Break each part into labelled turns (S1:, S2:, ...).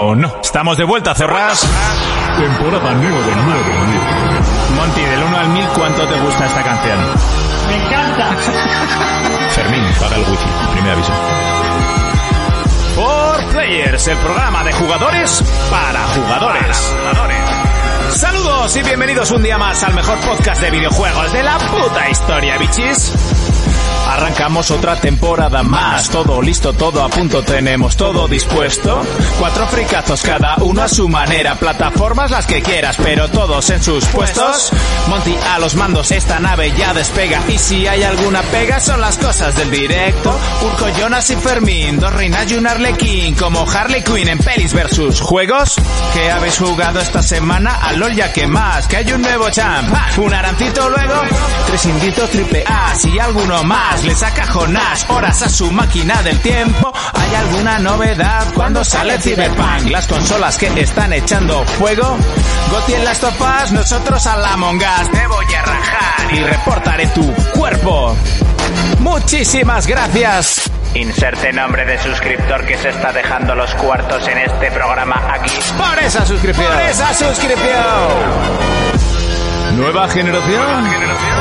S1: o no. Estamos de vuelta, cerrás.
S2: Temporada 9 de 9.
S1: Monty, del 1 al 1000, ¿cuánto te gusta esta canción?
S3: Me encanta.
S1: Fermín, para el wifi, primer aviso. Four Players, el programa de jugadores para jugadores. Saludos y bienvenidos un día más al mejor podcast de videojuegos de la puta historia, bichis. Arrancamos otra temporada más, todo listo, todo a punto, tenemos todo dispuesto. Cuatro fricazos cada uno a su manera, plataformas las que quieras, pero todos en sus puestos. Monty a los mandos, esta nave ya despega y si hay alguna pega son las cosas del directo. Urco, Jonas y Fermín, dos reinas y un arlequín, como Harley Quinn en pelis versus juegos. ¿Qué habéis jugado esta semana? A LOL ya que más, que hay un nuevo champ, ¡Ah! un arancito luego, tres inditos triple A, si alguno más le saca Jonás horas a su máquina del tiempo. ¿Hay alguna novedad cuando sale Cyberpunk? Las consolas que están echando fuego. Goti en las topas, nosotros a la mongas. Te voy a rajar y reportaré tu cuerpo. Muchísimas gracias.
S4: Inserte nombre de suscriptor que se está dejando los cuartos en este programa aquí.
S1: Por esa suscripción. Por esa suscripción. Nueva generación,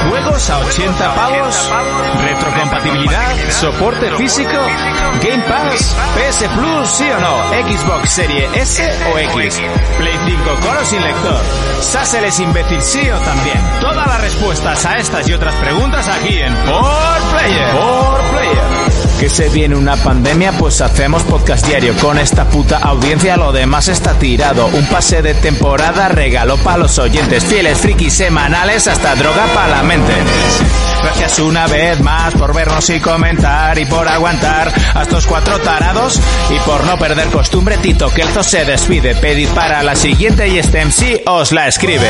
S1: juegos a 80 pavos, retrocompatibilidad, soporte físico, Game Pass, PS Plus, sí o no, Xbox Serie S o X, Play 5 con o sin lector, Sassel es imbécil sí o también. Todas las respuestas a estas y otras preguntas aquí en Por Player. Por Player que se viene una pandemia, pues hacemos podcast diario con esta puta audiencia. Lo demás está tirado. Un pase de temporada regalo para los oyentes fieles, frikis semanales, hasta droga para la mente. Gracias una vez más por vernos y comentar y por aguantar a estos cuatro tarados y por no perder costumbre. Tito Kelzo se despide. Pedid para la siguiente y este MC os la escribe.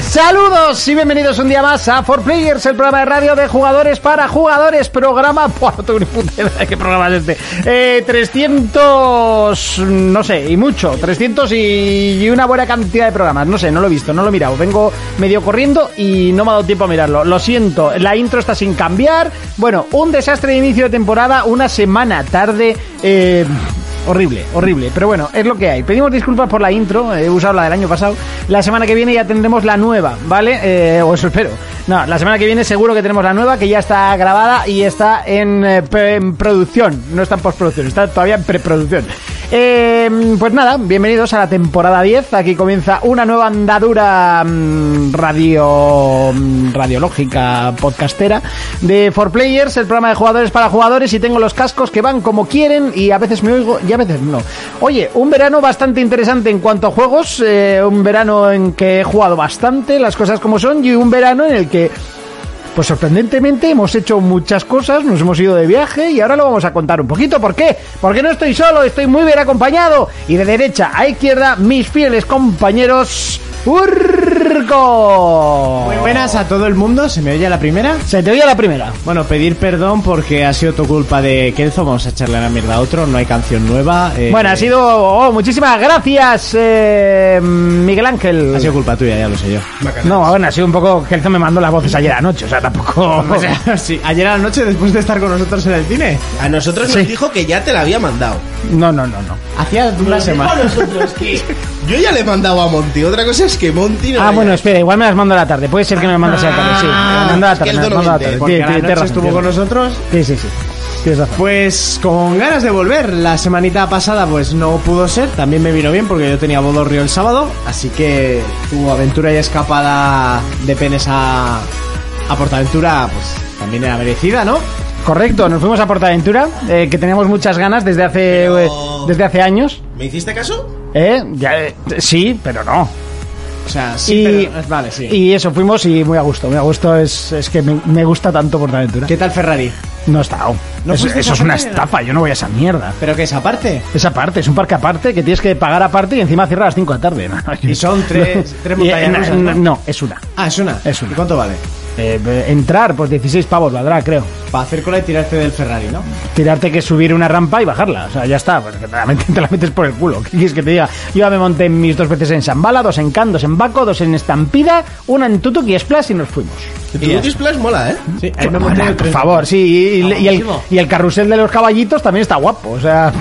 S5: Saludos y bienvenidos un día más a 4Players, el programa de radio de jugadores para jugadores, programa... Buah, no tengo ni puta idea de qué programa es este. Eh, 300... no sé, y mucho, 300 y, y una buena cantidad de programas, no sé, no lo he visto, no lo he mirado, vengo medio corriendo y no me ha dado tiempo a mirarlo, lo siento, la intro está sin cambiar, bueno, un desastre de inicio de temporada, una semana tarde... Eh, Horrible, horrible. Pero bueno, es lo que hay. Pedimos disculpas por la intro, he usado la del año pasado. La semana que viene ya tendremos la nueva, ¿vale? Eh, o eso espero. No, la semana que viene seguro que tenemos la nueva, que ya está grabada y está en, eh, en producción. No está en postproducción, está todavía en preproducción. Eh, pues nada, bienvenidos a la temporada 10. Aquí comienza una nueva andadura mm, radio mm, radiológica podcastera de 4Players, el programa de jugadores para jugadores. Y tengo los cascos que van como quieren y a veces me oigo y a veces no. Oye, un verano bastante interesante en cuanto a juegos, eh, un verano en que he jugado bastante, las cosas como son, y un verano en el que pues sorprendentemente hemos hecho muchas cosas, nos hemos ido de viaje y ahora lo vamos a contar un poquito. ¿Por qué? Porque no estoy solo, estoy muy bien acompañado. Y de derecha a izquierda, mis fieles compañeros. ¡Urco!
S6: Muy buenas a todo el mundo, ¿se me oye la primera?
S5: Se te oye la primera.
S6: Bueno, pedir perdón porque ha sido tu culpa de Kelzo, vamos a echarle la mierda a otro, no hay canción nueva. eh,
S5: Bueno, ha sido. oh, muchísimas gracias, eh, Miguel Ángel.
S6: Ha sido culpa tuya, ya lo sé yo.
S5: No, bueno, ha sido un poco. Kelzo me mandó las voces ayer anoche, o sea, tampoco.
S6: O sea, sí, ayer a la noche después de estar con nosotros en el cine.
S7: A nosotros nos dijo que ya te la había mandado.
S5: No, no, no, no.
S6: Hacía una
S7: A
S6: semana.
S7: nosotros que yo ya le he mandado a Monty. Otra cosa es que Monty no
S5: Ah,
S7: haya-
S5: bueno, espera, igual me las mando a la tarde. Puede ser que me las mandas a la tarde,
S6: Ah,
S5: sí. Me las mando a la
S7: es que
S5: tarde,
S7: él
S5: me las mando a la
S7: duerme,
S5: tarde.
S6: Porque
S5: Sí,
S6: a
S5: sí,
S6: la
S5: tienes
S6: noche
S5: razón,
S6: estuvo
S5: tienes
S6: con
S5: razón.
S6: nosotros.
S5: Sí, sí, sí. Tienes razón.
S6: Pues con ganas de volver, la semanita pasada pues no pudo ser, también me vino bien porque yo tenía bodorrio el sábado, así que tu aventura y escapada de penes a, a Portaventura pues también era merecida, ¿no?
S5: Correcto, nos fuimos a Portaventura, eh, que teníamos muchas ganas desde hace eh, desde hace años.
S7: ¿Me hiciste caso?
S5: ¿Eh? Ya, eh, sí, pero no.
S6: O sea, sí,
S5: Y-
S6: pero- eh, vale, sí.
S5: Y eso, fuimos y muy a gusto. Muy a gusto, es, es que me, me gusta tanto Portaventura.
S6: ¿Qué tal Ferrari?
S5: No está aún.
S6: ¿No
S5: eso
S6: fuisteis
S5: eso
S6: a
S5: es una
S6: Portaventura?
S5: estafa, yo no voy a esa mierda.
S6: ¿Pero qué es aparte?
S5: Esa parte, es un parque aparte que tienes que pagar aparte y encima cierra a las 5 de la tarde. ¿no?
S6: Y son tres- tres montañas
S5: Y, eh,
S6: rusas,
S5: no,
S6: ¿no?
S5: no, es una.
S6: Ah, es una.
S5: Es una.
S6: ¿Y cuánto vale?
S5: Eh, eh, entrar, pues 16 pavos valdrá, creo.
S1: Para hacer cola y tirarte del Ferrari, ¿no?
S5: Tirarte que subir una rampa y bajarla. O sea, ya está. Porque realmente te la metes por el culo. ¿Qué quieres que te diga? Yo ya me monté mis dos veces en Zambala, dos en Can, dos en Baco, dos en Estampida, una en Tutuk y Splash y nos fuimos.
S8: El Turuti Splash mola, ¿eh?
S1: Sí, ahí me monté en el
S5: Por
S1: tren.
S5: favor, sí. Y, y- y el,
S1: buenísimo.
S5: y el carrusel de los caballitos también está guapo. O sea,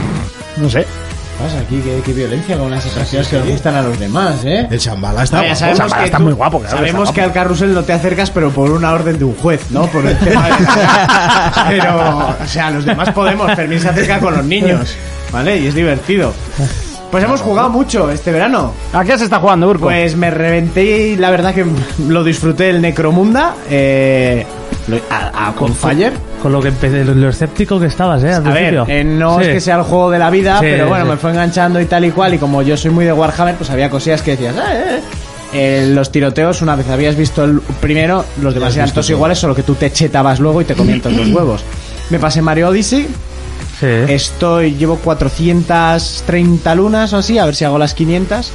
S5: no sé.
S1: ¿Qué pasa aquí? ¿Qué, qué violencia con las atracciones que nos gustan a los demás, ¿eh?
S8: El Shambhala está
S1: Ah, ya
S8: guapo.
S1: sabemos
S5: Zambala
S1: que
S5: está
S1: tú-
S5: muy guapo, claro,
S1: sabemos
S5: está
S1: que al carrusel no te acercas, pero por una orden de un juez, ¿no? Por el tema de- Pero, o sea, los demás podemos. Fermín se acerca con los niños, ¿vale? Y es divertido. Pues hemos jugado mucho este verano.
S5: ¿A qué se está jugando, Urco?
S1: Pues me reventé y la verdad que lo disfruté el Necromunda eh, lo- a, a- con Fire.
S9: Con lo que empecé- lo escéptico que estabas, ¿eh? Al
S1: A ver,
S9: principio.
S1: eh, no
S9: Sí.
S1: es que sea el juego de la vida,
S9: Sí,
S1: pero bueno,
S9: sí.
S1: me fue enganchando y tal y cual. Y como yo soy muy de Warhammer, pues había cosillas que decías, "Ah, eh, eh". Eh, los tiroteos, una vez habías visto el primero, los demás eran todos iguales, solo que tú te chetabas luego y te comían todos los huevos. Me pasé Mario Odyssey,
S9: Sí.
S1: estoy, llevo 430 lunas o así, a ver si hago las 500.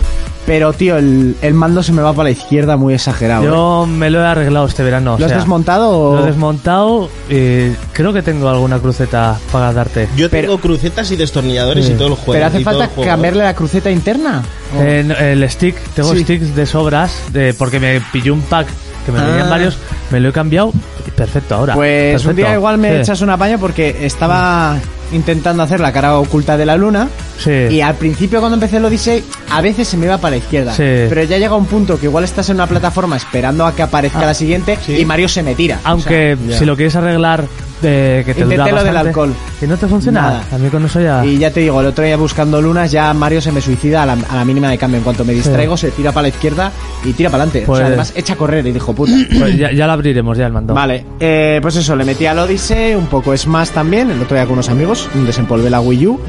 S1: Pero tío, el, el mando se me va para la izquierda muy exagerado. ¿eh?
S9: Yo me lo he arreglado este verano. o
S1: ¿Lo has
S9: sea,
S1: desmontado o-
S9: Lo he desmontado y creo que tengo alguna cruceta para darte.
S8: Yo
S1: Pero- Mm.
S8: tengo crucetas y destornilladores y todo el juego.
S1: pero
S8: y
S1: hace
S8: todo Pues el
S1: falta
S8: juego.
S1: cambiarle la cruceta interna.
S9: Eh, no, el stick, tengo
S1: Sí.
S9: sticks de sobras de, porque me pilló un pack que me venían
S1: Ah.
S9: varios, me lo he cambiado y perfecto ahora.
S1: Pues un
S9: perfecto.
S1: día igual me
S9: Sí.
S1: echas un apaño porque estaba intentando hacer la cara oculta de la luna.
S9: Sí.
S1: Y al principio cuando empecé el Odyssey, a veces se me iba para la izquierda.
S9: Sí.
S1: Pero ya llega un punto que igual estás en una plataforma esperando a que aparezca la siguiente y Mario se me tira.
S9: Ah, Aunque
S1: O sea,
S9: si lo quieres arreglar, de que te
S1: Intenté
S9: dura
S1: lo del
S9: bastante-
S1: alcohol.
S9: Y no te funciona.
S1: Nada.
S9: A mí con eso ya.
S1: Y ya te digo, el otro día buscando lunas, ya Mario se me suicida a la, a la mínima de cambio. En cuanto me distraigo, se tira para la izquierda y tira para adelante. O
S9: Pues-
S1: sea, además echa a correr y dijo, puta.
S9: Pues ya, ya lo abriremos ya el mando.
S1: Vale, eh, pues eso, le metí al Odyssey, un poco Smash también, el otro día con unos amigos, desempolvé la Wii U,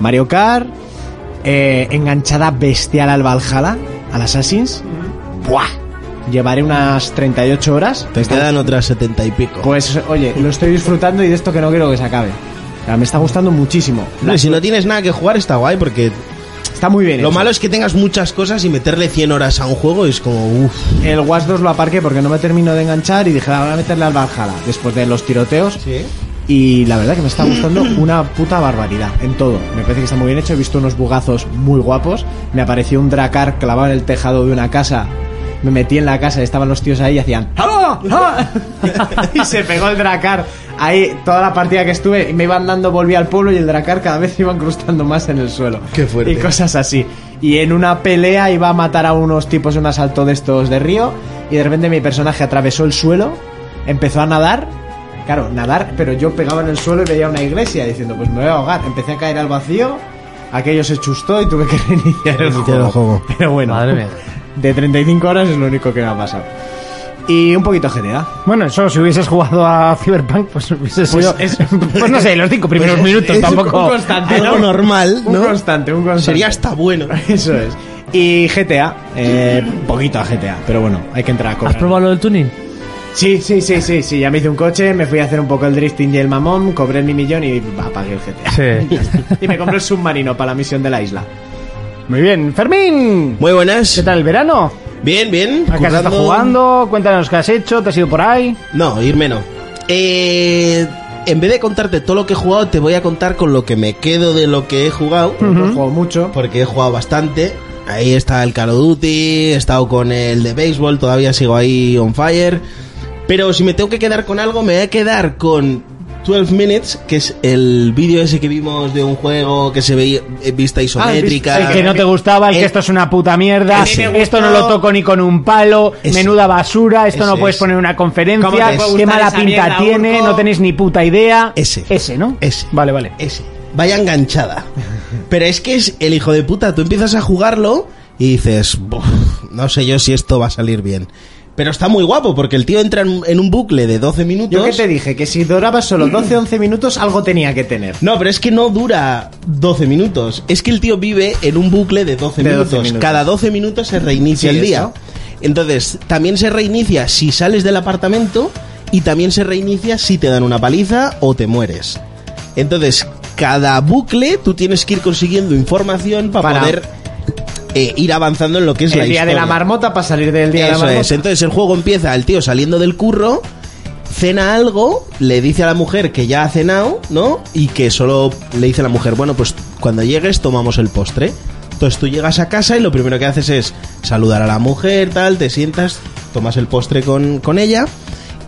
S1: Mario Kart, eh, enganchada bestial al Valhalla, al Assassins. ¡Buah! Llevaré unas 38 horas.
S8: Te quedan otras setenta y pico.
S1: Pues oye, lo estoy disfrutando y de esto que no quiero que se acabe. O sea, me está gustando muchísimo.
S8: Hombre, si no tienes nada que jugar está guay porque
S1: Está muy bien.
S8: lo
S1: hecho.
S8: malo es que tengas muchas cosas y meterle 100 horas a un juego es como uff.
S1: El Watch 2 lo aparqué porque no me termino de enganchar y dije, "Ah, voy a meterle al Valhalla después de los tiroteos. Y la verdad que me está gustando una puta barbaridad en todo. Me parece que está muy bien hecho. He visto unos bugazos muy guapos. Me apareció un dracar clavado en el tejado de una casa. Me metí en la casa y estaban los tíos ahí y hacían ¡Aló! ¡Ah!". y se pegó el dracar ahí toda la partida que estuve. Y me iban dando, volví al pueblo y el dracar cada vez se iba incrustando más en el suelo.
S8: Qué fuerte.
S1: Y cosas así. Y en una pelea iba a matar a unos tipos en un asalto de estos de río. Y de repente mi personaje atravesó el suelo, empezó a nadar. Claro, nadar, pero yo pegaba en el suelo y veía una iglesia diciendo, pues me voy a ahogar. Empecé a caer al vacío, aquello se chustó y tuve que reiniciar el
S8: Reiniciar
S1: juego.
S8: el juego.
S1: Pero bueno,
S9: Madre mía.
S1: de 35 horas es lo único que me ha pasado. Y un poquito GTA.
S5: Bueno, eso, si hubieses jugado a Cyberpunk, pues hubieses
S1: Pues
S5: sido-
S1: es-
S5: pues no sé, los cinco primeros minutos tampoco...
S1: constante,
S8: Algo normal,
S1: Un
S8: ¿no?
S1: constante, un constante.
S8: Sería hasta bueno.
S1: Eso es. Y GTA, eh, poquito a GTA, pero bueno, hay que entrar a
S9: ¿Has
S1: correr.
S9: probado lo del tuning?
S1: Sí, sí, sí, sí, sí, ya me hice un coche, me fui a hacer un poco el drifting y el mamón, cobré mi millón y apagué el GTA.
S9: Sí.
S1: y me compré el submarino para la misión de la isla.
S5: Muy bien, Fermín,
S8: Muy
S5: ¿qué
S8: buenas.
S5: tal el verano?
S8: Bien, bien.
S5: ¿A qué has estado
S8: currando.
S5: jugando? Cuéntanos qué has hecho, ¿te has ido por ahí?
S8: No, irme no. Eh, en vez de contarte todo lo que he jugado, te voy a contar con lo que me quedo de lo que he jugado.
S1: No juego mucho.
S8: Porque he jugado bastante. Ahí está el Call of Duty, he estado con el de béisbol, todavía sigo ahí on fire. Pero si me tengo que quedar con algo, me voy a quedar con 12 Minutes, que es el vídeo ese que vimos de un juego que se veía en vista isométrica.
S5: Ah, El que no te gustaba, el que
S8: Eh,
S5: esto es una puta mierda,
S8: ese.
S5: esto no lo toco ni con un palo,
S8: Ese.
S5: menuda basura, esto no
S8: Ese
S5: puedes
S8: es.
S5: poner en una
S1: ¿Cómo te
S5: conferencia,
S1: puede
S5: qué
S1: gustar
S5: mala
S1: esa
S5: pinta
S1: mierda,
S5: tiene,
S1: Urco?
S5: no tenéis ni puta idea.
S8: Ese.
S5: Ese, ¿no?
S8: Ese. Eh,
S5: Vale, vale.
S8: Ese. Vaya enganchada. Pero es que es el hijo de puta. Tú empiezas a jugarlo y dices, "Buf, no sé yo si esto va a salir bien. Pero está muy guapo porque el tío entra en en un bucle de 12 minutos.
S1: Yo que te dije que si duraba solo 12-11 minutos, algo tenía que tener.
S8: No, pero es que no dura 12 minutos. Es que el tío vive en un bucle de 12,
S1: De 12
S8: minutos.
S1: minutos.
S8: Cada 12 minutos se reinicia
S1: Sí,
S8: el día.
S1: eso.
S8: Entonces, también se reinicia si sales del apartamento y también se reinicia si te dan una paliza o te mueres. Entonces, cada bucle tú tienes que ir consiguiendo información para,
S1: Para-
S8: poder eh, ir avanzando en lo que es
S1: El
S8: la
S1: día de
S8: historia.
S1: la marmota para salir del día de la
S8: Eso
S1: marmota.
S8: es. Entonces el juego empieza el tío saliendo del curro, cena algo, le dice a la mujer que ya ha cenado, ¿no? Y que solo le dice a la mujer, bueno, pues cuando llegues tomamos el postre. Entonces tú llegas a casa y lo primero que haces es saludar a la mujer, tal, te sientas, tomas el postre con, con ella.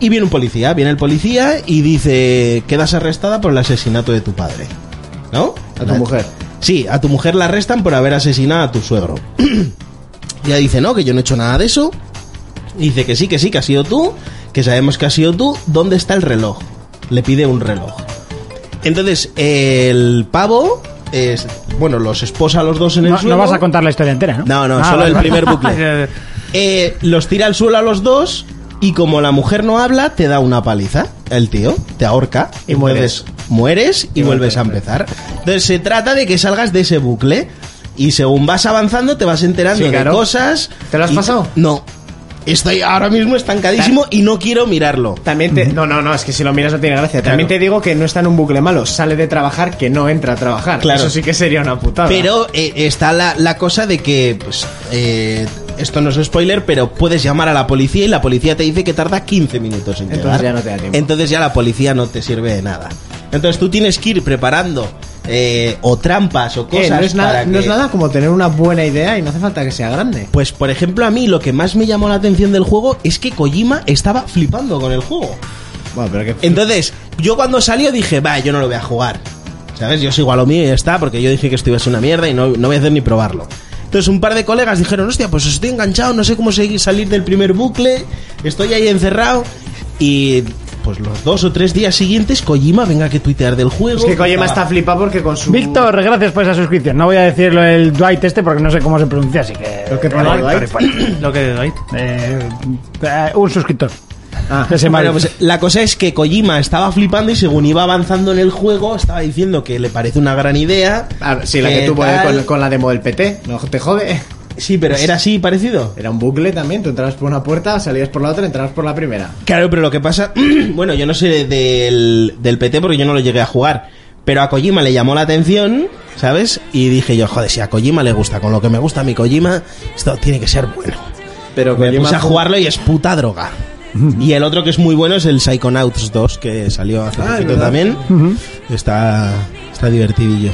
S8: Y viene un policía, viene el policía y dice, quedas arrestada por el asesinato de tu padre. ¿No?
S1: A tu mujer.
S8: Sí, a tu mujer la arrestan por haber asesinado a tu suegro. Ella dice, no, que yo no he hecho nada de eso. Y dice que sí, que sí, que has sido tú, que sabemos que has sido tú. ¿Dónde está el reloj? Le pide un reloj. Entonces, el pavo, es, bueno, los esposa a los dos en el
S5: No,
S8: suelo.
S5: no vas a contar la historia entera, ¿no?
S8: No, no,
S5: Ah,
S8: solo
S5: vale,
S8: el
S5: vale.
S8: primer bucle. Eh, los tira al suelo a los dos y como la mujer no habla, te da una paliza. El tío te ahorca
S1: Y mueres.
S8: Entonces, Mueres y, vuelves a empezar. Entonces se trata de que salgas de ese bucle y según vas avanzando te vas enterando
S1: Sí, claro.
S8: de cosas.
S1: ¿Te lo has
S8: y-
S1: pasado?
S8: No. Estoy ahora mismo estancadísimo y no quiero mirarlo.
S1: También te... No, no, no, es que si lo miras no tiene gracia. También te
S8: Claro.
S1: digo que no está en un bucle malo. Sale de trabajar que no entra a trabajar.
S8: Claro.
S1: Eso sí que sería una putada.
S8: Pero eh, está la, la cosa de que, pues, eh, esto no es spoiler, pero puedes llamar a la policía y la policía te dice que tarda 15 minutos en
S1: Entonces
S8: llegar.
S1: ya no te da tiempo.
S8: Entonces ya la policía no te sirve de nada. Entonces tú tienes que ir preparando eh, o trampas o
S1: Eh,
S8: cosas.
S1: no, es nada,
S8: para
S1: no es
S8: que-
S1: nada como tener una buena idea y no hace falta que sea grande.
S8: Pues por ejemplo a mí lo que más me llamó la atención del juego es que Kojima estaba flipando con el juego.
S1: Bueno, pero que...
S8: Entonces, yo cuando salió dije, va, yo no lo voy a jugar. ¿Sabes? Yo sigo a lo mío y ya está, porque yo dije que esto iba a ser una mierda y no, no voy a hacer ni probarlo. Entonces, un par de colegas dijeron, hostia, pues estoy enganchado, no sé cómo seguir, salir del primer bucle, estoy ahí encerrado. Y pues los dos o tres días siguientes, Kojima venga a que tuitear del juego.
S1: Es que Kojima
S8: Estaba-
S1: está flipado porque con su...
S5: Víctor, gracias por esa suscripción. No voy a decirlo el Dwight este porque no sé cómo se pronuncia, así que.
S1: Lo que pone Dwight.
S9: Lo que doy.
S5: Eh, eh, un suscriptor.
S1: Ah,
S5: Que se
S8: Bueno,
S5: llama-
S8: pues la cosa es que Kojima estaba flipando y según iba avanzando en el juego, estaba diciendo que le parece una gran idea.
S1: A ver, sí, la que tuvo eh,
S8: tal.
S1: con, con la demo del PT. No te jode.
S8: Sí, pero era así parecido.
S1: Era un bucle también. Tú entrabas por una puerta, salías por la otra, entrabas por la primera.
S8: Claro, pero lo que pasa, bueno, yo no sé del, del PT porque yo no lo llegué a jugar, pero a Kojima le llamó la atención, ¿sabes? Y dije yo, joder, si a Kojima le gusta, con lo que me gusta a mi Kojima, esto tiene que ser bueno.
S1: Pero
S8: Me
S1: Kojima
S8: puse a
S1: jugó-
S8: jugarlo y es puta droga. Y el otro que es muy bueno es el Psychonauts 2, que salió hace
S1: Ah, es
S8: poquito
S1: verdad.
S8: también. Está, está divertidillo.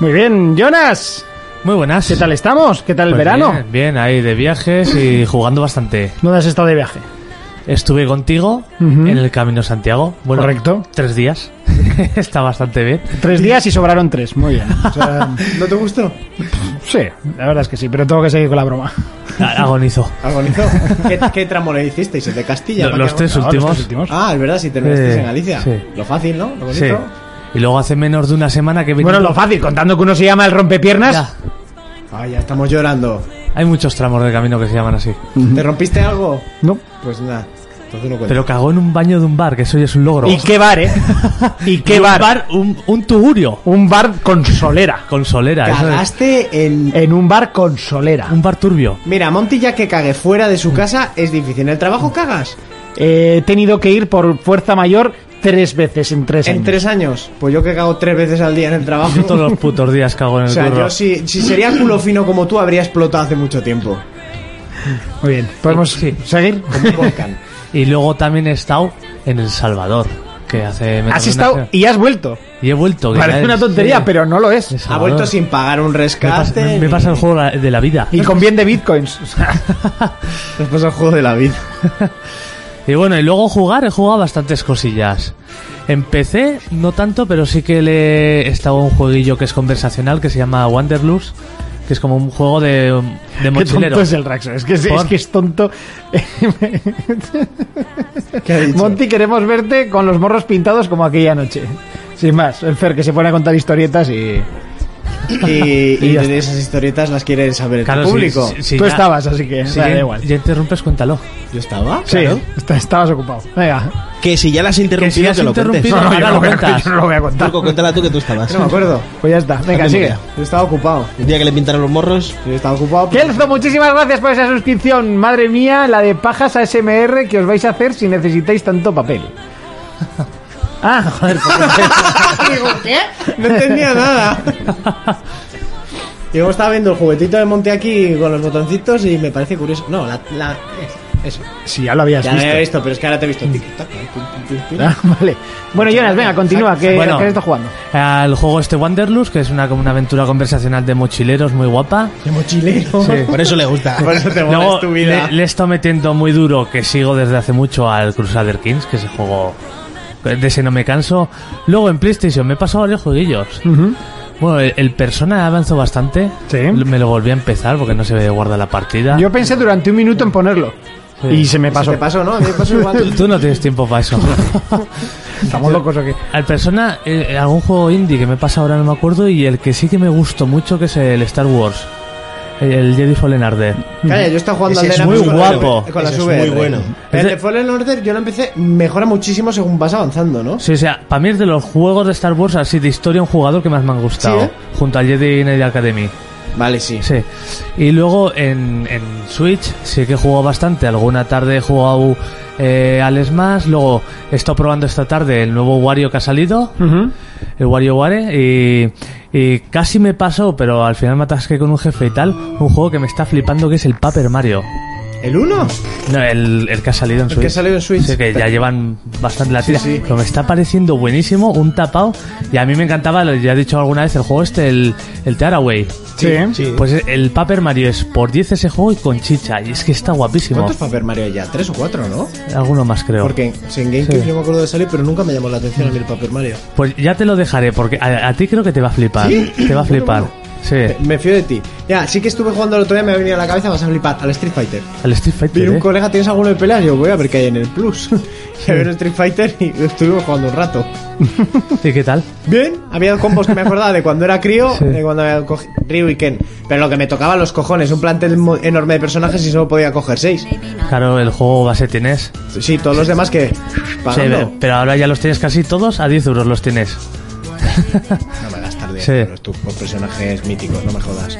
S5: Muy bien, Jonas.
S9: Muy buenas.
S5: ¿Qué tal estamos? ¿Qué tal el
S9: Pues
S5: verano?
S9: Bien, bien, ahí de viajes y jugando bastante.
S5: ¿Dónde has estado de viaje?
S9: Estuve contigo
S5: Ujú.
S9: en el Camino Santiago. Bueno,
S5: Correcto.
S9: Tres días. Está bastante bien.
S5: Tres días y sobraron tres. Muy bien. O sea,
S1: ¿No te gustó?
S5: sí, la verdad es que sí, pero tengo que seguir con la broma.
S9: A- Agonizo.
S1: Agonizó. ¿Qué, qué tramo le hiciste? ¿Y de Castilla?
S9: Los,
S1: ¿Para
S9: los
S1: qué
S5: No,
S9: tres
S5: los
S9: últimos.
S5: tres últimos.
S1: Ah, es verdad, si terminasteis
S9: Eh,
S1: en Galicia.
S9: sí.
S1: Lo fácil, ¿no? Lo bonito.
S9: Sí. Y luego hace menos de una semana que he
S5: Bueno,
S9: venido-
S5: lo fácil, contando que uno se llama el rompepiernas.
S9: Ya.
S1: Ah, ya estamos llorando.
S9: Hay muchos tramos de camino que se llaman así.
S1: ¿Te rompiste algo?
S5: No.
S1: Pues nada. Entonces no cuenta.
S9: Pero cagó en un baño de un bar, que eso ya es un logro.
S5: ¿Y qué bar, eh? ¿Y qué
S9: un
S5: bar?
S9: un, un tugurio.
S5: Un bar con solera.
S9: Con solera. eso es.
S1: Cagaste en...
S5: En un bar con solera.
S9: Un bar turbio.
S1: Mira, Monty ya que cague fuera de su casa es difícil. ¿En el trabajo cagas?
S5: Eh, He tenido que ir por fuerza mayor tres veces en tres
S1: ¿En
S5: años.
S1: tres años? Pues yo que cago tres veces al día en el trabajo.
S9: Yo todos los putos días cago en
S1: O
S9: el
S1: sea,
S9: curro.
S1: yo si, si sería culo fino como tú habría explotado hace mucho tiempo.
S5: Muy bien. ¿Podemos
S9: Sí.
S5: seguir?
S1: Como un volcán.
S9: Y luego también he estado en El Salvador, que hace... me
S5: Has
S9: tomé una
S5: estado
S9: cena.
S5: y has vuelto.
S9: Y he vuelto. que
S5: Parece
S9: Pues ya
S5: una
S9: es-
S5: tontería,
S9: sí.
S5: pero no lo
S9: El
S5: es.
S1: Ha
S9: Salvador.
S1: vuelto sin pagar un
S9: Me pasa,
S1: rescate.
S9: me- me pasa el juego la- de la vida.
S5: Y con bien de bitcoins. O sea,
S1: Te pasa el juego de la vida.
S9: Y bueno, y luego jugar, he jugado bastantes cosillas. Empecé, no tanto, pero sí que le he estado a un jueguillo que es conversacional, que se llama Wanderlust, que es como un juego de, de
S5: qué
S9: mochilero.
S5: tonto es el Raxo. Es que es,
S9: Por-
S5: es que es tonto.
S1: ¿Qué ha dicho?
S5: Monty, queremos verte con los morros pintados como aquella noche. Sin más, el Fer que se pone a contar historietas y...
S1: Y, y
S5: Y ya
S1: de esas historietas las quiere saber el
S9: Claro, sí,
S1: público.
S9: sí, sí,
S5: Tú
S9: ya-
S5: estabas, así que...
S9: si
S5: da
S9: ya,
S5: igual.
S9: ya interrumpes, cuéntalo.
S1: ¿Yo estaba?
S5: Sí,
S1: Claro.
S5: está- estabas ocupado. Venga.
S8: Que si ya la has
S9: Que si
S8: interrumpido,
S9: has
S8: que lo
S9: interrumpido,
S8: cuentes.
S5: No, yo
S9: ahora
S5: no,
S9: lo
S5: voy a-
S9: cuentas.
S5: yo no lo voy a contar.
S8: Turco, cuéntala tú que tú estabas.
S1: No me acuerdo.
S5: Pues ya está. Venga,
S8: Haz
S5: sigue.
S8: memoria.
S1: Yo estaba ocupado.
S8: El día que le pintaron los morros.
S1: Yo estaba ocupado.
S5: Kelzo, muchísimas gracias por esa suscripción. Madre mía, la de pajas ASMR que os vais a hacer si necesitáis tanto papel. Ah, joder,
S1: No entendía nada. Y luego estaba viendo el juguetito de Monte aquí con los botoncitos y me parece curioso. No, la. la- eso.
S5: Si ya lo habías
S1: Ya lo
S5: visto.
S1: había visto, pero es que ahora te he visto. Tic, tac, pum, pum, pum, pum.
S5: Ah, vale. Bueno, Jonas, venga, continúa, que
S9: Bueno.
S5: que estás jugando.
S9: Al juego este Wanderlust, que es una, como una aventura conversacional de mochileros muy guapa.
S1: De mochilero.
S9: Sí.
S8: Por eso le gusta.
S1: Por eso te
S9: Luego
S1: molas tu vida.
S9: Le, le he estado metiendo muy duro, que sigo desde hace mucho, al Crusader Kings, que es el juego... De ese no me canso. Luego en PlayStation me he pasado varios jueguillos. Bueno, el, el Persona avanzó bastante.
S5: Sí.
S9: Me lo volví a empezar porque no se guarda la partida.
S5: Yo pensé durante un minuto en ponerlo.
S9: Sí.
S5: Y se me
S1: Ah. Se
S5: pasó.
S1: te pasó, ¿no? A mí me pasó igual.
S9: Tú no tienes tiempo para eso.
S5: Estamos locos o qué.
S9: Al persona, eh, algún juego indie que me pasa ahora no me acuerdo y el que sí que me gustó mucho que es el Star Wars. El, el Jedi Fallen Order.
S1: Calla, yo estaba jugando
S8: Ese
S1: al
S8: es
S1: Dead
S9: muy
S1: Space
S9: guapo.
S1: Con la
S8: Ese es
S1: VR.
S8: muy bueno.
S1: El
S9: Ese-
S1: de Fallen Order yo lo empecé, mejora muchísimo según vas avanzando, ¿no?
S9: Sí, o sea, para mí es de los juegos de Star Wars así de historia un jugador que más me han gustado.
S1: Sí, ¿eh?
S9: Junto al Jedi Knight Academy.
S1: Vale, sí.
S9: Sí. Y luego en, en Switch sí que he jugado bastante. Alguna tarde he jugado eh, al Smash. Luego he estado probando esta tarde el nuevo Wario que ha salido. El WarioWare. Y, y casi me pasó, pero al final me atasqué con un jefe y tal. Un juego que me está flipando que es el Paper Mario.
S1: ¿El 1?
S9: No, el, el que ha salido en
S1: El
S9: Switch.
S1: que ha salido en Switch.
S9: Sí, que ya llevan bastante la tira.
S1: sí.
S9: Pero me está pareciendo buenísimo, un tapado. Y a mí me encantaba, lo- ya he dicho alguna vez, el juego este, el, el Tearaway.
S5: Sí.
S9: Pues el Paper Mario es por 10 ese juego y con chicha. Y es que está guapísimo.
S1: ¿Cuántos Paper Mario hay ya? ¿Tres o cuatro, no?
S9: Alguno más creo.
S1: Porque en, si en GameCube
S9: Sí.
S1: yo me acuerdo de salir, pero nunca me llamó la atención a mí el Paper Mario.
S9: Pues ya te lo dejaré, porque a, a ti creo que te va a flipar. Te va a flipar. Sí.
S1: Me- Me fío de ti. Ya, sí que estuve jugando el otro día, me ha venido a la cabeza, vas a flipar, al Street Fighter.
S9: El Street Fighter.
S1: Vino un
S9: ¿eh?
S1: colega, ¿tienes alguno de peleas? Yo voy a ver qué hay en el Plus. Y a ver Street Fighter y estuvimos jugando un rato.
S9: ¿Y qué tal?
S1: Bien, había combos que me acordaba de cuando era crío,
S9: Sí.
S1: de cuando había cogido Ryu y Ken. Pero lo que me tocaba los cojones, un plantel mo- enorme de personajes y solo podía coger seis.
S9: Claro, el juego base tienes.
S1: Sí, todos los demás que
S9: Sí,
S1: pagando.
S9: pero ahora ya los tienes casi todos, a 10 euros los tienes.
S1: No me das tarde,
S9: Sí.
S1: pero tú por personajes míticos, no me jodas.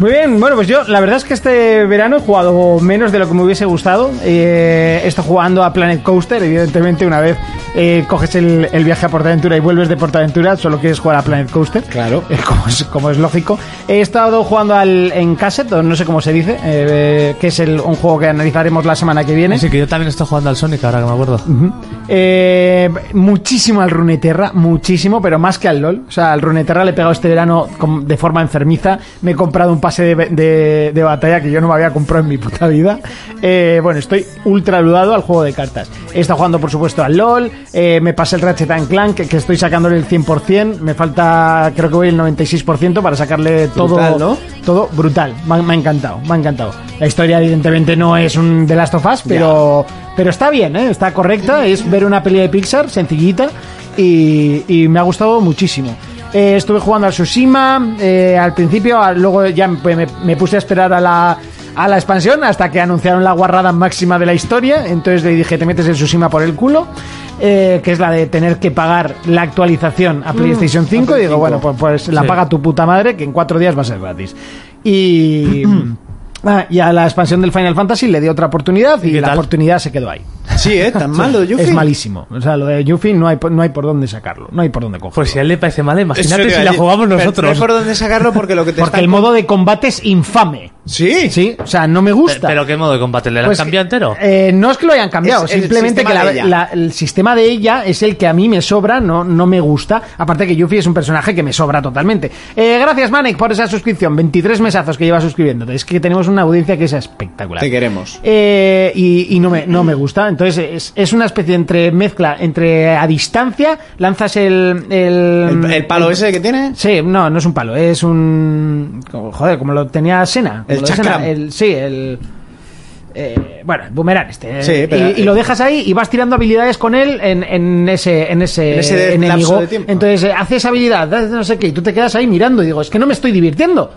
S5: Muy bien, bueno, pues yo la verdad es que este verano he jugado menos de lo que me hubiese gustado. Eh, he estado jugando a Planet Coaster, evidentemente una vez eh, coges el, el viaje a Portaventura y vuelves de Portaventura, solo quieres jugar a Planet Coaster.
S1: Claro.
S5: Eh, como, es, como es lógico. He estado jugando al en cassette, o no sé cómo se dice, eh, eh, que es el, un juego que analizaremos la semana que
S1: ¿Eh?
S5: viene.
S9: Así que yo también estoy jugando al Sonic ahora que me acuerdo.
S1: Mm.
S5: Eh, muchísimo al Runeterra, muchísimo, pero más que al LOL. O sea, al Runeterra le he pegado este verano com- de forma enfermiza. Me he comprado un pase de, de- de batalla que yo no me había comprado en mi puta vida. Eh, bueno, estoy ultra ludado al juego de cartas. He estado jugando, por supuesto, al LOL. eh, me pasé el Ratchet and Clank, que, que estoy sacándole el 100%. Me falta, creo que voy el 96% para sacarle todo.
S1: Brutal, ¿no?
S5: Todo brutal. Me, ha- me ha encantado, me ha encantado. La historia, evidentemente, no es un The Last of Us, pero, pero está bien, ¿eh? está correcta. Es ver una peli de Pixar sencillita y, y me ha gustado muchísimo. Eh, estuve jugando al Tsushima eh, al principio, al- luego ya me, me- me puse a esperar a la, a la expansión hasta que anunciaron la guarrada máxima de la historia. Entonces le dije: Te metes el Tsushima por el culo. eh, que es la de tener que pagar la actualización a PlayStation 5. y digo, bueno, pues, pues la
S9: Sí.
S5: paga tu puta madre, que en cuatro días va a ser gratis. Y. ah, y a la expansión del Final Fantasy le di otra oportunidad y
S9: qué
S5: la
S9: tal?
S5: oportunidad se quedó ahí.
S1: Sí, ¿eh? Tan malo, Yuffie.
S5: Es malísimo. O sea, lo de Yuffie no hay, por- no hay por dónde sacarlo, no hay por dónde cogerlo.
S9: Pues si a él le parece mal, imagínate
S1: Eso
S9: si
S1: que-
S9: la jugamos
S1: pero No
S9: nosotros.
S1: hay por dónde sacarlo porque lo que te
S5: Porque
S1: están
S5: el
S1: con-
S5: modo de combate es infame.
S1: Sí.
S5: Sí, o sea, no me
S9: Pe-
S5: gusta.
S9: Pero qué modo de combate, ¿le la han
S5: Pues,
S9: cambiado entero?
S5: eh, no es que lo hayan cambiado,
S1: Es el
S5: simplemente que
S1: sistema
S5: la-
S1: de ella.
S5: la- el sistema de ella es el que a mí me sobra, no, no me gusta. Aparte que Yuffie es un personaje que me sobra totalmente. Eh, gracias, Manek, por esa suscripción. 23 mesazos que llevas suscribiéndote. Es que tenemos una audiencia que es espectacular.
S1: Te queremos.
S5: Eh, y y no, me, no me gusta. Entonces es, es una especie entre mezcla, entre a distancia, lanzas el... El,
S1: El, el palo ese que tiene.
S5: Sí, no, no es un palo, es un. como- joder, como lo tenía Sena. como
S1: El
S5: lo de Sena,
S1: chakram.
S5: el- sí, el. eh, bueno, el boomerang este. eh,
S1: Sí, pero-
S5: y, y lo dejas ahí y vas tirando habilidades con él en, en ese, en ese,
S1: En ese lapso
S5: enemigo.
S1: de tiempo.
S5: Entonces eh, hace esa habilidad, hace no sé qué, y tú te quedas ahí mirando y digo, es que no me estoy divirtiendo.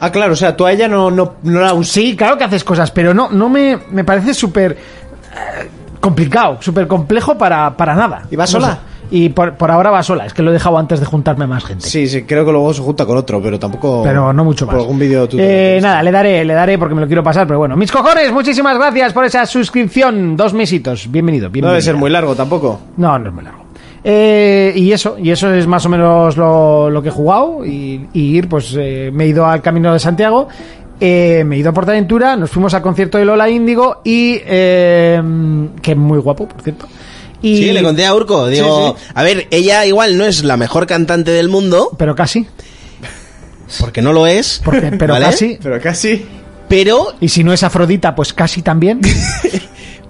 S1: Ah, claro, o sea, tú a ella no, no, no la usas.
S5: Sí, claro que haces cosas, pero no, no me, me parece súper eh, complicado, súper complejo para, para nada.
S1: ¿Y va
S5: No
S1: sola?
S5: sé. Y por, por ahora va sola, es que lo he dejado antes de juntarme a más gente.
S1: Sí, sí, creo que luego se junta con otro, pero tampoco.
S5: Pero no mucho más.
S1: Por algún vídeo tú.
S5: Eh, nada, le daré, le daré porque me lo quiero pasar, pero bueno. Mis cojones, muchísimas gracias por esa suscripción. Dos mesitos. Bienvenido, bienvenido.
S1: No debe ser muy largo tampoco.
S5: No, no es muy largo. Eh, y eso, y eso es más o menos lo, lo que he jugado. Y, y ir, pues eh, me he ido al Camino de Santiago, eh, me he ido a Portaventura, nos fuimos al concierto de Lola Índigo y eh, que es muy guapo, por cierto. Y,
S8: Sí, le conté a Urco. Digo, a ver, ella igual no es la mejor cantante del mundo,
S5: Pero casi,
S8: porque no lo es.
S5: porque, pero
S8: ¿vale?
S5: casi.
S1: Pero casi.
S8: Pero,
S5: Y si no es Afrodita, pues casi también.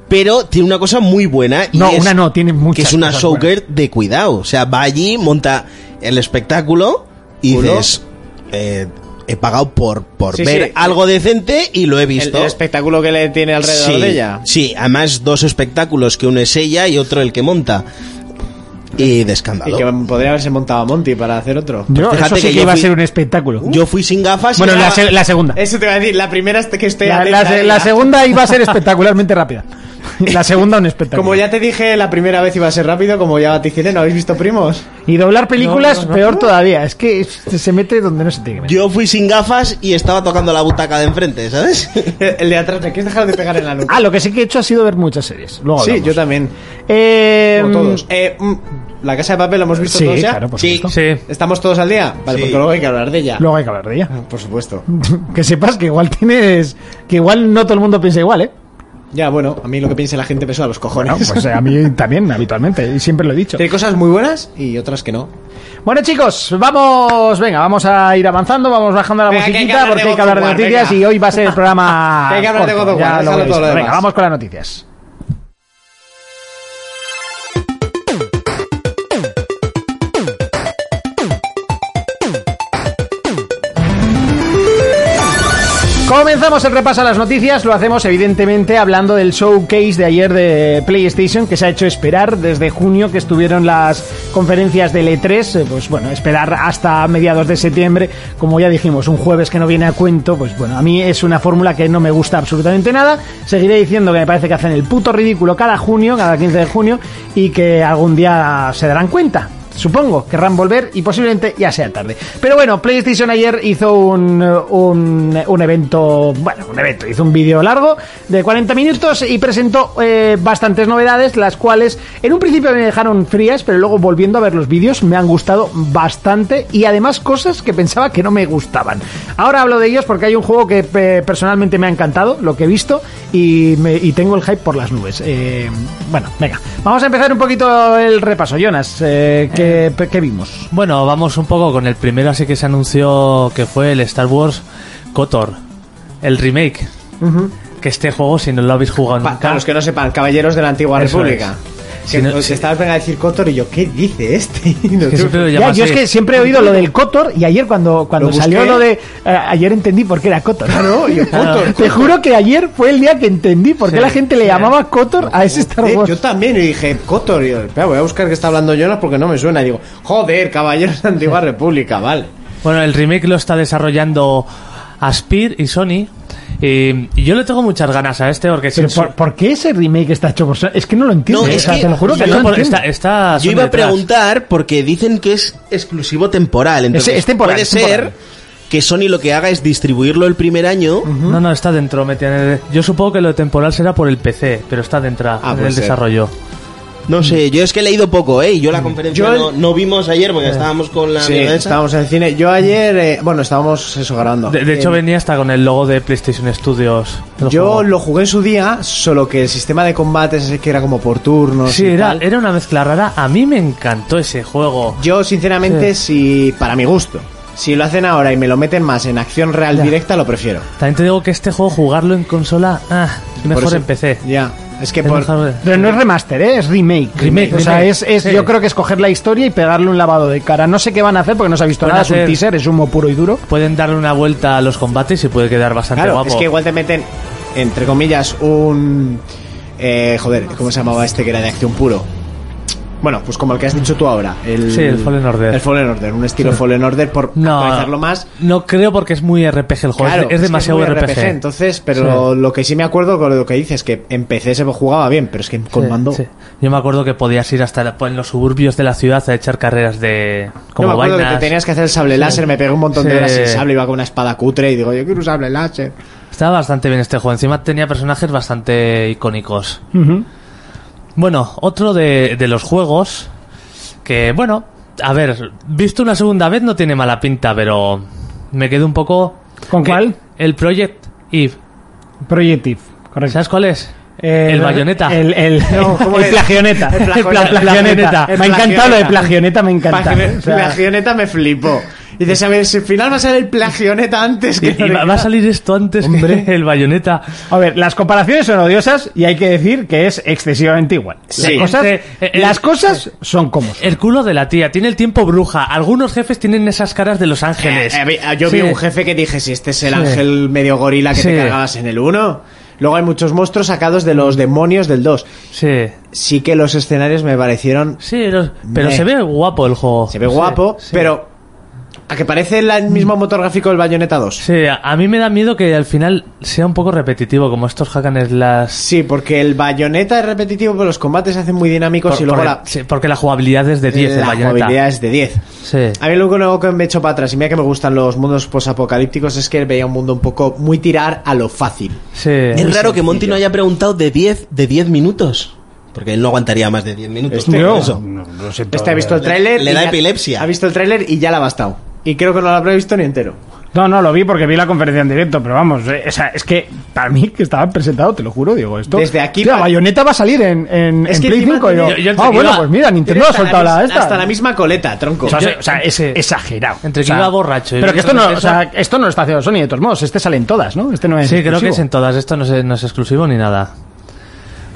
S8: pero tiene una cosa muy buena. y
S5: No,
S8: es
S5: una no, tiene muchas.
S8: Que es una
S5: cosas
S8: showgirl de cuidado. O sea, va allí, monta el espectáculo y
S1: Culo.
S8: dices, eh, he pagado por, por
S1: Sí,
S8: ver
S1: sí.
S8: algo decente y lo he
S1: El,
S8: visto.
S1: el espectáculo que le tiene alrededor
S8: sí,
S1: de ella.
S8: Sí, además dos espectáculos, que uno es ella y otro el que monta. Y de escándalo.
S1: Y que podría haberse montado a Monty para hacer otro.
S5: buenas. Yo,
S8: Pues
S5: eso
S8: fíjate
S5: sí que,
S8: que yo
S5: iba a
S8: fui-
S5: ser un espectáculo.
S8: Yo fui sin gafas. y
S5: bueno,
S8: era-
S5: la, se- la segunda.
S1: Eso te iba a decir, la primera es que estoy
S5: La,
S1: atenta
S5: la-
S1: a
S5: la
S1: ella.
S5: segunda iba a ser espectacularmente rápida. La segunda un espectáculo.
S1: Ah. Como ya te dije la primera vez iba a ser rápido, como ya vaticilé, ¿no habéis visto primos?
S5: Y doblar películas,
S9: No, no, no.
S5: peor todavía. Es que se se mete donde no se tiene que meter.
S8: Yo fui sin gafas y estaba tocando la butaca de enfrente, ¿sabes?
S1: El de atrás, ¿me quieres dejar de pegar en la nuca?
S5: Ah, lo que sí que he hecho ha sido ver muchas series. Luego
S1: sí,
S5: hablamos.
S1: yo también.
S5: Eh,
S1: Como todos. Eh, mm, la casa de papel la hemos visto
S5: Sí,
S1: todos ya.
S5: claro, por
S8: Sí.
S5: supuesto.
S9: Sí.
S1: ¿Estamos todos al día? Vale,
S8: Sí.
S1: porque luego hay que hablar de ella.
S5: Luego hay que hablar de ella.
S1: Por supuesto.
S5: Que sepas que igual tienes. Que igual no todo el mundo piensa igual, ¿eh?
S1: Ya, bueno, a mí lo que piense la gente me suda los cojones.
S5: No, pues a mí también, habitualmente. Y siempre lo he dicho.
S1: Tiene cosas muy buenas y otras que no.
S5: Bueno, chicos, vamos. Venga, vamos a ir avanzando. Vamos bajando la
S1: Venga, que hay que
S5: musiquita
S1: hablar de
S5: porque hay que
S1: God of
S5: hablar de
S1: War,
S5: noticias.
S1: venga.
S5: Y hoy va a ser el programa.
S1: Que hay que hablar de
S5: corto,
S1: God of War,
S5: ya lo
S1: déjalo todo
S5: veréis.
S1: lo demás.
S5: Venga, vamos con las noticias. Comenzamos el repaso a las noticias, lo hacemos evidentemente hablando del showcase de ayer de PlayStation que se ha hecho esperar desde junio que estuvieron las conferencias del E3, eh, pues bueno, esperar hasta mediados de septiembre, como ya dijimos, un jueves que no viene a cuento, pues bueno, a mí es una fórmula que no me gusta absolutamente nada, seguiré diciendo que me parece que hacen el puto ridículo cada junio, cada 15 de junio y que algún día se darán cuenta supongo, querrán volver y posiblemente ya sea tarde. Pero bueno, PlayStation ayer hizo un, eh, un, un evento, bueno, un evento, hizo un vídeo largo de 40 minutos y presentó eh, bastantes novedades, las cuales en un principio me dejaron frías, pero luego volviendo a ver los vídeos me han gustado bastante y además cosas que pensaba que no me gustaban. Ahora hablo de ellos porque hay un juego que eh, personalmente me ha encantado, lo que he visto, y, me- y tengo el hype por las nubes. Eh, bueno, venga, vamos a empezar un poquito el repaso. Jonas, eh, ¿qué, qué vimos?
S9: Bueno, vamos un poco con el primero, así que se anunció que fue el Star Wars Kotor, el remake. Que este juego, si no lo habéis jugado
S1: Pa-
S9: nunca,
S1: para los que no sepan, caballeros de la antigua
S9: Eso
S1: república.
S9: es.
S1: Que
S9: Si no-
S1: os
S9: si-
S1: estabas venga a decir Cotor y yo, ¿qué dice este? Y
S9: que
S1: nosotros-
S9: siempre lo
S5: Ya,
S9: llaman
S5: yo es
S9: así.
S5: que siempre he oído lo del Cotor y ayer cuando, cuando
S1: Lo busqué.
S5: salió lo de... eh, ayer entendí por qué era Cotor.
S1: Claro, y yo, Cotor,
S5: Te juro que ayer fue el día que entendí por qué
S9: Sí,
S5: la gente le
S9: sí.
S5: llamaba Cotor
S9: "Ah,
S5: a ese Star
S1: Eh,
S5: Wars.
S1: yo también, y dije, Cotor, y yo, espera, voy a buscar que está hablando Jonas porque no me suena. Y digo, joder, caballeros de la antigua república, vale.
S9: Bueno, el remake lo está desarrollando Aspir y Sony. Y, y yo le tengo muchas ganas a este porque
S5: Pero
S9: sin su-
S5: por, ¿por qué ese remake está hecho por Sony? Es que no lo entiendo.
S8: No,
S5: o
S8: es
S5: sea,
S8: que
S5: te lo juro que
S9: está
S5: no
S9: por-
S5: entiendo.
S9: está- está
S8: Yo
S9: Sony
S8: iba a
S9: detrás.
S8: preguntar porque dicen que es exclusivo temporal. Entonces,
S5: Es- es temporal,
S8: puede
S5: es temporal.
S8: ser que Sony lo que haga es distribuirlo el primer año.
S9: No, no, está dentro. me tiene- Yo supongo que lo temporal será por el PC, pero está dentro
S1: Ah,
S9: en
S1: puede
S9: el
S1: ser.
S9: desarrollo.
S8: No sé, yo es que he leído poco, ¿eh? Y Yo la conferencia
S1: Yo el-
S8: no, no vimos ayer porque estábamos con la
S1: Sí,
S8: mierda esa.
S1: estábamos en el cine. Yo ayer, eh, bueno, estábamos eso grabando.
S9: De, de hecho,
S1: Eh,
S9: venía hasta con el logo de PlayStation Studios. el
S1: yo
S9: juego.
S1: lo jugué en su día, solo que el sistema de combates es que era como por turnos.
S9: Sí,
S1: y
S9: era,
S1: tal.
S9: era una mezcla rara. A mí me encantó ese juego.
S1: Yo, sinceramente, si para mi gusto, si lo hacen ahora y me lo meten más en acción real directa, lo prefiero.
S9: También te digo que este juego, jugarlo en consola, ah, mejor
S1: Por eso-
S9: en PC.
S1: Ya, es que
S9: Es
S1: por.
S9: mejor-
S5: Pero no es remaster, ¿eh? es remake.
S9: Remake,
S5: o sea,
S9: remake.
S5: es, es-
S9: Sí.
S5: yo creo que es coger la historia y pegarle un lavado de cara. No sé qué van a hacer porque no se ha visto
S9: Pueden
S5: nada. Es un
S9: hacer-
S5: teaser, es humo puro y duro.
S9: Pueden darle una vuelta a los combates y puede quedar bastante
S1: Claro,
S9: guapo.
S1: es que igual te meten, entre comillas, un. eh, joder, ¿cómo se llamaba este que era de acción puro? Bueno, pues como el que has dicho tú ahora. El,
S9: Sí, el Fallen Order.
S1: El Fallen Order, un estilo Fallen Order por actualizarlo más.
S9: No creo porque es muy RPG el juego. es-
S1: Claro,
S9: es,
S1: que
S9: demasiado
S1: muy
S9: RPG.
S1: Entonces, pero lo que sí me acuerdo con lo que dices, que en PC se jugaba bien, pero es que con
S9: Sí,
S1: mando.
S9: sí. Yo me acuerdo que podías ir hasta la- pues, en los suburbios de la ciudad a echar carreras de.
S1: Yo
S9: como
S1: me acuerdo
S9: vainas.
S1: que te tenías que hacer el sable láser, me pegué un montón de
S9: Sí.
S1: horas sin sable, iba con una espada cutre y digo, yo quiero un sable láser.
S9: Estaba bastante bien este juego. Encima tenía personajes bastante icónicos. Bueno, otro de, de los juegos Que bueno, a ver, visto una segunda vez no tiene mala pinta, pero me quedo un poco...
S5: ¿Con
S9: que-
S5: cuál?
S9: El Project Eve.
S5: Projective, correcto.
S9: ¿Sabes cuál es? el bayoneta.
S5: Eh, El, el, el plagioneta. El
S9: plagioneta.
S5: plagioneta.
S1: El
S5: Me ha encantado lo de
S1: plagioneta.
S5: plagioneta, me encanta.
S9: ¿eh?
S1: Plagio-
S5: O sea,
S1: plagioneta me flipó. Y dices, a ver, si al final va a ser el plagioneta antes que.
S9: Y-
S1: el
S9: y va,
S1: original.
S9: va a salir esto antes que el bayoneta.
S5: A ver, las comparaciones son odiosas y hay que decir que es excesivamente igual.
S8: Sí.
S5: Las cosas,
S9: Eh, eh,
S5: las cosas son como son.
S9: El culo de la tía, tiene el tiempo bruja. Algunos jefes tienen esas caras de Los Ángeles.
S1: Eh, eh, yo vi
S9: Sí.
S1: un jefe que dije, si este es el
S9: Sí.
S1: ángel medio gorila que
S9: Sí.
S1: te cargabas en el 1. Luego hay muchos monstruos sacados de los demonios del 2.
S9: Sí,
S1: Sí que los escenarios me parecieron...
S9: sí, los- pero
S1: Meh.
S9: se ve guapo el juego.
S1: Se ve
S9: Sí,
S1: guapo,
S9: sí.
S1: pero... A que parece la- el mismo motor gráfico del Bayonetta 2. Sí.
S9: Sí, a- a mí me da miedo que al final sea un poco repetitivo, como estos hack and slash.
S1: porque el Bayonetta es repetitivo, pero los combates se hacen muy dinámicos
S9: Por-
S1: y luego
S9: porque,
S1: la,
S9: sí, porque la jugabilidad es de 10 de
S1: la
S9: Bayonetta.
S1: jugabilidad es de 10.
S9: Sí.
S1: A mí lo único que me he hecho para atrás, y mira que me gustan los mundos posapocalípticos, es que veía un mundo un poco muy tirar a lo fácil.
S9: Sí.
S8: Es raro que Monty no haya preguntado de 10 de 10 minutos. Porque él no aguantaría más de 10 minutos.
S1: Este
S8: por
S1: no.
S8: eso.
S1: Este ha visto el tráiler.
S8: le
S1: y
S8: da
S1: ya-
S8: epilepsia.
S1: Ha visto el tráiler y ya la ha bastado. Y creo que no lo habrá visto ni entero.
S5: No, no, lo vi porque vi la conferencia en directo, pero vamos, eh, o sea, es que para mí que estaba presentado, te lo juro, digo esto.
S1: Desde aquí
S5: La
S1: pa-
S5: bayoneta va a salir en, en,
S1: Es
S5: en
S1: que
S5: Play
S1: encima
S5: 5. y yo,
S1: tiene-
S9: yo entre
S5: ah,
S9: que
S5: bueno,
S9: iba-
S5: pues mira, Nintendo
S1: Pero
S5: ha
S1: hasta
S5: soltado
S1: la,
S5: la
S1: mis-
S5: esta.
S1: Hasta la misma coleta, tronco.
S5: O sea,
S9: Yo-
S5: o sea, es
S9: sí.
S5: exagerado.
S9: Entre que
S5: O sea,
S9: iba borracho y
S5: Pero que esto no,
S9: otra
S5: o
S9: cosa-
S5: sea, esto no lo está haciendo Sony, de todos modos. Este sale en todas, ¿no? Este no es.
S9: Sí, creo que es en
S5: exclusivo.
S9: todas. Esto no es, no es exclusivo ni nada.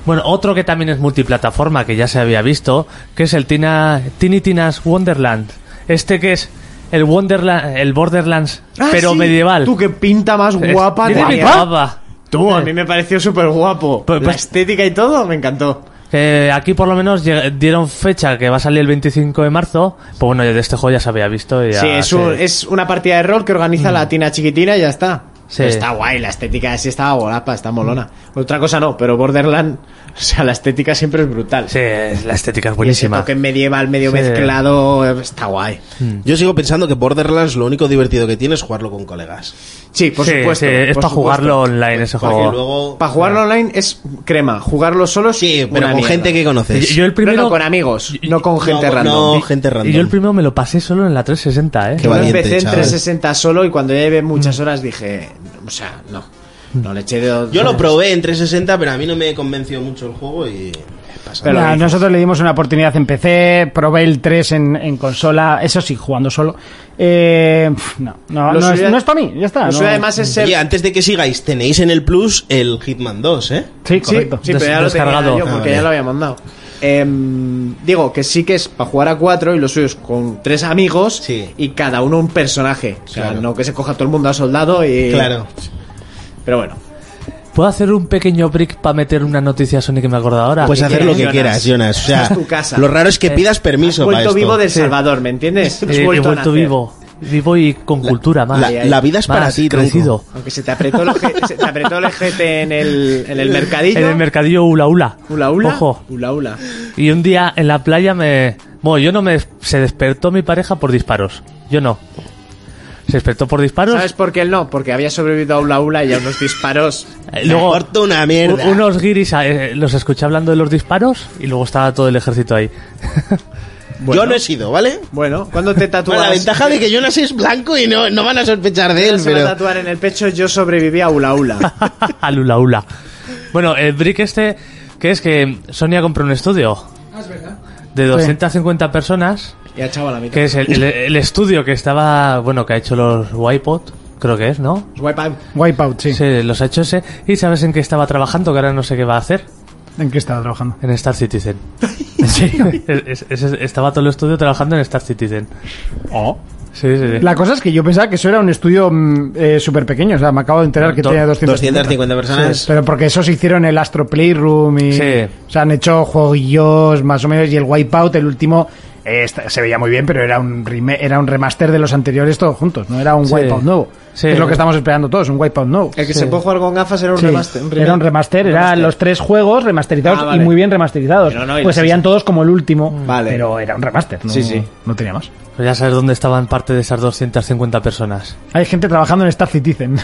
S9: Bueno, otro que también es multiplataforma, que ya se había visto, que es el Tina, Tiny Tina's Wonderland. Este que es el Wonderland, el Borderlands,
S1: Ah,
S9: pero
S1: sí.
S9: medieval.
S1: Tú, qué pinta más
S9: Es-
S1: guapa.
S9: tiene
S1: tenía.
S9: pinta guapa.
S1: Tú, a mí me pareció súper guapo.
S9: Pues-
S1: la
S9: pues-
S1: estética y todo, me encantó.
S9: Eh, aquí por lo menos lleg- dieron fecha que va a salir el 25 de marzo. Pues bueno, de este juego ya se había visto. y ya
S1: sí, es,
S9: se-
S1: un- es una partida de rol que organiza la tina chiquitina y ya está.
S9: Sí. Mm.
S1: Pero Está guay, la estética sí estaba guapa, está molona. Otra cosa no, pero Borderland, o sea, la estética siempre es brutal.
S9: Sí, es- la estética es
S1: Y ese
S9: buenísima.
S1: toque medieval, medio
S9: Sí.
S1: mezclado, eh, está guay.
S8: Yo sigo pensando que Borderlands lo único divertido que tiene es jugarlo con colegas.
S1: Sí, por
S9: Sí,
S1: supuesto.
S9: sí,
S1: por
S9: es para
S1: supuesto.
S9: jugarlo online ese
S8: Porque
S9: juego.
S8: luego.
S1: Para jugarlo online es crema, jugarlo solo es
S8: Sí,
S1: una
S8: pero con
S1: mierda.
S8: gente que conoces.
S9: Yo- yo
S1: No,
S9: el
S1: no,
S9: primero-
S1: con amigos,
S9: yo-
S1: no con gente
S8: no,
S1: random.
S8: No, gente random.
S9: Y yo el primero me lo pasé solo en la 360, ¿eh?
S8: Qué
S1: Yo lo
S8: valiente,
S1: empecé en
S8: chaval.
S1: 360 solo y cuando ya llevé
S9: Mm.
S1: muchas horas dije, o sea, no. No le eché de
S8: Yo lo probé en 360, pero a mí no me convenció mucho el juego y. pasa
S5: Nah,
S8: nada.
S5: nosotros le dimos una oportunidad en PC, probé el 3 en, en consola, eso sí, jugando solo. Eh, pf, no, no,
S1: Lo
S5: no,
S1: suyo-
S5: es, para mí, ya está.
S1: Lo
S5: no-
S1: suyo además es ser
S8: Oye, antes de que sigáis, tenéis en el Plus el Hitman 2, ¿eh?
S5: Sí,
S1: Sí,
S5: correcto.
S1: sí,
S9: Des-
S1: pero ya lo tenía
S9: descargado.
S1: yo,
S8: Ah,
S1: porque
S8: vale.
S1: ya lo había mandado. Em, digo que sí que es para jugar a cuatro y los suyos con tres amigos
S8: Sí.
S1: y cada uno un personaje. O sea,
S8: Claro.
S1: no que se coja todo el mundo a soldado y.
S8: Claro.
S1: Pero bueno.
S9: ¿Puedo hacer un pequeño break para meter una noticia Sony que me acuerdo ahora?
S8: Puedes hacer
S1: quieres,
S8: lo que
S1: Jonas?
S8: quieras, Jonas. O sea,
S1: Esta es tu casa. Eh,
S8: lo raro es que pidas permiso para
S1: Vuelto
S8: esto.
S1: vivo del Salvador, ¿me entiendes?
S9: Eh,
S1: Has
S9: he
S1: vuelto a
S9: vuelto
S1: nacer.
S9: vivo. Vivo y con cultura más.
S8: la, la vida es para
S9: Más
S8: ti, tronco.
S9: crecido.
S1: Aunque se te apretó el, oje- se te apretó el ojete en el, en el mercadillo.
S9: En el mercadillo Ula Ula.
S1: Ula ula.
S9: Ojo.
S1: Ula ula.
S9: Y un día en la playa me. Bueno, yo no me. Se despertó mi pareja por disparos. Yo no. Se despertó por disparos.
S1: ¿Sabes por qué él no? Porque había sobrevivido a ula ula y a unos disparos.
S9: eh,
S8: Luego,
S9: Luego.
S8: corto una mierda.
S9: u- Unos guiris eh, los escuché hablando de los disparos y luego estaba todo el ejército ahí.
S8: Yo no he sido, ¿vale?
S1: Bueno, ¿cuándo te
S8: Bueno, la
S1: tatuarás?
S8: ventaja de que Jonas es blanco y no, no van a sospechar de él,
S1: se va a
S8: pero...
S1: tatuar en el pecho yo sobreviví a Ula Ula.
S9: Al Ula Ula. Bueno, el brick este, que es que Sonia compró un estudio. De 250 personas,
S1: Y a chaval a mitad.
S9: que es el, el- el estudio que estaba, bueno, que ha hecho los Wipeout, creo que es, ¿no?
S1: Swipe up.
S5: Wipeout, sí.
S9: Sí, los ha hecho ese. Y sabes en qué estaba trabajando, que ahora no sé qué va a hacer.
S5: ¿En qué estaba trabajando?
S9: En Star Citizen. Es- es- es- estaba todo el estudio trabajando en Star Citizen.
S1: Oh.
S9: Sí, sí, sí.
S5: La cosa es que yo pensaba que eso era un estudio mm, eh, súper pequeño, o sea, me acabo de enterar que
S9: Do-
S5: tenía 250.
S8: 250 personas.
S5: Sí, pero porque esos hicieron el Astro Playroom y...
S9: Sí.
S5: O sea, han hecho juegos más o menos y el Wipeout, el último, eh, esta- se veía muy bien, pero era un, reme- era un remaster de los anteriores todos juntos, no era un
S9: Sí.
S5: Wipeout nuevo.
S9: Sí.
S5: Es lo que estamos esperando todos, un Wipeout nuevo.
S1: El que
S9: Sí.
S1: se puede jugar con gafas era un
S5: Sí,
S1: remaster. un remake.
S5: era un remaster, eran los tres juegos remasterizados
S1: Ah, vale.
S5: y muy bien remasterizados.
S1: Pero no, y
S5: pues
S1: las
S5: se veían todos como el último,
S1: Vale.
S5: pero era un remaster, no,
S1: Sí, sí.
S5: no tenía más.
S9: Pues ya sabes dónde estaban parte de esas 250 personas.
S5: Hay gente trabajando en Star Citizen.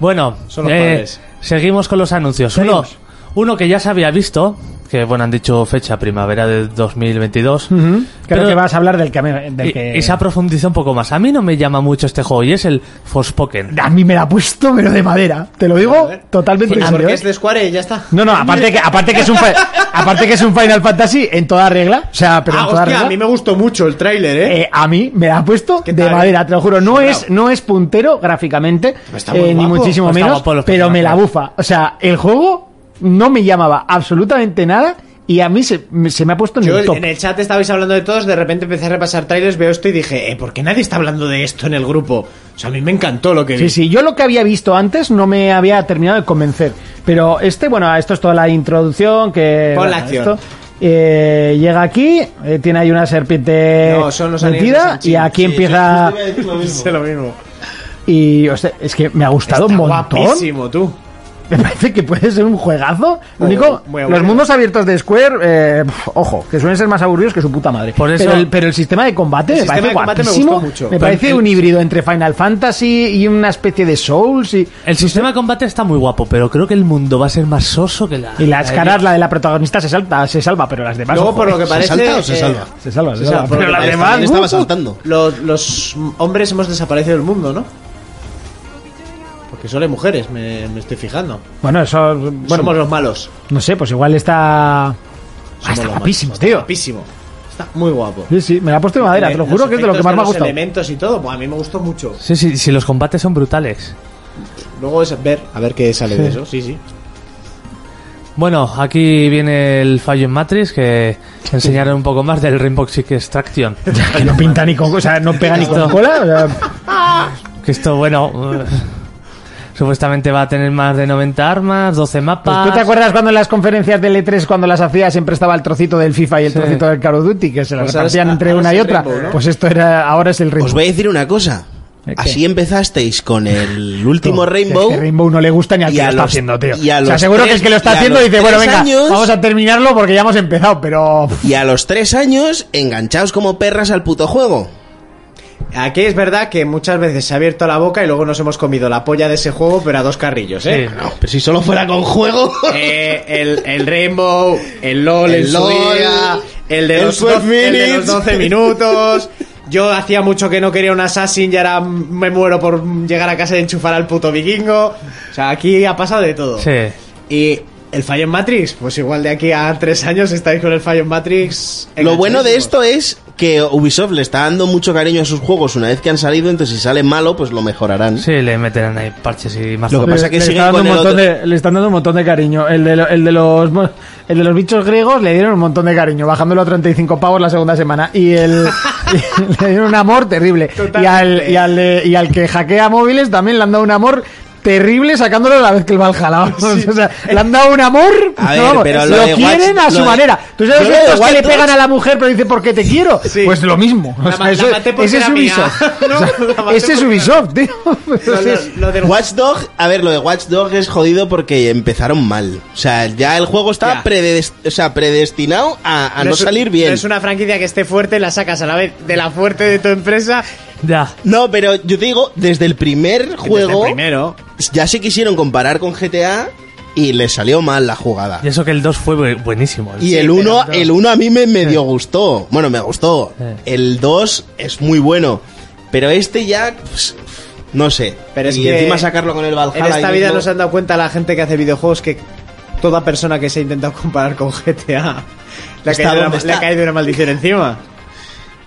S9: Bueno,
S1: Son los padres.
S9: eh, seguimos con los anuncios. Uno,
S5: Seguimos.
S9: Uno que ya se había visto, que bueno, han dicho fecha primavera de 2022.
S5: Creo
S9: pero-
S5: que vas a hablar del que... me- del
S9: y,
S5: que-
S9: y se ha profundizado un poco más. A mí no me llama mucho este juego y es el Forspoken.
S5: A mí me la ha puesto, pero de madera. Te lo digo totalmente en
S1: Porque
S5: serio,
S1: porque
S5: ¿eh?
S1: es de Square y ya está.
S5: No, no, aparte que, aparte, que es un, fi- aparte que es un Final Fantasy en toda regla. O sea, pero en
S1: ah,
S5: toda
S1: hostia,
S5: regla.
S1: a mí me gustó mucho el tráiler, ¿eh?
S5: Eh, a mí me la ha puesto
S1: ¿Qué
S5: de
S1: tal, eh?
S5: madera, te lo juro. No,
S1: Sí,
S5: es, no es puntero gráficamente,
S1: Está muy
S5: eh, ni
S1: guapo.
S5: muchísimo
S9: Está
S5: menos,
S9: guapo los
S5: pero me la
S9: personajes.
S5: bufa. O sea, el juego no me llamaba absolutamente nada y a mí se, me- se me ha puesto en
S1: Yo
S5: el top.
S1: en el chat estabais hablando de todos, de repente empecé a repasar trailers, veo esto y dije, eh, ¿por qué nadie está hablando de esto en el grupo? O sea, a mí me encantó lo que vi.
S5: Sí, sí, yo lo que había visto antes no me había terminado de convencer. Pero este, bueno, esto es toda la introducción que...
S1: Pon la
S5: bueno,
S1: acción.
S5: esto, eh, llega aquí, eh, tiene ahí una serpiente
S1: No, son los anillos de
S5: metida
S1: Sanchi.
S5: y aquí empieza...
S1: Sé lo mismo.
S5: Y hostia, es que me ha gustado
S1: Está
S5: un montón.
S1: guapísimo, tú.
S5: Me parece que puede ser un juegazo. Lo
S1: Oh,
S5: único,
S1: muy
S5: los
S1: aburrido.
S5: mundos abiertos de Square, eh, pf, ojo, que suelen ser más aburridos que su puta madre.
S9: Por eso-
S5: pero, el, pero el sistema de combate
S1: El
S5: me parece
S1: sistema de combate me
S5: guapísimo.
S1: gustó mucho.
S5: Me
S1: Pero
S5: parece
S9: el-
S5: un híbrido entre Final Fantasy y una especie de Souls. Y,
S9: El sistema de combate está muy guapo, pero creo que el mundo va a ser más soso que la...
S5: y las caras, la de la protagonista se salta, se salva, pero las demás.
S1: Luego,
S5: ojo,
S1: por lo que
S8: ¿se
S1: parece... eh,
S8: salta o se salva?
S5: Se salva, se
S1: o sea,
S5: salva.
S1: por lo
S5: Pero
S1: que
S5: las
S1: parece,
S5: demás.
S8: También estaba
S5: uh,
S8: saltando.
S1: Los, los hombres hemos desaparecido del mundo, ¿no? Porque solo hay mujeres, me, me estoy fijando.
S5: Bueno, eso. Bueno,
S1: Somos los malos.
S5: no sé, pues igual está. Ah,
S1: Somos
S5: está
S1: los
S5: guapísimo,
S1: malos. Está
S5: tío.
S1: guapísimo. Está muy guapo.
S5: Sí, sí, me la ha puesto de madera, te lo
S1: Los
S5: juro que es de lo que
S1: efectos
S5: más me ha
S1: los
S5: gustado.
S1: elementos y todo, pues a mí me gustó mucho.
S9: Sí, sí, sí, los combates son brutales.
S1: Luego es ver, a ver qué sale de eso, sí, sí.
S9: Bueno, aquí viene el fallo en Matrix, que enseñaron un poco más del Rainbow Six Extraction.
S5: Que no pinta ni con. O sea, no pega ni con cola. o sea,
S9: Que esto, bueno... eh, Supuestamente va a tener más de 90 armas, 12
S5: Pues,
S9: mapas...
S5: ¿Tú te acuerdas cuando en las conferencias del E3, cuando las hacía, siempre estaba el trocito del FIFA y el
S9: Sí.
S5: trocito del Call of Duty, que se las
S1: Pues ahora
S5: repartían
S1: es-
S5: entre
S1: ahora
S5: una
S1: es
S5: y
S1: el
S5: otra?
S1: Rainbow, ¿no?
S5: Pues esto era, ahora es el Rainbow.
S8: Os voy a decir una cosa. Así empezasteis con el último
S5: Si a este
S8: Rainbow.
S5: Rainbow no le gusta ni al
S8: y
S5: que
S8: a
S5: lo está
S8: los-
S5: haciendo, tío.
S8: y a
S5: o sea,
S8: los
S5: seguro que
S8: tres-
S5: el que lo está
S8: y a
S5: haciendo
S8: los
S5: dice, bueno,
S8: tres
S5: venga,
S8: años-
S5: vamos a terminarlo porque ya hemos empezado, pero...
S8: Y a los tres años, enganchaos como perras al puto juego.
S1: Aquí es verdad que muchas veces se ha abierto la boca y luego nos hemos comido la polla de ese juego, pero a dos carrillos, ¿eh?
S9: Sí.
S8: No, pero si solo fuera con juego.
S1: Eh, el, el Rainbow, el LOL,
S8: El
S1: el, LOL,
S8: LOL,
S1: el, de
S8: el
S1: los
S8: 12
S1: 12 el de los
S8: minutes.
S1: 12 minutos. Yo hacía mucho que no quería un Assassin y ahora me muero por llegar a casa y enchufar al puto vikingo. O sea, aquí ha pasado de todo.
S9: Sí.
S1: Y el fallo en Matrix, pues igual de aquí a tres años estáis con el fallo en Matrix.
S8: Lo bueno de
S1: enganchadísimos.
S8: esto es que Ubisoft le está dando mucho cariño a sus juegos una vez que han salido, entonces si sale malo, pues lo mejorarán.
S9: Sí, le meterán ahí parches y más
S8: Lo que
S9: cosas.
S8: pasa que
S5: le,
S8: siguen
S5: está dando
S8: con
S5: un
S8: el
S5: montón
S8: otro-
S5: de- le están dando un montón de cariño. El de, lo- el de los el de los bichos griegos le dieron un montón de cariño, bajándolo a 35 pavos la segunda semana. Y el y le dieron un amor terrible. Y al, y, al de- y al que hackea móviles también le han dado un amor terrible sacándolo a la vez que el Valhalla. vamos. O sea, le han dado un amor.
S8: A ver,
S5: vamos,
S8: pero
S5: lo,
S8: lo de
S5: quieren
S8: Watch-
S5: a su
S8: lo de-
S5: manera. Tú sabes
S8: Yo lo de
S5: estos que le
S8: Watch
S5: pegan
S8: Dogs-
S5: a la mujer pero dice porque te quiero.
S1: Sí.
S5: Pues lo mismo. O
S1: La
S5: sea,
S1: ma- la
S5: eso-
S1: maté por
S5: ese es
S1: ser amiga.
S5: Ubisoft.
S1: No,
S5: O sea,
S1: la maté
S5: ese es
S1: por-
S5: Ubisoft, tío.
S1: Lo, lo- lo del
S8: Watchdog, a ver, lo de Watchdog es jodido porque empezaron mal. O sea, ya el juego está
S1: Ya.
S8: predest- o sea, predestinado a, a no,
S1: es-
S8: salir bien.
S1: no es una franquicia que esté fuerte, la sacas a la vez de la fuerte de tu empresa.
S9: Ya.
S8: No, pero yo te digo, desde el primer
S1: que desde
S8: juego
S1: primero.
S8: ya se quisieron comparar con GTA y les salió mal la jugada.
S9: Y eso que el 2 fue bu- buenísimo.
S8: Y el 1 el uno a mí me
S5: Eh.
S8: medio gustó. Bueno, me gustó.
S9: Sí.
S8: El 2 es muy bueno. Pero este ya, pues, no sé.
S1: Pero es
S8: y
S1: que
S8: encima sacarlo con el
S1: En
S8: Valhalla.
S1: esta
S8: ahí
S1: vida
S8: mismo.
S1: no se han dado cuenta la gente que hace videojuegos que toda persona que se ha intentado comparar con GTA le ha,
S8: Está
S1: caído una,
S8: donde
S1: le ha
S8: está.
S1: caído una maldición encima.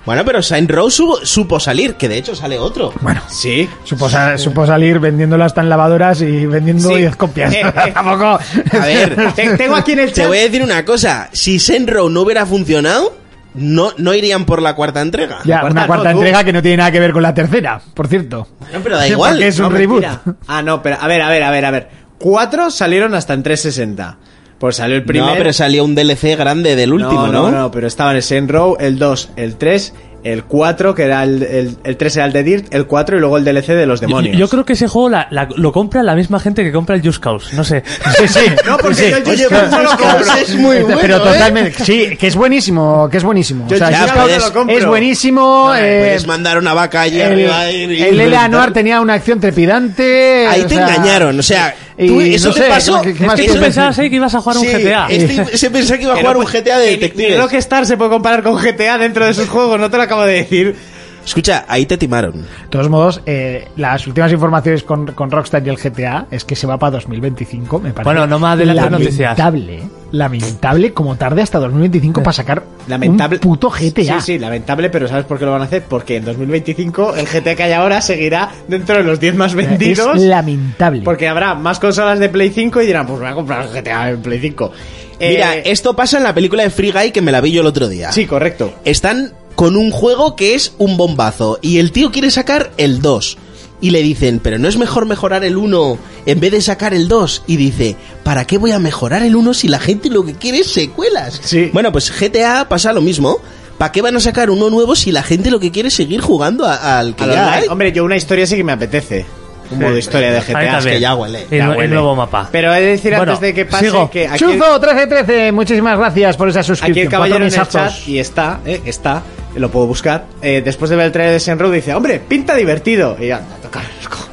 S8: Bueno, pero Saint Rose supo, supo salir, que de hecho sale otro.
S5: Bueno.
S1: Sí.
S5: Supo, sa- supo salir vendiéndolo hasta en lavadoras y vendiendo
S1: Sí.
S5: 10 copias.
S1: Eh, eh.
S5: Tampoco.
S8: A ver,
S1: Te- tengo aquí en el
S8: te
S1: chat.
S8: voy a decir una cosa. Si Senro no hubiera funcionado, no, no irían por la cuarta entrega.
S5: Ya,
S1: cuarta
S5: una
S1: no,
S5: cuarta
S1: tú.
S5: entrega que no tiene nada que ver con la tercera, por cierto.
S8: No, pero da
S5: Sí,
S8: igual.
S5: porque es un
S8: No,
S5: reboot.
S1: Mira. Ah, no, pero a ver, a ver, a ver, a ver. Cuatro salieron hasta en 360. Pues salió el primero.
S8: No, pero salió un DLC grande del último, ¿no?
S1: no, pero estaban el Senro, el 2, el 3, el 4, que era el, el, el 3 era el de Dirt, el 4 y luego el DLC de los
S9: Yo,
S1: demonios.
S9: yo creo que ese juego la- la- lo compra la misma gente que compra el Just Cause. No sé.
S5: Sí, sí.
S1: No, porque
S5: Sí.
S1: yo el
S8: Oye,
S1: Just
S8: pero
S1: Cause no lo
S8: Just Cause
S1: compro.
S8: es muy
S5: Pero
S8: bueno, ¿eh?
S5: totalmente. Sí, que es buenísimo, que es buenísimo.
S1: Yo
S5: O sea,
S1: ya,
S5: Just
S8: pero
S5: Cause
S8: es-
S1: lo compro.
S5: es buenísimo. eh,
S8: Puedes mandar una vaca allí
S5: el
S8: arriba y- y-
S5: el L.A. Noir tenía una acción trepidante.
S8: Ahí
S5: o
S8: te
S5: sea,
S8: engañaron, o sea,
S5: Y
S8: Tú, ¿eso
S5: no
S8: te
S5: sé,
S8: pasó?
S5: ¿qué- qué
S8: Es
S5: más
S9: Es que tú
S5: quieres
S9: pensabas
S5: decir?
S9: eh, que ibas a jugar a un
S8: Sí,
S9: GTA.
S8: este- se pensaba que iba a jugar un GTA de detectives.
S1: Rockstar se puede comparar con GTA dentro de sus juegos, no te lo acabo de decir.
S8: Escucha, ahí te timaron.
S5: De todos modos, eh, las últimas informaciones con, con Rockstar y el GTA es que se va para 2025, me parece.
S9: Bueno, no me adelantes noticias.
S5: Lamentable, eh. lamentable como tarde hasta 2025 para sacar
S1: Lamentable.
S5: un puto GTA.
S1: Sí, sí, lamentable, pero ¿sabes por qué lo van a hacer? Porque en 2025 el GTA que hay ahora seguirá dentro de los 10 más
S5: es
S1: vendidos.
S5: lamentable.
S1: Porque habrá más consolas de Play 5 y dirán, pues voy a comprar el GTA en Play 5. Eh,
S8: Mira, esto pasa en la película de Free Guy que me la vi yo el otro día.
S1: Sí, correcto.
S8: Están con un juego que es un bombazo y el tío quiere sacar el 2. Y le dicen, pero ¿no es mejor mejorar el 1 en vez de sacar el 2? Y dice, ¿para qué voy a mejorar el 1 si la gente lo que quiere es secuelas?
S5: Sí.
S8: Bueno, pues GTA pasa lo mismo. ¿Para qué van a sacar uno nuevo si la gente lo que quiere es seguir jugando a- al que
S1: A lo
S8: ya
S1: online,
S8: hay?
S1: Hombre, yo una historia sí que me apetece. Un modo historia de
S9: Ahí
S1: GTA.
S9: también.
S8: que ya huele,
S9: El,
S1: ya
S9: el
S1: huele.
S9: nuevo mapa.
S1: Pero he de decir
S9: Bueno,
S1: antes de que pase
S9: sigo.
S1: que aquí,
S5: Chuzo 1313, muchísimas gracias por esa suscripción.
S1: aquí el
S5: Cuatro
S1: caballero en el
S5: mesazos.
S1: chat y está, eh, está, lo puedo buscar. eh, después de ver el trailer de Senroad dice, hombre, pinta divertido. Y ya, anda, toca los cojones.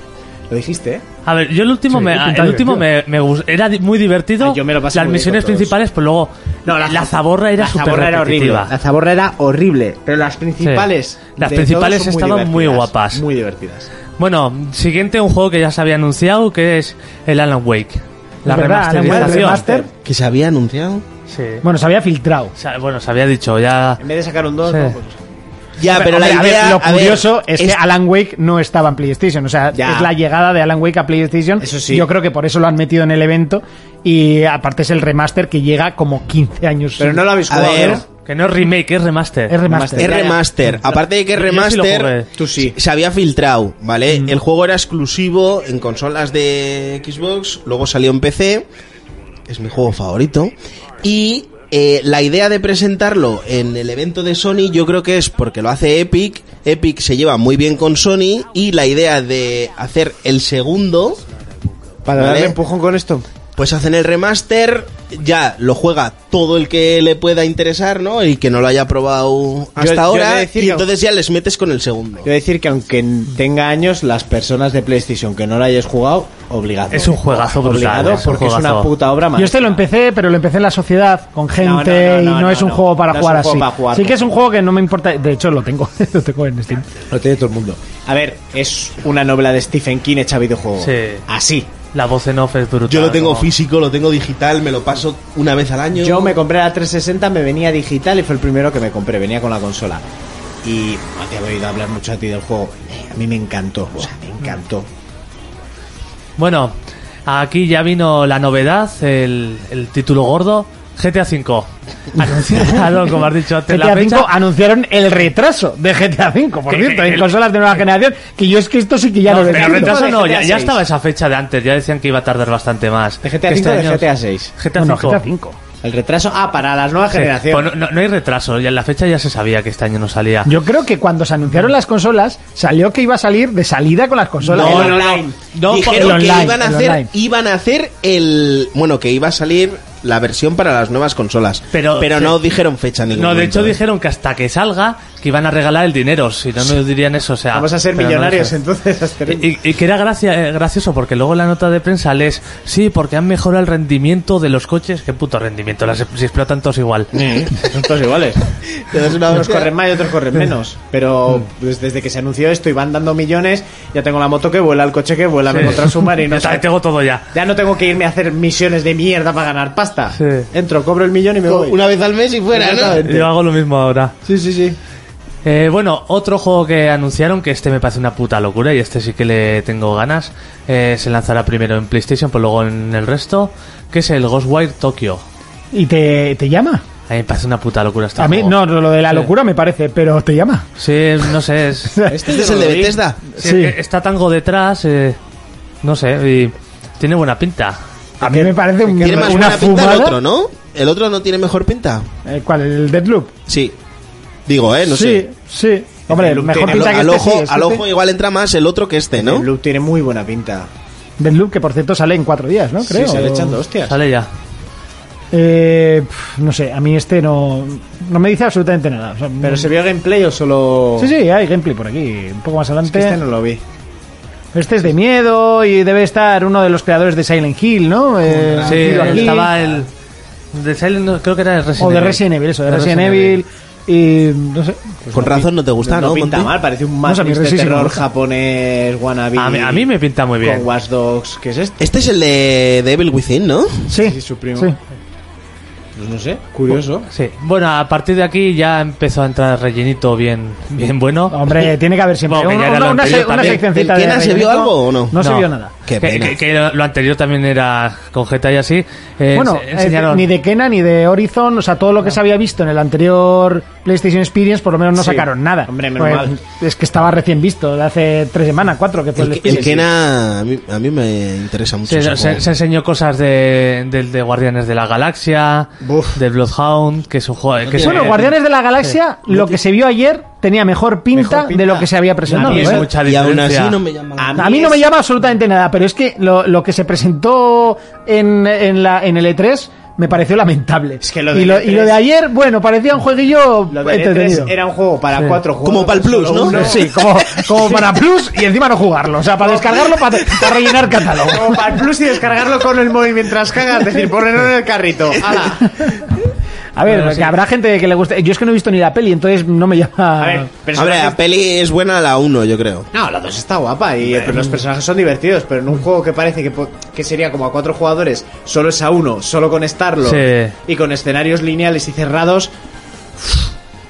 S1: Lo dijiste, ¿eh?
S9: A ver, yo el último,
S5: Sí,
S9: me,
S5: pinta
S9: el último me, me gus- era di- muy divertido.
S1: Ay, yo me lo pasé
S9: Las
S1: muy bien
S9: misiones
S1: con todos.
S9: principales, pues luego
S1: No,
S9: la, zaborra era
S1: la
S9: súper
S1: zaborra era horrible.
S9: repetitiva.
S1: La zaborra era horrible, pero las principales.
S9: Las
S1: de
S9: principales
S1: todos son
S9: estaban muy
S1: divertidas,
S9: guapas.
S1: Muy divertidas.
S9: Bueno, siguiente un juego que ya se había anunciado, que es el Alan Wake. La
S5: Es verdad, Alan Wake
S9: remasterización.
S5: Remaster.
S8: Que se había anunciado.
S9: Sí.
S5: Bueno, se había filtrado.
S9: O sea, bueno, se había dicho ya...
S1: En vez de sacar un 2,
S9: Sí.
S8: Ya, Ah, pero
S5: Hombre,
S8: la
S5: a ver,
S8: idea...
S5: lo
S8: a ver,
S5: curioso es, que Alan Wake no estaba en PlayStation. O sea,
S1: Ya.
S5: es la llegada de Alan Wake a PlayStation.
S1: Eso sí.
S5: Yo creo que por eso lo han metido en el evento. Y aparte es el remaster que llega como 15 años.
S1: Pero
S5: sin-
S1: no lo habéis
S8: A
S1: jugado.
S8: ver.
S1: ¿no?
S9: Que no es remake, es remaster.
S5: Es remaster.
S8: Es remaster. Aparte de que es
S9: Yo sí lo
S8: remaster,
S9: jugué.
S1: Tú sí.
S8: se había filtrado, ¿vale?
S5: Mm.
S8: El juego era exclusivo en consolas de Xbox, luego salió en PC, es mi juego favorito, y eh, la idea de presentarlo en el evento de Sony yo creo que es porque lo hace Epic, Epic se lleva muy bien con Sony, y la idea de hacer el segundo...
S1: Para darle
S8: ¿vale?
S1: empujón con esto.
S8: Pues hacen el remaster, ya lo juega todo el que le pueda interesar, ¿no? Y que no lo haya probado hasta
S1: yo he de
S8: ahora.
S1: decir
S8: y
S1: que-
S8: entonces ya les metes con el segundo.
S1: Quiero decir que aunque tenga años, las personas de PlayStation que no la hayas jugado, obligado.
S9: Es un juegazo brutal,
S1: Obligado,
S9: es un
S1: porque es una
S9: juegazo.
S1: puta obra
S5: Yo
S1: maestra.
S5: este lo empecé, pero lo empecé en la sociedad, con gente,
S1: no, no,
S5: y no,
S1: no,
S5: es un
S1: no.
S5: juego para
S1: No es
S5: jugar
S1: un juego
S5: así.
S1: para jugar.
S5: sí que es un juego que no me importa. De hecho, lo tengo. lo tengo en Steam.
S1: Lo tiene todo el mundo. A ver, es una novela de Stephen King hecha videojuego.
S9: Sí.
S1: Así.
S9: La voz en off es brutal.
S8: Yo lo tengo
S9: ¿no?
S8: físico, lo tengo digital, me lo paso una vez al año.
S1: Yo me compré la 360, me venía digital y fue el primero que me compré, venía con la consola. Y no te he oído hablar mucho a ti del juego. Eh, A mí me encantó, o sea, me encantó.
S9: Bueno, aquí ya vino la novedad, el, el título gordo, GTA V. Anunciado, como has dicho antes,
S5: GTA
S9: la
S5: V
S9: fecha.
S5: anunciaron el retraso de GTA V, por
S9: Que-
S5: cierto,
S9: que-
S5: en
S9: el-
S5: consolas de nueva generación. Que yo es que esto sí que ya
S9: No,
S5: lo
S9: pero el
S5: entiendo.
S9: retraso no, ya,
S1: GTA
S9: ya
S1: VI.
S9: estaba esa fecha de antes, ya decían que iba a tardar bastante más.
S1: De GTA
S9: Que este
S1: V o de
S9: año-
S1: GTA 6.
S9: GTA
S5: No, no,
S9: V.
S5: GTA V.
S1: El retraso, ah, para las nuevas
S9: Sí. Pues
S1: generaciones.
S9: no, no- no hay retraso, ya en la fecha ya se sabía que este año no salía.
S5: Yo creo que cuando se anunciaron las consolas, salió que iba a salir de salida con las consolas.
S8: No,
S5: El-
S8: no,
S1: online.
S8: no. Dijeron
S5: el online,
S8: que iban a,
S5: el
S8: hacer,
S5: online.
S8: iban a hacer el. Bueno, que iba a salir la versión para las nuevas consolas.
S9: Pero- sí.
S8: no dijeron fecha ni
S9: no, de hecho dijeron que hasta que salga que iban a regalar el dinero, si no, no dirían eso. O sea,
S1: Vamos a ser
S9: pero no
S1: millonarios
S9: dijeron.
S1: entonces. Asterix.
S9: Y, y que era gracia- eh, gracioso porque luego la nota de prensa lees, sí, porque han mejorado el rendimiento de los coches. ¿Qué puto rendimiento? Las, si explotan todos igual.
S1: Son todos iguales. Unos corren más y otros corren menos. Pero
S9: Mm.
S1: pues, desde que se anunció esto y van dando millones, ya tengo la moto que vuela, el coche que vuela, me encontré un submarino.
S9: Ya
S1: o sea,
S9: está, tengo todo ya.
S1: Ya no tengo que irme a hacer misiones de mierda para ganar pasta.
S9: Sí.
S1: Entro, cobro el millón y me voy.
S8: Una vez al mes y fuera, ¿no?
S1: Exactamente.
S9: Yo hago lo mismo ahora.
S1: Sí, sí, sí.
S9: Eh, bueno, otro juego que anunciaron, que este me parece una puta locura y este sí que le tengo ganas, eh, se lanzará primero en PlayStation, pero luego en el resto, que es el Ghostwire Tokyo.
S5: ¿Y te, te llama?
S9: A mí me parece una puta locura este
S5: A mí,
S9: juego.
S5: no, lo de la locura me parece, pero te llama.
S9: Sí, no sé, es- sí,
S8: Este es el de Bethesda.
S5: Sí.
S9: es que está Tango detrás, eh, no sé, y tiene buena pinta.
S5: A mí me parece un-
S8: Tiene más
S5: una
S8: buena pinta el
S5: fumada.
S8: otro, ¿no? El otro no tiene mejor pinta.
S5: Eh, ¿Cuál? ¿El Deadloop?
S8: Sí. Digo, ¿eh? No
S5: sí,
S8: sé.
S5: sí. Hombre,
S1: Deadloop
S5: mejor
S1: tiene-
S5: pinta
S8: al,
S5: que
S8: al
S5: este,
S8: ojo,
S5: sí, es
S8: al
S5: este.
S8: ojo igual entra más el otro que este, ¿no?
S1: Eh, El loop tiene muy buena pinta.
S5: Deadloop, que por cierto sale en cuatro días, ¿no? Creo.
S1: Sí, se le echan dos hostias.
S9: Sale ya.
S5: Eh, pf, no sé, a mí este no, no me dice absolutamente nada. o sea, mm,
S1: ¿Pero se vio gameplay o solo.?
S5: Sí, sí, hay gameplay por aquí. Un poco más adelante.
S1: Este no lo vi.
S5: Este es de miedo y debe estar uno de los creadores de Silent Hill, ¿no? Eh,
S9: Sí,
S5: metido aquí.
S9: estaba el. De Silent- no, creo que era de Resident
S5: O este de
S9: Evil.
S5: Resident Evil, eso, de, Resident, Evil. Y no sé. pues
S8: Con
S5: no,
S8: razón no te gusta, ¿no?
S1: no pinta
S8: Monty?
S1: mal, parece un
S5: No,
S1: más
S5: a mí
S1: de
S5: sí, sí me
S1: terror
S5: gusta.
S1: japonés wannabe.
S9: A mí, a mí me pinta muy bien.
S1: Con Watch Dogs, ¿qué es este?
S8: Este es el de Devil Within, ¿no?
S5: Sí,
S1: Sí, su primo.
S5: sí.
S1: Pues no sé, curioso.
S9: Sí. Bueno, a partir de aquí ya empezó a entrar rellenito bien, bien bueno.
S5: Hombre, tiene que haber siempre
S9: Bueno, que ya
S5: una,
S9: era lo
S5: una- una, se-
S9: anterior
S5: una
S9: también.
S5: seccioncita
S8: ¿El
S5: de
S8: Kena se vio
S5: rellenito.
S8: algo o no?
S5: No se vio nada.
S8: Qué
S9: Que,
S8: pena.
S9: que- que lo anterior también era con Geta y así. eh,
S5: Bueno,
S9: ense-
S5: eh,
S9: enseñaron-
S5: ni de Kena ni de Horizon, o sea, todo lo que se había visto en el anterior PlayStation Experience, por lo menos no
S1: Sí.
S5: sacaron nada.
S1: Hombre, menos
S5: Pues,
S1: mal.
S5: Es que estaba recién visto, de hace tres semanas, cuatro, que fue el,
S8: El, el
S5: Experience.
S8: Kena a mí, a mí me interesa mucho.
S9: se,
S8: ese
S9: se-
S8: juego.
S9: se enseñó cosas de, del de Guardianes de la Galaxia,
S8: Buf.
S9: de Bloodhound, que es un juego. Que es-
S5: Bueno,
S9: eh,
S5: Guardianes de la Galaxia, lo que se vio ayer tenía mejor pinta,
S1: Mejor pinta.
S5: de lo que se había presentado.
S9: a mí es
S5: ¿eh?
S9: mucha
S8: y aún
S9: diferencia.
S8: así no me llama. la-
S1: A
S5: A mí no me llama absolutamente nada, pero es que lo, lo que se presentó en, en la, en el E3 me pareció lamentable.
S1: Es que lo del
S5: y, lo, y lo
S1: E3
S5: de ayer, bueno, parecía un jueguillo
S1: Lo de
S5: entretenido.
S1: E3 era un juego para cuatro juegos.
S8: Como para el Plus,
S1: solo
S8: ¿no?
S1: uno.
S5: Sí, como, como para Plus y encima no jugarlo. O sea, para descargarlo, para, para rellenar catálogo.
S1: Como para el Plus y descargarlo con el móvil mientras cagas. Es decir, ponerlo en el carrito. ¡Hala!
S5: A ver,
S9: Bueno,
S5: que
S9: sí.
S5: habrá gente que le guste. Yo es que no he visto ni la peli, entonces no me llama.
S1: A ver,
S8: A ver, la
S1: personajes-
S8: peli es buena la 1, yo creo.
S1: No, la 2 está guapa y eh, pero los personajes son divertidos, pero en un juego que parece que, po- que sería como a cuatro jugadores, solo es a uno, solo con Starlord
S9: Sí.
S1: y con escenarios lineales y cerrados.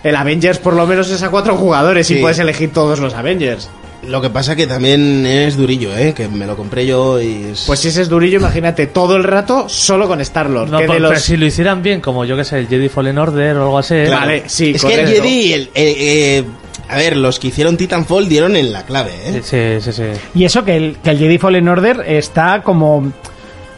S1: El Avengers por lo menos es a cuatro jugadores
S8: Sí.
S1: y puedes elegir todos los Avengers.
S8: Lo que pasa que también es durillo, ¿eh? Que me lo compré yo y... es-
S1: Pues si ese es durillo, imagínate todo el rato solo con Starlord.
S9: no,
S1: que de
S9: pero
S1: los...
S9: si lo hicieran bien, como yo que sé, el Jedi Fallen Order o algo así. eh,
S8: Claro.
S1: vale, sí,
S8: Es que el
S1: correcto.
S8: Jedi... el- eh, eh, a ver, los que hicieron Titanfall dieron en la clave,
S9: Sí,
S8: ¿eh?
S9: sí, sí. sí.
S5: Y eso que el, que el Jedi Fallen Order está como,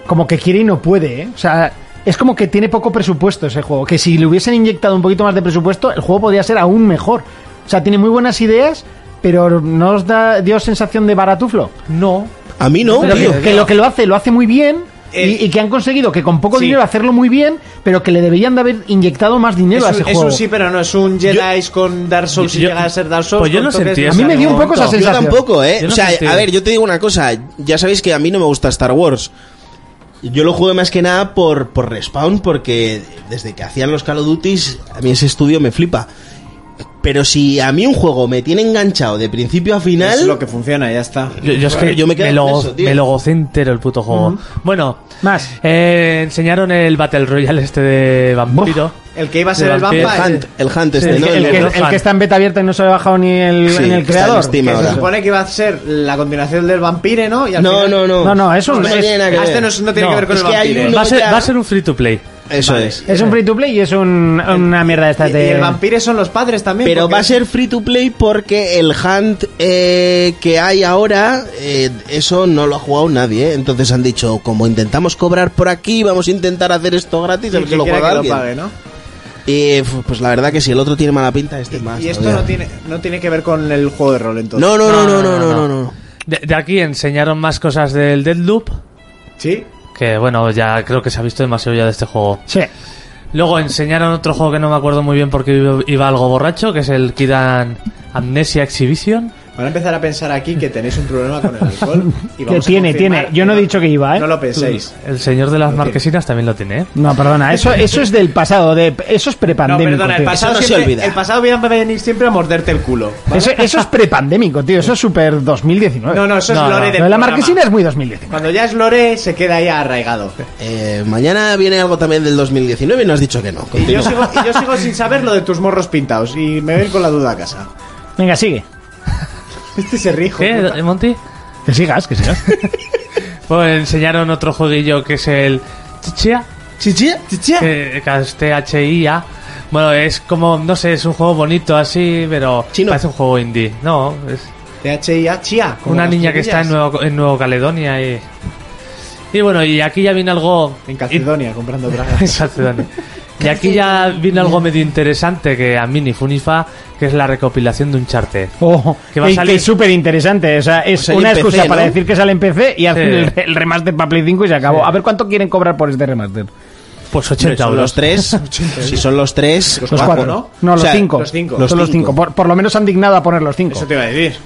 S5: como que quiere y no puede, ¿eh? O sea, es como que tiene poco presupuesto ese juego. Que si le hubiesen inyectado un poquito más de presupuesto, el juego podría ser aún mejor. O sea, tiene muy buenas ideas, pero no os da, dio sensación de baratuflo.
S9: No,
S8: A mí no,
S5: Pero
S8: tío.
S5: que, que lo que lo hace, lo hace muy bien.
S1: Eh,
S5: y, y que han conseguido que con poco
S1: sí.
S5: dinero hacerlo muy bien, pero que le deberían de haber inyectado más
S1: Es
S5: dinero a
S1: un,
S5: ese
S1: es
S5: juego.
S1: un sí, pero no, es un Jedi con Dark Souls y
S9: Yo-
S1: llega a ser Dark Souls.
S9: pues yo
S1: con
S9: lo
S1: toques
S9: sentí
S1: de
S5: A mí me dio un
S1: Sarlacc.
S5: poco esa
S8: Yo
S5: sensación.
S8: tampoco, ¿eh?
S9: Yo no
S8: o sea,
S9: sentí.
S8: a ver, yo te digo una cosa. Ya sabéis que a mí no me gusta Star Wars. Yo lo jugué más que nada por, por Respawn, porque desde que hacían los Call of Duty, a mí ese estudio me flipa. Pero si a mí un juego me tiene enganchado de principio a final...
S1: Es lo que funciona, ya está.
S9: Yo, yo es que
S8: Yo me
S9: me,
S8: quedo
S9: lo,
S8: con eso, tío.
S9: me lo gocé entero el puto juego. Bueno,
S5: Más.
S9: eh, enseñaron el Battle Royale este de vampiro.
S1: El que iba a ser
S9: De
S1: el
S9: vampiro.
S1: Vampa.
S8: El Hunt, el Hunt este,
S9: Sí,
S8: ¿no?
S5: el,
S8: El-
S5: que,
S9: el
S5: el que está en beta abierta y no se lo ha bajado ni el,
S8: Sí,
S5: en el
S8: está en
S5: creador.
S8: Steam
S5: Que
S8: ahora.
S1: Se supone que iba a ser la continuación del vampire, ¿no? Y al
S8: No,
S1: final-
S8: no, no.
S5: No, no, eso
S8: no
S5: es-
S8: tiene nada que
S1: Ah,
S8: ver.
S1: este no, es- no tiene
S9: No,
S1: que ver con
S8: es
S1: el
S8: que hay
S1: vampire.
S8: uno-
S9: Eh, va, a ser,
S8: ya.
S9: va a ser un free to play.
S8: Eso
S1: Vale.
S8: es.
S5: Es un free to play y es un- una mierda esta
S1: Y,
S5: de...
S1: y el vampire son los padres también.
S8: Pero
S1: porque-
S8: va a ser free to play porque el Hunt eh, que hay ahora, eh, eso no lo ha jugado nadie. ¿eh? Entonces han dicho, como intentamos cobrar por aquí, vamos a intentar hacer esto gratis,
S1: Sí,
S8: a ver si
S1: que
S8: lo
S1: quiera
S8: juega
S1: que lo
S8: alguien.
S1: pague, ¿no?
S8: Eh, f- pues la verdad que si el otro tiene mala pinta, este más.
S1: Y esto
S8: todavía.
S1: no tiene, no tiene que ver con el juego de rol, entonces.
S8: No, no, no, no, no, no, no, no.
S9: De, de aquí enseñaron más cosas del Deadloop.
S1: ¿Sí?
S9: Que bueno, ya creo que se ha visto demasiado ya de este juego.
S5: Sí.
S9: Luego enseñaron otro juego que no me acuerdo muy bien porque iba- iba algo borracho, que es el Kidan Amnesia Exhibition.
S1: Van a empezar a pensar aquí que tenéis un problema con el alcohol. Y
S5: Que
S1: vamos a
S5: tiene,
S1: confirmar
S5: tiene. Yo no he dicho que iba, ¿eh?
S1: No lo penséis.
S9: El señor de las marquesinas también lo tiene, ¿eh?
S5: No, perdona, eso, eso es del pasado, de, eso es
S1: No,
S5: prepandémico.
S1: perdona, el
S5: tío.
S1: pasado,
S8: Eso no se
S1: siempre,
S8: olvida.
S1: el pasado viene a venir siempre a morderte el culo.
S5: eso, eso es prepandémico, tío, eso es super 2019.
S1: No, no, eso
S9: No,
S1: es
S9: no.
S1: lore
S9: Lo
S1: de
S5: Lo de la marquesina es muy 2019.
S1: Cuando ya es lore, se queda ahí arraigado.
S8: Eh, mañana viene algo también del 2019 y no has dicho que no.
S1: Y yo,
S8: Continúa.
S1: sigo, y yo sigo sin saber lo de tus morros pintados. Y me voy con la duda a casa.
S5: Venga, sigue.
S1: Este se rijo.
S9: ¿Qué, Monty?
S5: Que sigas, que sigas.
S9: Pues enseñaron otro jueguillo que es el Chichia.
S8: Chichi, chichi.
S9: que H-I-A. Bueno, es como, no sé, es un juego bonito así, pero
S8: Chino.
S9: parece un juego indie. No, es
S1: THIA, chía. como
S9: una
S1: las
S9: niña que está
S1: chiquillas.
S9: en Nuevo, en Nuevo Caledonia y... Y bueno, y aquí ya viene algo...
S1: En Calcedonia, comprando
S9: in-
S1: bragas.
S9: en Calcedonia. Y aquí ya viene algo medio interesante que a mí ni Funifa, que es la recopilación de un charte.
S5: Oh,
S9: Que va a
S5: y
S9: salir-
S5: es súper interesante. O sea, es
S8: sea, y
S5: una
S8: en PC,
S5: excusa para
S8: ¿no?
S5: decir que sale en PC y hacer el,
S9: Sí.
S5: el remaster para Play 5 y se acabó.
S9: Sí.
S5: A ver cuánto quieren cobrar por este remaster.
S9: Pues 80
S8: Son los
S9: euros.
S8: tres. si son los tres.
S5: Los cuatro,
S8: ¿no?
S5: ¿no?
S8: O
S5: los
S8: sea,
S5: cinco.
S1: los cinco.
S5: Son los
S8: Los
S5: cinco.
S8: cinco.
S5: Por, por lo menos han dignado a poner los cinco.
S9: Mm.
S1: Eso te iba a decir.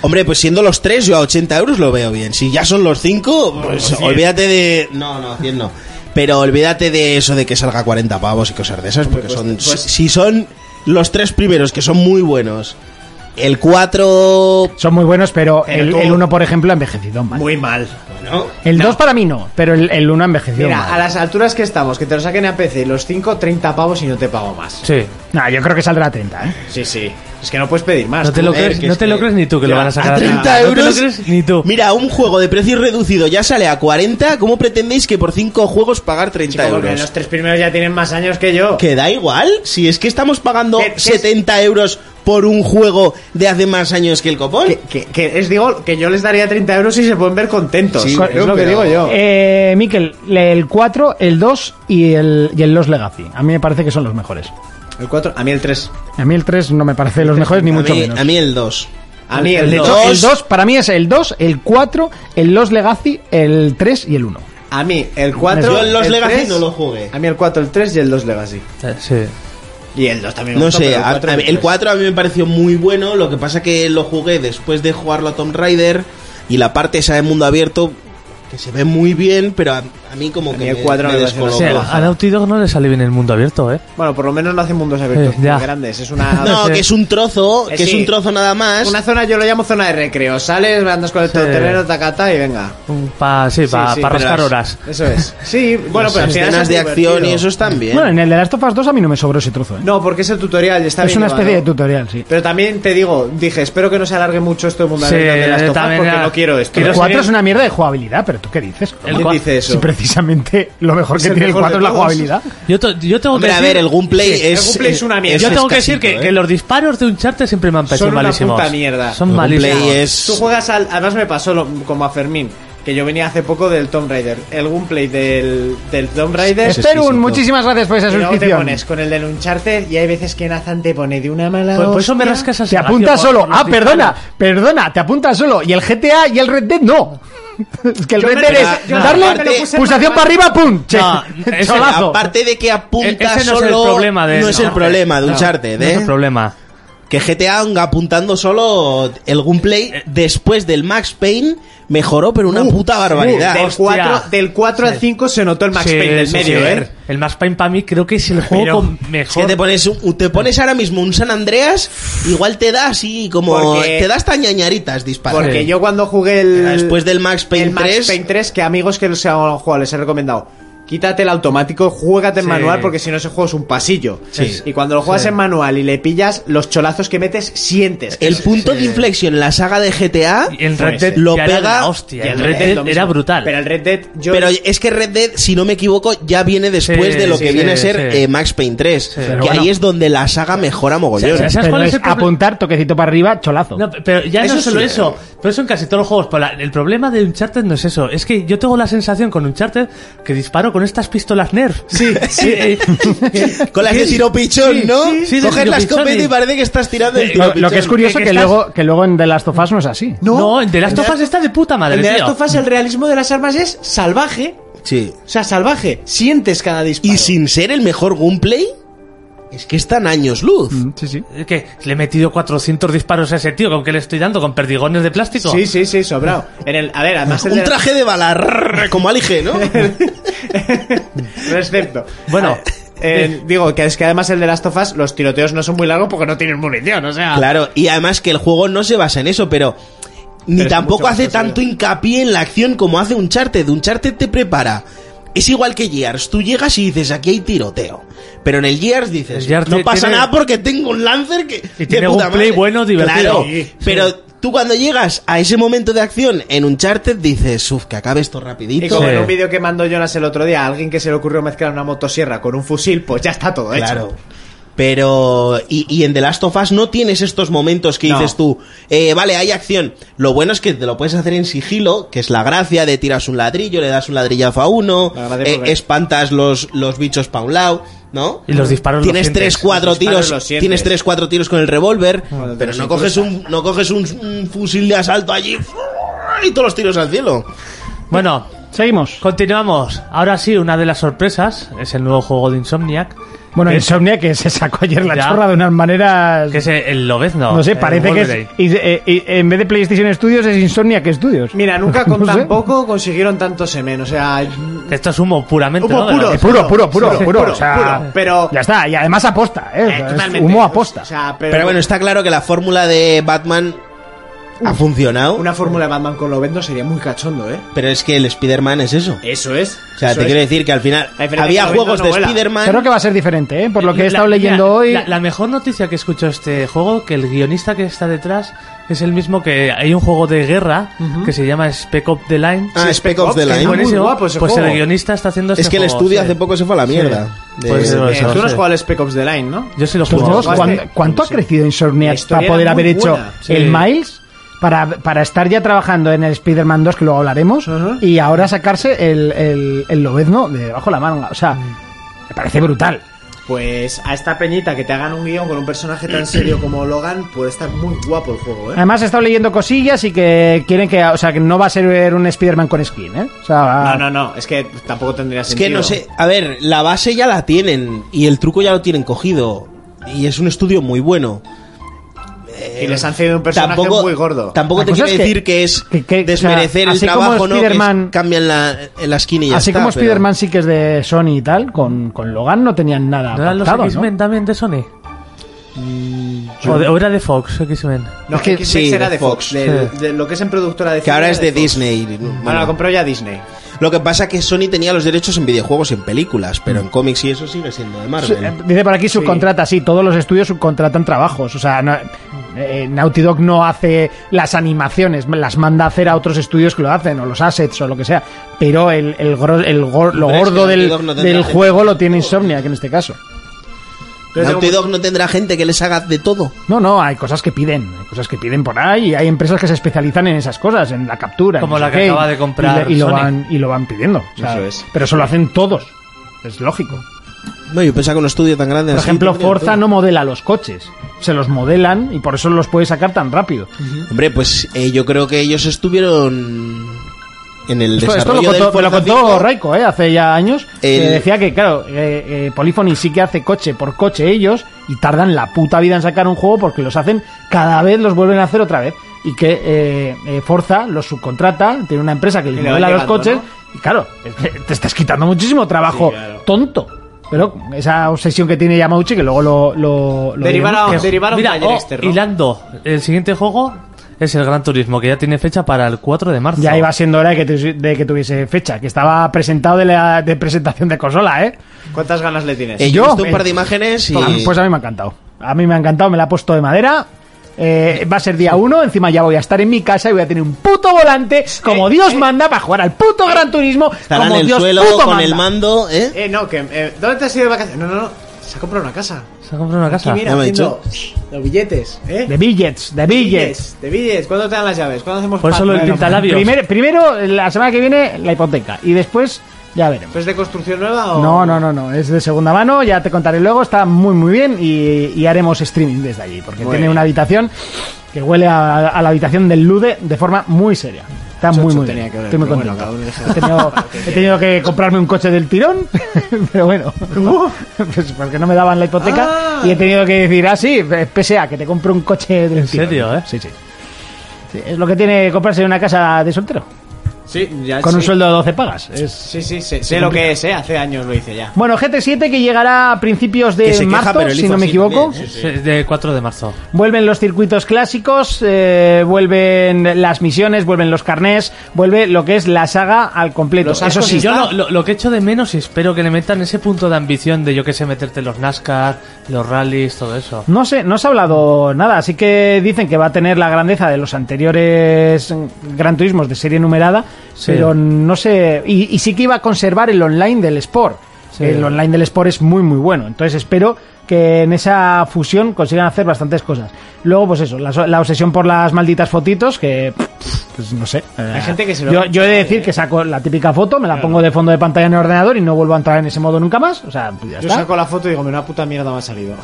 S8: Hombre, pues siendo los tres, yo a 80 euros lo veo bien. Si ya son los cinco, pues olvídate de. No, no, 100 no. Pero olvídate de eso de que salga 40 pavos y cosas de esas, porque son. si- si son los tres primeros, que son muy buenos, el 4.
S5: Son muy buenos, pero
S1: Pero
S5: el,
S1: tú-
S5: el uno, por ejemplo, ha envejecido mal.
S1: Muy mal.
S5: el 2 para mí no, pero el, el uno ha envejecido
S1: Mira,
S5: mal.
S1: a las alturas que estamos, que te lo saquen a PC los 5, 30 pavos y no te pago más.
S9: Sí.
S5: No, yo creo que saldrá a 30, ¿eh?
S1: Sí, sí. Es que no puedes pedir más.
S9: No te
S1: tú.
S9: lo
S1: Eh,
S9: crees,
S8: que
S9: no
S8: es
S9: te lo
S8: que-
S9: crees ni tú que lo
S1: Ya,
S9: van a sacar
S8: A 30
S9: No te
S8: euros.
S9: lo crees ni tú.
S8: Mira, un juego de precio reducido ya sale a 40. ¿Cómo pretendéis que por cinco juegos pagar 30
S1: chico, porque
S8: euros?
S1: los tres primeros ya tienen más años que yo.
S8: Que da igual, si es que estamos pagando
S1: ¿Qué- qué es?
S8: 70 euros por un juego de hace más años que el copón.
S1: Que, que- que es digo que yo les daría 30 euros y se pueden ver contentos.
S8: Sí,
S1: es lo que
S8: pero-
S1: digo yo.
S5: Eh, Miquel, el 4, el 2 y el, y el Los Legacy. A mí me parece que son los mejores.
S1: El 4, a mí el 3.
S5: A mí el 3 no me parece los mejores, ni
S8: a,
S5: mucho
S8: mí,
S5: menos.
S8: a mí el 2.
S1: A mí el
S8: El de
S5: No,
S1: 2.
S8: dos.
S5: el 2, para mí es el 2, el 4, el Los Legacy, el 3 y el 1.
S1: A mí el 4.
S8: Yo el Los Legacy
S1: tres,
S8: no lo jugué.
S1: A mí el 4, el 3 y el 2 Legacy.
S9: Eh, Sí.
S1: Y el 2 también me
S8: No
S1: gusta,
S8: sé,
S1: pero
S8: a- a-
S1: y
S8: el
S1: tres.
S8: 4 a mí me pareció muy bueno, lo que pasa que lo jugué después de jugarlo a Tomb Raider y la parte esa de mundo abierto que se ve muy bien, pero a, a mí como
S1: A
S8: que
S1: mí el
S8: me,
S1: cuatro
S8: me
S1: me parece
S9: O
S8: descolocó.
S1: una
S9: sea, a Naughty Dog no le sale bien el mundo abierto, ¿eh?
S1: Bueno, por lo menos no hacen mundos abiertos
S9: Eh, ya.
S1: muy grandes. Es una.
S8: No, que es un trozo,
S1: Eh,
S8: que es
S1: sí.
S8: un trozo nada más.
S1: Una zona, yo lo llamo zona de recreo. Sales, andas con el
S9: Sí.
S1: todoterreno, tacata y venga.
S9: Un Pa, sí, para
S1: Mm. sí, pero
S9: rascar
S8: las-
S9: horas.
S1: Eso es. Sí, bueno,
S8: Las
S1: pero al final es
S8: escenas de acción y
S1: divertido.
S8: eso están bien.
S5: Bueno, en el de Last of Us 2 a mí no me sobró ese trozo, ¿eh?
S1: No, porque es el tutorial. Está
S5: es
S1: bien
S5: una
S1: llevado.
S5: especie de tutorial, sí.
S1: Pero también te digo, dije, espero que no se alargue mucho esto del mundo
S9: Sí,
S1: abierto de las tofas
S9: también
S1: porque
S9: era-
S1: no quiero esto.
S5: El
S9: Quiero
S5: 4
S9: saber-
S5: es una mierda de jugabilidad, pero ¿tú qué dices?
S9: El
S1: ¿Quién
S9: cua-
S1: dice eso?
S5: Si precisamente lo mejor
S1: Es
S5: que
S1: el
S5: tiene el
S1: mejor
S5: 4 es
S1: de
S5: la
S1: todos.
S5: jugabilidad.
S9: Yo, to- yo tengo que
S8: Hombre, a
S9: decir-
S8: ver, el gameplay es...
S1: el gameplay es una mierda.
S8: eso
S9: Ah, Yo tengo que
S8: escasito,
S9: decir que,
S8: ¿eh?
S9: que los disparos de un charter siempre me han parecido
S1: Son una
S9: malísimos.
S1: puta mierda.
S9: Son
S8: El gameplay
S9: malísimos.
S8: es-
S1: Tú juegas al. Además, me pasó lo- como a Fermín, que yo venía hace poco del Tomb Raider. El gameplay del, del Tomb Raider.
S8: sí,
S5: Esperun,
S8: sí,
S5: muchísimas gracias por esa
S1: y luego te
S5: suscripción.
S1: pones con el del Uncharted y hay veces que Nathan te pone de una mala.
S9: Por, por Pues, eso me
S1: hostia.
S9: rascas a
S5: Te apunta solo. Ah,
S9: E-,
S5: perdona, perdona, te apunta solo. Y el GTA y el Red Dead no. Es que el
S1: Yo
S5: Red
S1: me-
S5: Dead
S1: ah,
S5: es
S1: yo
S5: darle
S8: aparte-
S5: pulsación para arriba, pum. Che,
S9: No, ese-
S5: cholazo.
S8: Aparte de que apunta
S9: Ese no es
S8: solo...
S9: el problema de...
S8: No es el problema de un Uncharted,
S9: No
S8: ¿eh?
S9: es el problema.
S8: Que GTA anga apuntando solo el gameplay
S9: Eh.
S8: después del Max Payne mejoró, pero
S9: Uh,
S8: una puta barbaridad.
S1: Del
S9: Hostia.
S1: 4, del 4 al
S9: Sí.
S1: 5 se notó el Max
S9: Sí,
S1: Payne del
S9: sí,
S1: medio,
S9: sí.
S1: ¿eh?
S9: El Max Payne para mí creo que es el juego
S1: Pero-
S9: con
S8: Es que
S9: mejor...
S8: te pones, un- te pones ahora mismo un San Andreas, igual te da así como...
S1: Porque-
S8: Te da hasta ñañaritas disparar.
S1: Porque
S9: Sí.
S1: yo cuando jugué el.
S8: Después del Max Payne
S1: el Max
S8: 3.
S1: Payne 3, que amigos que los han jugado les he recomendado. Quítate el automático, juégate en
S9: Sí.
S1: manual porque si no ese juego es un pasillo.
S8: Sí.
S1: Y cuando lo juegas en manual y le pillas los cholazos que metes, sientes. que
S8: El
S1: es-
S8: punto de inflexión en la saga de GTA...
S9: Y el Red
S1: Pues,
S9: Dead
S8: lo
S9: eh, ya era
S8: pega-
S9: la
S1: y
S9: hostia. El Red Dead
S1: lo
S9: era
S1: mismo.
S9: brutal.
S1: Pero el Red Dead yo
S8: Pero es que Red Dead, si no me equivoco, ya viene después
S9: Sí,
S8: de lo
S9: sí,
S8: que
S9: sí,
S8: viene a ser
S9: sí.
S8: eh, Max Payne 3. que
S9: Pero
S8: ahí
S9: bueno.
S8: es donde la saga mejora mogollón.
S9: Sí, sí, sí. ¿Sabes
S5: Pero
S9: cuál es
S5: es
S9: el problema?
S5: apuntar, toquecito para arriba, cholazo.
S9: No, pero ya
S8: Eso
S9: no es solo
S8: sí.
S9: eso, pero eso en casi todos los juegos. Pero la- el problema de Uncharted no es eso, es que yo tengo la sensación con Uncharted que disparo con estas pistolas Nerf. Sí, sí.
S8: Con las de tiro pichón,
S9: Sí,
S8: ¿no?
S9: sí, sí, de
S8: Coges
S9: tiro
S8: la escopeta
S9: pichón y-
S8: y parece que estás tirando el
S9: Eh,
S8: tiro
S5: lo, lo que es
S8: pichón.
S5: curioso
S9: que-
S5: que,
S9: que estás-
S5: luego, que luego en The Last of Us no es así.
S9: No, el de Last
S1: el
S9: of Us está de puta madre,
S1: el de
S9: tío.
S1: Last of Us, el realismo de las armas es salvaje.
S8: Sí.
S1: O sea, salvaje. Sientes cada disparo.
S8: Y sin ser el mejor gameplay, es que están años luz.
S9: Mm.
S5: Sí, sí.
S9: Es que le he metido 400 disparos a ese tío, ¿con qué le estoy dando? ¿Con perdigones de plástico?
S1: Sí, sí, sí, sobrado. En el, a ver, además el
S8: Un
S1: de-
S8: traje de bala, rrr, como Alige, ¿no?
S1: Recepto.
S9: Bueno.
S1: Eh, digo que es que además el de Last of Us, los tiroteos no son muy largos porque no tienen munición, o sea.
S8: Claro, y además que el juego no se basa en eso, pero ni
S1: Pero es mucho
S8: tampoco
S1: más
S8: hace
S1: posible.
S8: tanto hincapié en la acción como hace un Uncharted. Uncharted te prepara. Es igual que Gears, tú llegas y dices, aquí hay tiroteo. Pero en el Gears dices,
S9: El Gears
S8: no
S9: te-
S8: pasa
S9: tiene-
S8: nada porque tengo un Lancer que... de
S9: tiene
S8: puta
S9: gameplay
S8: madre".
S9: bueno, divertido.
S8: Claro,
S9: Sí, sí.
S8: pero tú cuando llegas a ese momento de acción en Uncharted dices, uff, que acabe esto
S1: Y
S8: rapidito.
S1: como en
S9: Sí.
S1: un vídeo que mandó Jonas el otro día a alguien que se le ocurrió mezclar una motosierra con un fusil, pues ya está todo
S8: Claro.
S1: hecho.
S8: Pero. Y, y en The Last of Us no tienes estos momentos que
S1: No.
S8: dices tú, eh, vale, hay acción. Lo bueno es que te lo puedes hacer en sigilo, que es la gracia de tiras un ladrillo, le das un ladrillazo a uno,
S1: La gracia
S8: eh,
S1: porque-
S8: espantas los, los bichos pa' un lado, ¿no?
S9: Y los disparos los
S8: Tienes
S9: sientes.
S8: tres, cuatro
S1: Los disparos
S8: tiros.
S1: los sientes.
S8: Tienes tres, cuatro tiros con el revólver.
S1: te
S8: Pero
S1: los
S8: no coges un, no coges un, un fusil de asalto allí. Y todos los tiros al cielo.
S9: Bueno,
S5: Seguimos.
S9: Continuamos. Ahora sí, una de las sorpresas es el nuevo juego de Insomniac.
S5: Bueno,
S9: que,
S5: Insomnia que se sacó ayer la
S9: Ya.
S5: chorra de unas maneras...
S9: que es el- el Lobezno.
S5: no sé,
S9: el
S5: parece que es,
S9: Wolverine.
S5: y- eh, y- en vez de PlayStation Studios es Insomnia que Studios.
S1: Mira, nunca con
S5: No sé.
S1: tan poco consiguieron tanto semen. O sea,
S9: Esto es humo puramente.
S1: Humo
S9: ¿no? De
S1: puro.
S9: lo
S5: Eh,
S9: que-
S5: puro, puro, puro,
S1: Puro,
S5: puro,
S1: puro,
S5: o sea,
S1: puro, pero-
S5: ya está, y además aposta, ¿eh? O sea,
S1: eh,
S5: es
S1: totalmente.
S5: humo aposta.
S1: O sea, pero,
S8: Pero, bueno, está claro que la fórmula de Batman ha funcionado.
S1: una fórmula de Batman con Lobezno sería muy cachondo, ¿eh?
S8: Pero es que el Spider-Man es eso.
S1: Eso es.
S8: O sea,
S1: eso
S8: te
S1: es.
S8: quiero decir que al final
S1: La diferencia
S8: había
S1: es que
S8: juegos
S1: no
S8: de
S1: vuela.
S8: Spider-Man.
S5: Creo que va a ser diferente, ¿eh? Por lo que he
S9: La-
S5: estado leyendo
S9: mira,
S5: hoy.
S9: La, la mejor noticia que escucho este juego, que el guionista que está detrás es el mismo que hay un juego de guerra que se llama Spec Ops The Line.
S8: Ah,
S1: Sí,
S8: Spec Ops The
S1: que es
S8: Line.
S1: muy
S9: Buenísimo.
S1: guapo ese
S9: pues
S1: juego.
S9: el guionista está haciendo este
S8: Es que el
S9: juego,
S8: estudio
S9: sí.
S8: hace poco se fue a la mierda. De-
S9: Pues eso,
S1: Eh,
S9: eso,
S1: tú no has
S9: sí.
S1: jugado al Spec Ops The Line, ¿no?
S9: Yo sí lo
S5: Estos
S9: juego.
S5: dos,
S1: Jugaste-
S5: pues ¿cuán- ¿cuánto ha
S1: Sí.
S5: crecido
S1: La
S5: Insomnia
S1: historia
S5: para
S1: era
S5: poder
S1: muy
S5: haber hecho
S1: buena,
S9: sí.
S5: el Miles? Para, para estar ya trabajando en el Spider-Man 2, que luego hablaremos,
S1: Ajá.
S5: y ahora sacarse el, el, el lobezno de debajo de la manga. O sea, me parece brutal.
S1: Pues a esta peñita que te hagan un guión con un personaje tan serio como Logan puede estar muy guapo el juego, ¿eh?
S5: Además he estado leyendo cosillas y que quieren que, o sea, que no va a ser un Spider-Man con skin, ¿eh? O sea, va-
S1: No, no, no, es que tampoco tendría
S8: Es que
S1: sentido.
S8: no sé. A ver, la base ya la tienen. Y el truco ya lo tienen cogido. Y es un estudio muy bueno.
S1: Y les han cedido un personaje muy gordo.
S8: eh, Tampoco
S5: La
S8: te
S5: cosa
S8: quiero
S5: es que-
S8: decir que es
S5: que- que, o sea,
S8: desmerecer el
S5: así como
S8: trabajo, ¿no? Que es-
S5: Spider-Man-
S8: cambian la, la skin y ya
S5: Así
S8: está,
S5: como
S8: pero-
S5: Spider-Man sí que es de Sony y tal, con, con Logan no tenían nada.
S9: ¿No eran los
S5: pactado,
S9: X-Men
S5: ¿no?
S9: también de Sony?
S5: Mm,
S9: o, de- o era de Fox, X-Men.
S1: No,
S8: Es que-
S1: X-Men
S8: sí,
S1: será
S8: de
S1: de Fox,
S8: Fox.
S1: de, de lo que es en productora de
S8: Que ahora
S1: cine
S8: es de
S1: Fox.
S8: Disney.
S1: Bueno,
S8: Bueno,
S1: lo compró ya Disney.
S8: Lo que pasa que Sony tenía los derechos en videojuegos y en películas, pero
S5: Mm.
S8: en cómics y eso sigue siendo de
S5: Sí,
S8: Marvel.
S5: eh, Dice por aquí subcontrata, sí. todos los estudios subcontratan trabajos. O sea, no- eh, Naughty Dog no hace las animaciones, las manda a hacer a otros estudios que lo hacen, o los assets o lo que sea. Pero el, el, gro- el gor- lo
S8: Hombre, es que
S5: gordo
S8: Naughty
S5: del,
S8: Dog no tendrá
S5: del
S8: gente.
S5: juego lo tiene Insomniac en este caso.
S1: Entonces,
S8: Naughty
S1: como-
S8: Dog no tendrá gente que les haga de todo.
S5: No, no, hay cosas que piden, hay cosas que piden por ahí y hay empresas que se especializan en esas cosas, en la captura. en
S9: Como
S5: no sé
S9: la que
S5: qué,
S9: acaba de comprar
S5: Y, lo- y
S9: Sony.
S5: lo, van, y lo van pidiendo. o sea,
S1: Eso es.
S5: Pero eso lo hacen todos. Es lógico.
S8: No, yo pensaba que un estudio tan grande.
S5: Por
S8: así
S5: ejemplo,
S8: tendría
S5: Forza
S8: todo.
S5: no modela los coches. Se los modelan y por eso los puede sacar tan rápido.
S8: Hombre, pues eh, yo creo que ellos estuvieron en el
S5: Esto, Pues esto
S8: desarrollo
S5: lo
S8: del
S5: contó, me
S8: Forza
S5: lo contó
S8: 5.
S5: Raiko, ¿eh? hace ya años. que
S8: El-
S5: decía que, claro, eh, eh, Polyphony sí que hace coche por coche ellos y tardan la puta vida en sacar un juego porque los hacen cada vez, los vuelven a hacer otra vez. Y que eh, eh, Forza los subcontrata, tiene una empresa que les
S1: le va
S5: modela los
S1: llegando,
S5: coches.
S1: ¿no?
S5: Y claro, es que te estás quitando muchísimo trabajo
S1: Sí, claro.
S5: tonto. Pero esa obsesión que tiene Yamauchi, que luego lo. lo, lo
S1: Derivar a-
S5: diremos, que-
S1: derivar a un
S9: Mira,
S1: taller
S9: oh,
S8: este,
S1: externo.
S9: hilando, el siguiente juego es el Gran Turismo, que ya tiene fecha para el 4 de marzo.
S5: Ya iba siendo hora de que, tu- de que tuviese fecha, que estaba presentado de la de presentación de consola, ¿eh?
S1: ¿Cuántas ganas le tienes?
S8: Eh, yo
S5: Yo,
S8: he visto un
S5: eh,
S8: par de imágenes y.
S5: A mí- Pues a mí me ha encantado. A mí me ha encantado, me la ha puesto de madera. Eh, va a ser día uno, encima ya voy a estar en mi casa y voy a tener un puto volante como Dios manda para jugar al puto Gran Turismo
S8: eh, estará en
S5: como
S8: el
S5: Dios
S8: suelo
S5: puto
S8: con
S5: manda.
S8: el mando, ¿eh?
S1: Eh, no, que... eh, ¿Dónde te has ido de vacaciones? No, no, no. Se ha comprado una casa.
S9: Se Ah, ha comprado una
S1: Aquí,
S9: casa.
S1: mira,
S8: Ya me ha
S1: haciendo los billetes, ¿eh?
S5: De billets, de billets.
S1: De billetes. ¿Cuándo te dan las llaves? ¿Cuándo hacemos
S9: Por eso lo del
S1: Bueno,
S9: pintalabios.
S5: Primero, primero, la semana que viene, la hipoteca. Y después, ya veremos.
S1: ¿Pero es de construcción nueva o...?
S5: No, no, no, no. Es de segunda mano, ya te contaré luego. Está muy, muy bien y, y haremos streaming desde allí. Porque
S1: Muy
S5: tiene
S1: bien.
S5: una habitación que huele a, a la habitación del Lude de forma muy seria. Está
S1: Chocho
S5: muy, muy
S1: tenía
S5: bien.
S1: que ver,
S5: Estoy muy
S1: pero bueno,
S5: contento.
S1: cada uno elige.
S5: he, tenido, he tenido que comprarme un coche del tirón, pero bueno. Pues porque no me daban la hipoteca
S1: Uh. Ah.
S5: y he tenido que decir, ah, sí, PSA, que te compro un coche del
S9: ¿En
S5: tirón.
S9: serio, eh?
S5: Sí, sí. Sí, Es lo que tiene comprarse una casa de soltero.
S1: Sí, ya
S5: Con
S1: Ah, sí.
S5: un sueldo de 12 pagas. Es,
S1: Sí, sí, sé, sé lo que es, ¿eh? Hace años lo hice ya.
S5: Bueno, GT7 que llegará a principios de
S8: Que se queja,
S5: marzo,
S8: pero el
S5: si
S8: hizo
S5: no me
S8: así
S5: equivoco.
S8: también, ¿eh?
S9: Sí, De 4 de marzo.
S5: Vuelven los circuitos clásicos, eh, vuelven las misiones, vuelven los carnés, vuelve lo que es la saga al completo.
S1: Los
S5: Eso
S1: arcos
S5: sí,
S1: y-
S9: Yo
S1: está.
S9: lo, lo- lo que echo de menos y espero que le metan ese punto de ambición de yo que sé meterte en los NASCAR, los rallies, todo eso.
S5: no sé, no se ha hablado nada, así que dicen que va a tener la grandeza de los anteriores mm, Gran Turismos de serie numerada,
S9: Sí.
S5: pero no sé, y, y sí que iba a conservar el online del Sport.
S9: Sí.
S5: El online del Sport es muy muy bueno, entonces espero que en esa fusión consigan hacer bastantes cosas. Luego, pues eso, la, so- la obsesión por las malditas fotitos, que pues no sé. eh,
S1: gente que se lo- eh.
S5: yo, yo he de decir que saco la típica foto, me la pongo de fondo de pantalla en el ordenador y no vuelvo a entrar en ese modo nunca más. O sea, pues ya
S1: Yo
S5: está.
S1: saco la foto y digo, me una puta mierda me ha salido.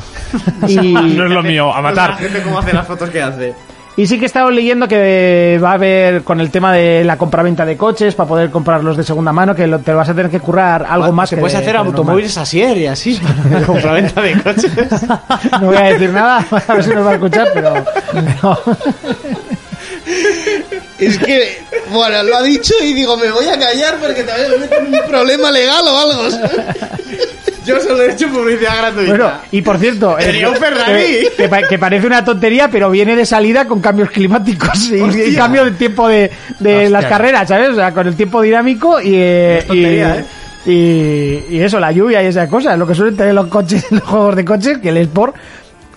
S5: Y-
S9: es lo mío,
S1: La gente cómo hace las fotos que hace.
S5: Y sí que he estado leyendo que va a haber con el tema de la compraventa de coches para poder comprarlos de segunda mano, que lo- te lo vas a tener que currar algo más
S1: Se
S5: que
S1: puedes
S5: de-
S1: hacer
S5: que de
S1: automóviles así y así. para Compraventa de coches.
S5: normal. No voy a decir nada, a ver si nos va a escuchar, pero. pero-
S8: Es que, bueno, lo ha dicho y digo, me voy a callar porque también me meten en un problema legal o algo.
S1: Yo solo he hecho publicidad gratuita.
S5: Bueno, y por cierto, eh,
S1: Tenía un Ferrari.
S5: que, que pa- que parece una tontería, pero viene de salida con cambios climáticos y, y cambio de tiempo de, de
S9: Hostia.
S5: las carreras, ¿sabes? O sea, con el tiempo dinámico y, eh,
S1: Es tontería, ¿eh?
S5: y, y- y eso, la lluvia y esas cosas, lo que suelen tener los coches, los juegos de coches, que el Sport,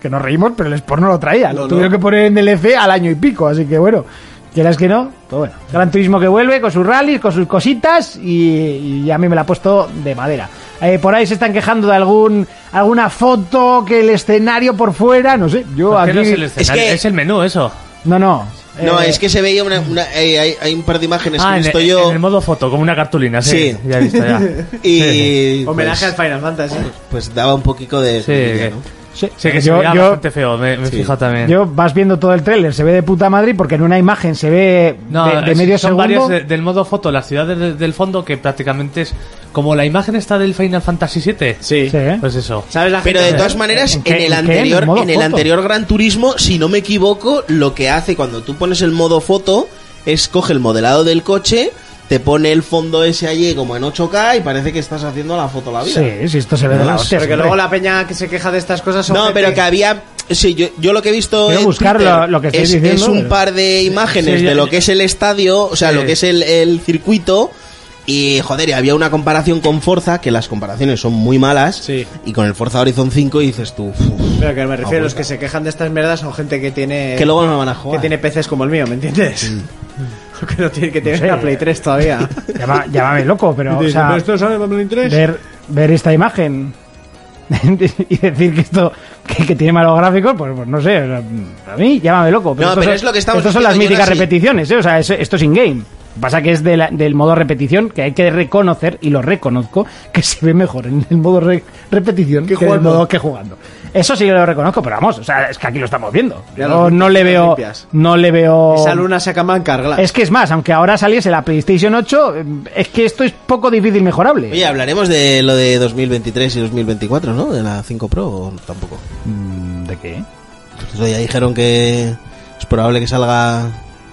S5: que nos reímos, pero el Sport no lo traía, lo tuvieron que poner en DLC al año y pico, así que bueno, quieras que no, todo bueno. Gran Turismo que vuelve con sus rallies, con sus cositas y, y a mí me la ha puesto de madera. Eh, por ahí se están quejando de algún alguna foto, que el escenario por fuera, no sé, yo
S9: Es
S5: aquí...
S9: que no es el escenario,
S8: Es que-
S9: es el menú eso.
S5: No, no.
S8: No,
S5: eh,
S8: es que se veía una. una- eh, hay, hay un par de imágenes que
S9: Ah,
S8: he
S9: en,
S8: visto
S9: en
S8: yo.
S9: el modo foto, como una cartulina, sí.
S8: Sí.
S9: Ya he visto ya.
S8: y. pues-
S1: Homenaje al Final Fantasy.
S8: Pues daba un poquito de.
S9: Sí,
S8: de-
S9: que-
S8: ¿no?
S5: sí,
S9: Sí, que se
S5: yo-
S9: veía
S5: yo-
S9: bastante feo, me, me he fijado también.
S5: Yo vas viendo todo el tráiler, se ve de puta madre porque en una imagen se ve
S9: No,
S5: de, de
S9: es-
S5: medio
S9: son eh,
S5: segundo.
S9: varias de- del modo foto, las ciudades de- del fondo que prácticamente es como la imagen está del Final Fantasy VII.
S1: Sí.
S5: Sí, ¿eh?
S9: Pues eso.
S1: ¿Sabes la
S8: Pero
S1: gente-
S8: de todas maneras,
S5: ¿En
S8: en,
S5: qué- en
S8: el
S5: qué? ¿En
S8: anterior,
S5: modo
S8: en el
S5: foto?
S8: anterior Gran Turismo, si no me equivoco, lo que hace cuando tú pones el modo foto es coge el modelado del coche, te pone el fondo ese allí como en 8K y parece que estás haciendo la foto a la vida.
S5: Sí, sí, esto se ve de la
S8: No,
S5: hostia.
S1: Porque
S5: siempre.
S1: luego la peña que se queja de estas cosas son
S8: No,
S1: gente-
S8: pero que había. Sí, yo, yo lo que he visto.
S5: Quiero
S8: en
S5: buscar
S8: Twitter
S5: lo- lo que estáis
S8: es,
S5: diciendo,
S8: es un
S5: pero-
S8: par de imágenes
S9: Sí,
S8: de
S9: yo-
S8: lo que es el estadio, o sea,
S9: Sí.
S8: lo que es el, el circuito. Y joder, y había una comparación con Forza, que las comparaciones son muy malas.
S1: Sí.
S8: Y con el Forza Horizon 5 dices tú. "Uf,
S1: Pero que me refiero,
S8: Abuela.
S1: los que se quejan de estas merdas son gente que tiene.
S8: Ah, que luego no van a
S1: que
S8: jugar.
S1: tiene PCs como el mío, ¿me entiendes? O que no tiene, que tiene
S5: sé,
S1: una
S5: eh.
S1: Play 3 todavía.
S5: Llama- llámame loco, pero, o sea,
S1: sabe para Play 3?
S5: ver, ver esta imagen y decir que esto que, que tiene malos gráficos, pues, pues no sé, o sea, a mí llámame loco.
S8: No,
S5: esto
S8: pero
S5: son-
S8: es lo que estamos
S5: Estas son las
S8: diciendo,
S5: míticas
S8: yo no sé.
S5: repeticiones, ¿eh? o sea, es- esto es in-game. Lo que Pasa que es de la- del modo repetición que hay que reconocer, y lo reconozco, que se ve mejor en el modo re- repetición que, en el
S1: jugando.
S5: modo que jugando. Eso sí que lo reconozco, pero vamos, o sea, es que aquí lo estamos viendo.
S1: Ya
S5: Yo
S1: lo
S5: no le
S1: limpias, lo
S5: veo.
S1: limpias.
S5: No le veo.
S1: Esa luna se acaba en cargla.
S5: Es que es más, aunque ahora saliese la PlayStation 8, eh, es que esto es poco difícil mejorable.
S8: Oye, hablaremos de lo de 2023 y 2024, ¿no? De la 5 Pro o tampoco.
S5: Mm, ¿De qué?
S8: Eso ya dijeron que es probable que salga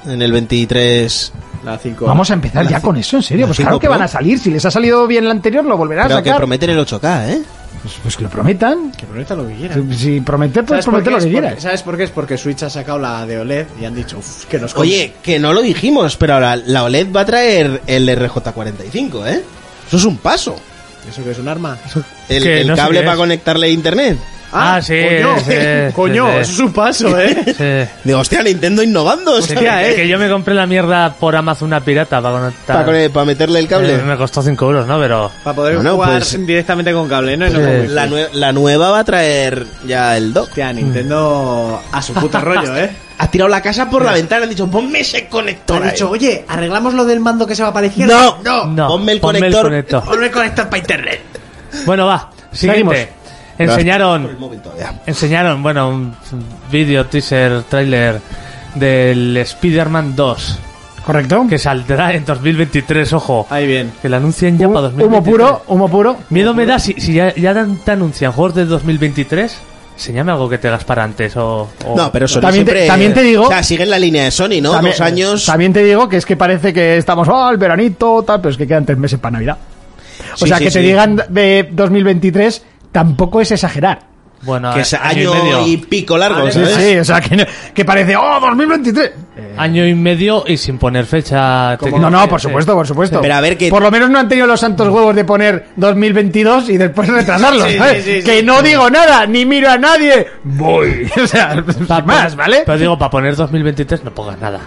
S8: en el 23.
S1: La 5.
S5: Vamos a empezar ya con eso, en serio.
S8: la
S5: Pues
S8: cinco
S5: claro que
S8: Pro.
S5: van a salir. Si les ha salido bien la anterior, lo volverán a
S8: Pero que
S5: sacar.
S8: prometen el 8K, ¿eh?
S5: Pues, pues que lo prometan.
S1: Que prometa lo que quieras.
S5: Si- Si prometer, pues promete lo que quieras.
S1: ¿Sabes por qué? Es porque Switch ha sacado la de OLED y han dicho "Uf, que nos
S8: Oye, que no lo dijimos, pero ahora la OLED va a traer el RJ45, ¿eh? Eso es un paso.
S1: compre". ¿Eso que es un arma?
S8: El,
S9: Que
S8: el
S9: no sé
S8: cable
S9: qué
S8: para
S9: es.
S8: conectarle a internet.
S9: Ah, sí,
S1: Coño,
S9: sí, sí,
S1: coño
S9: sí.
S1: eso es un paso, ¿eh?
S9: Sí.
S8: Digo, hostia, Nintendo innovando. o sea,
S1: Hostia,
S9: que,
S1: eh.
S9: que yo me compré la mierda por Amazon una pirata para conectar.
S8: para, cone- para meterle el
S9: Eh,
S8: cable.
S9: me costó 5 euros, ¿no? Pero.
S1: Para poder
S8: Bueno,
S1: jugar
S8: pues-
S1: directamente con cable, ¿no? Y no
S9: Pues-
S1: con wifi.
S8: La, nue- la nueva va a traer ya el dock.
S1: Hostia, Nintendo a su puto rollo, ¿eh?
S8: Ha tirado la casa por la ventana, han dicho, ponme ese conector.
S1: Han
S8: ahí".
S1: dicho, oye, arreglamos lo del mando que se va para la izquierda.
S8: no, no,
S9: No,
S8: ponme el
S9: ponme el
S8: conector.
S9: conector.
S8: Ponme el conector para internet.
S9: Bueno, va.
S5: Seguimos.
S9: Siguiente. Enseñaron.
S8: Por el móvil todavía.
S9: Enseñaron, bueno, un vídeo, teaser, trailer del Spider-Man 2
S5: ¿Correcto?
S9: que saldrá en 2023, ojo.
S1: Ahí bien.
S9: Que lo anuncian ya para
S5: Humo, humo
S9: 2023.
S5: puro, humo puro.
S9: Miedo me da si, si ya, ya dan- te anuncian juegos de 2023. Enseñame algo que te hagas para antes o... o-
S8: No, pero Sony
S5: Oh. También te-
S8: siempre-
S5: también te digo-
S8: O sea, siguen la línea de Sony, ¿no? Dos años.
S5: También te digo que es que parece que estamos al el veranito, tal, pero es que quedan tres meses para Navidad. O
S8: Sí,
S5: sea,
S8: sí,
S5: que te
S8: sí.
S5: digan de 2023 tampoco es exagerar.
S9: Bueno,
S8: que
S9: a-
S8: es año, y, pico largo,
S5: Sí,
S8: ¿sabes?
S5: sí, o sea, que, no- que parece, ¡oh, 2023! Eh,
S9: Año y medio y sin poner fecha...
S5: No, no, por
S9: Sí.
S5: supuesto, por supuesto.
S8: Pero a ver que-
S5: Por lo menos no han tenido los santos huevos de poner 2022 y después retrasarlo.
S1: Sí,
S5: ¿sabes?
S1: sí, sí,
S5: que
S1: sí.
S5: no digo nada, ni miro a nadie. Voy. O sea, sin
S9: Pa-
S5: más, ¿vale?
S9: Pero digo, para poner 2023 no pongas nada.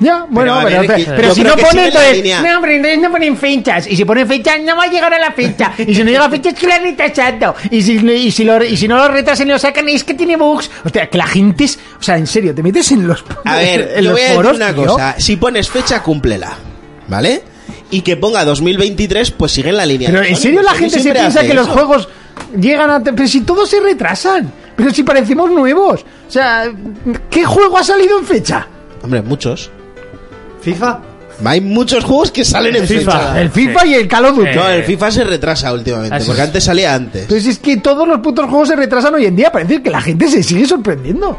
S5: ya, bueno,
S8: a
S5: pero,
S8: ver,
S5: pero,
S8: que- yo
S5: si
S8: creo
S5: no
S8: que
S5: ponen,
S8: sigue la
S5: entonces,
S8: línea.
S5: no, hombre, entonces no ponen fechas. Y si ponen fechas, no va a llegar a la fecha. Y si no llega a fecha, es que lo han retrasado. Y si, y si, lo- y si no lo retrasan y lo sacan, es que tiene bugs. O sea, que la gente es. O sea, en serio, te metes en los.
S8: A ver,
S5: en
S8: yo
S5: los
S8: voy a decir
S5: foros,
S8: una
S5: tío.
S8: cosa. Si pones fecha, cúmplela. ¿Vale? Y que ponga 2023, pues sigue en la línea.
S5: Pero
S8: de
S5: en
S8: Sony.
S5: serio la
S8: Sony
S5: gente se
S8: siempre
S5: piensa
S8: hace
S5: que los
S8: eso.
S5: juegos llegan a... Pero si todos se retrasan. Pero si parecemos nuevos. O sea, ¿qué juego ha salido en fecha?
S8: Hombre, muchos.
S1: FIFA.
S8: Hay muchos juegos que salen en
S9: FIFA.
S8: fecha.
S5: El FIFA Eh. y el Call of Duty.
S8: No, el FIFA se retrasa últimamente,
S9: Así
S8: porque
S9: es.
S8: antes salía antes.
S5: Pues es que todos los putos juegos se retrasan hoy en día. Parece que la gente se sigue sorprendiendo.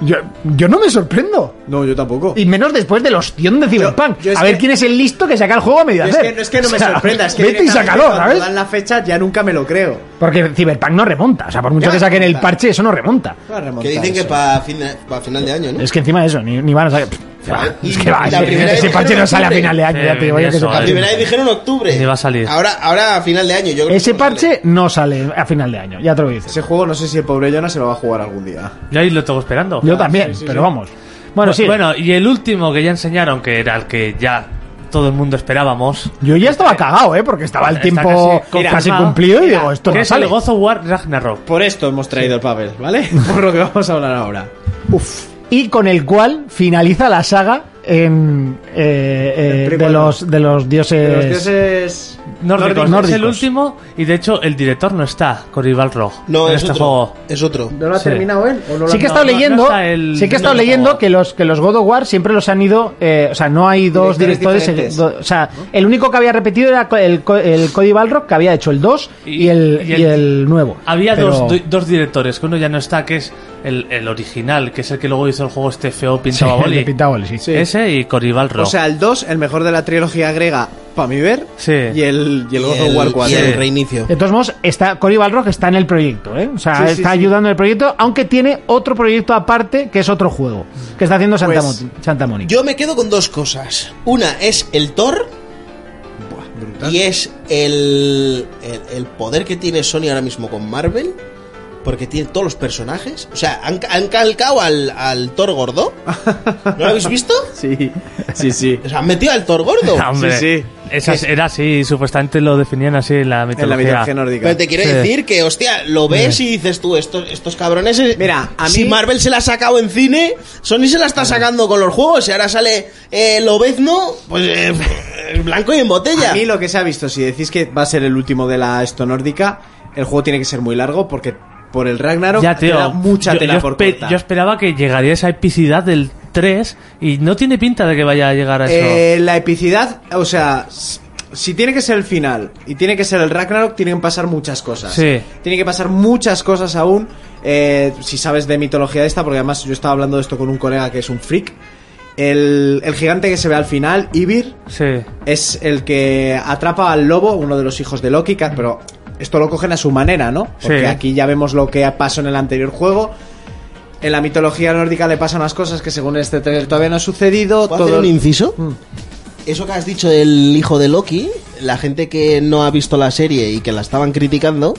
S5: Yo, yo no me sorprendo.
S1: No, yo tampoco.
S5: Y menos después del ostión de Cyberpunk.
S1: yo es
S5: a ver
S1: que-
S5: quién es el listo que saca el juego a medio
S1: Yo es
S5: hacer.
S1: que, no es que no
S5: O
S1: me
S5: sea,
S1: sorprenda, es que
S5: Vete y
S1: directamente
S5: sácalo,
S1: cuando
S5: ¿sabes?
S1: dan la fecha ya nunca me lo creo.
S5: Porque Cyberpunk no remonta. O sea, por mucho
S1: Ya
S5: que saquen el
S1: remonta.
S5: parche, eso no remonta.
S1: Voy a remontar
S8: Que dicen que
S1: eso.
S8: para fin de- pa' final de año, ¿no?
S5: Es que encima de eso, ni, ni van a sacar. Pff, que va,
S8: Y
S5: es que va,
S8: la primera
S5: ese
S8: vez
S5: parche
S8: que
S5: no sale a
S8: sale.
S5: final de año, ya te digo yo que ese
S9: Eso,
S8: La
S5: parche-
S8: primera vez dijeron octubre.
S9: Ni va a salir.
S8: Ahora, ahora a final de año, yo creo
S5: Ese
S8: que no sale.
S5: parche no sale a final de año, ya te lo dices.
S1: Ese juego no sé si el pobre Jonah se lo va a jugar algún día.
S9: Yo ahí lo tengo esperando.
S5: Yo también, pero vamos. Bueno, sí.
S9: Bueno, y el último que ya enseñaron, que era el que ya todo el mundo esperábamos.
S5: Yo ya estaba cagado, ¿eh? Porque estaba el
S9: Está
S5: tiempo
S9: casi
S5: casi,
S9: confirmado.
S5: cumplido y digo, esto
S9: que
S5: no
S9: es el
S5: sale.
S9: God of War Ragnarok.
S1: Por esto hemos traído el papel, ¿vale? Por lo que vamos a hablar ahora.
S5: Uf. Y con el cual finaliza la saga en, eh, eh,
S1: El
S5: de,
S1: prequel.
S5: los, de los dioses.
S1: Los dioses
S9: Nórdicos,
S5: Nórdicos.
S9: es el último y de hecho el director no está, Cory Balrog,
S8: No,
S9: en
S8: es
S9: este
S8: otro.
S9: juego.
S8: Es otro.
S1: ¿No lo ha
S9: Sí.
S1: terminado él? ¿O no lo
S5: Sí
S1: ha-
S5: que he
S9: no,
S5: estado
S9: no
S5: leyendo,
S9: está el-
S5: sí que he estado
S9: no,
S5: leyendo
S9: no.
S5: que los que los God of War siempre los han ido, eh, o sea, no hay dos directores,
S1: Directores
S5: eh, do- o sea, el único que había repetido era co- el, co- el Cody Balrog que había hecho el 2 y,
S9: Y-
S5: el,
S9: y el-
S5: y el nuevo.
S9: Había
S5: Pero-
S9: dos, do- dos directores, que uno ya no está, que es el, el original, que es el que luego hizo el juego este feo
S5: Sí,
S9: pintado a
S5: el de
S9: boli.
S5: Pintaboli, sí.
S9: Ese y Cory
S1: O
S9: Balrog.
S1: sea, el 2, el mejor de la trilogía griega, para mi ver.
S9: Sí.
S1: Y el, y el
S8: Y
S1: God of War
S8: el-
S1: 4.
S8: y el reinicio.
S5: De todos modos, está, Cory Balrog está en el proyecto, ¿eh? O sea,
S1: Sí, sí,
S5: está
S1: sí.
S5: ayudando en el proyecto, aunque tiene otro proyecto aparte, que es otro juego, que está haciendo Santa,
S1: Pues,
S5: Moni- Santa Mónica.
S8: Yo me quedo con dos cosas. Una es el Thor. Y es el, el, el poder que tiene Sony ahora mismo con Marvel. Porque tiene todos los personajes. O sea, han, han calcado al, al Thor gordo. ¿No lo habéis visto?
S1: Sí, sí, sí.
S8: O sea, han metido al Thor gordo.
S9: Hombre,
S1: Sí, sí.
S9: esas- era así, supuestamente lo definían así en la mitología.
S1: en la mitología nórdica.
S8: Pero te quiero
S9: Sí.
S8: decir que, hostia, lo ves y dices tú, estos, estos cabrones. eh,
S1: Mira, a
S8: Si
S1: mí-
S8: Marvel se la ha sacado en cine, Sony se la está sacando con los juegos. Y ahora sale eh, Lobezno, pues. eh, blanco y en botella.
S1: A mí lo que se ha visto, si decís que va a ser el último de la esto nórdica, el juego tiene que ser muy largo porque por el Ragnarok
S9: Ya, tío.
S1: te da mucha
S9: yo,
S1: tela
S9: yo
S1: por
S9: espe-
S1: cortar.
S9: yo esperaba que llegaría esa epicidad del 3 y no tiene pinta de que vaya a llegar a eso.
S1: Eh, la epicidad, o sea, s- si tiene que ser el final y tiene que ser el Ragnarok, tienen que pasar muchas cosas.
S9: Sí.
S1: Tiene que pasar muchas cosas aún. eh, si sabes de mitología de esta, porque además yo estaba hablando de esto con un colega que es un freak. El, el gigante que se ve al final, Ibir,
S9: sí.
S1: es el que atrapa al lobo, uno de los hijos de Loki, que- pero esto lo cogen a su manera, ¿no? Porque
S9: Sí.
S1: aquí ya vemos lo que pasó en el anterior juego. En la mitología nórdica le pasan unas cosas que según este trailer todavía no ha sucedido.
S8: ¿Puedo hacer
S1: todo- Mm.
S8: un inciso? Eso que has dicho del hijo de Loki, la gente que no ha visto la serie y que la estaban criticando,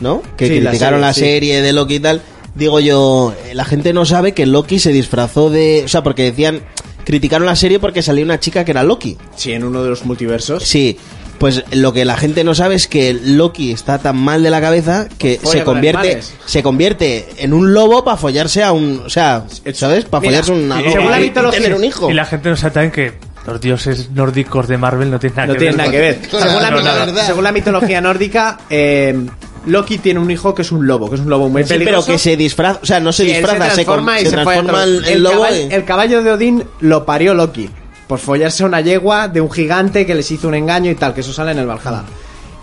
S8: ¿no? Que
S1: Sí, la
S8: criticaron
S1: serie,
S8: la
S1: sí.
S8: serie, de Loki y tal. Digo yo, eh, la gente no sabe que Loki se disfrazó de. O sea, porque decían. Criticaron la serie porque salía una chica que era Loki.
S1: Sí, en uno de los multiversos.
S8: Sí. Pues lo que la gente no sabe es que Loki está tan mal de la cabeza que
S1: Folla
S8: se
S1: con
S8: convierte,
S1: animales.
S8: se convierte en un lobo para follarse a un. O sea, ¿sabes? Para
S1: Mira,
S8: follarse a una
S1: y-
S8: loba
S1: según la
S8: y
S1: mitología-
S8: tener un hijo.
S9: Y la gente no sabe también que los dioses nórdicos de Marvel no tienen nada
S1: No
S9: que
S1: tiene
S9: ver.
S1: nada
S9: con-
S1: que ver.
S8: Claro,
S1: según, la
S8: no,
S1: mito-
S8: la verdad.
S1: según la mitología nórdica, eh, Loki tiene un hijo que es un lobo, que es un lobo muy
S8: Sí, pero
S1: peligroso.
S8: que se disfraza, o sea, no se
S1: Sí, él
S8: disfraza, se,
S1: transforma
S8: con-
S1: y
S8: se
S1: se
S8: transforma
S1: folla
S8: el,
S1: todo.
S8: el lobo.
S1: cabal-
S8: en-
S1: el caballo de Odín lo parió Loki por follarse a una yegua de un gigante que les hizo un engaño y tal, que eso sale en el Valhalla.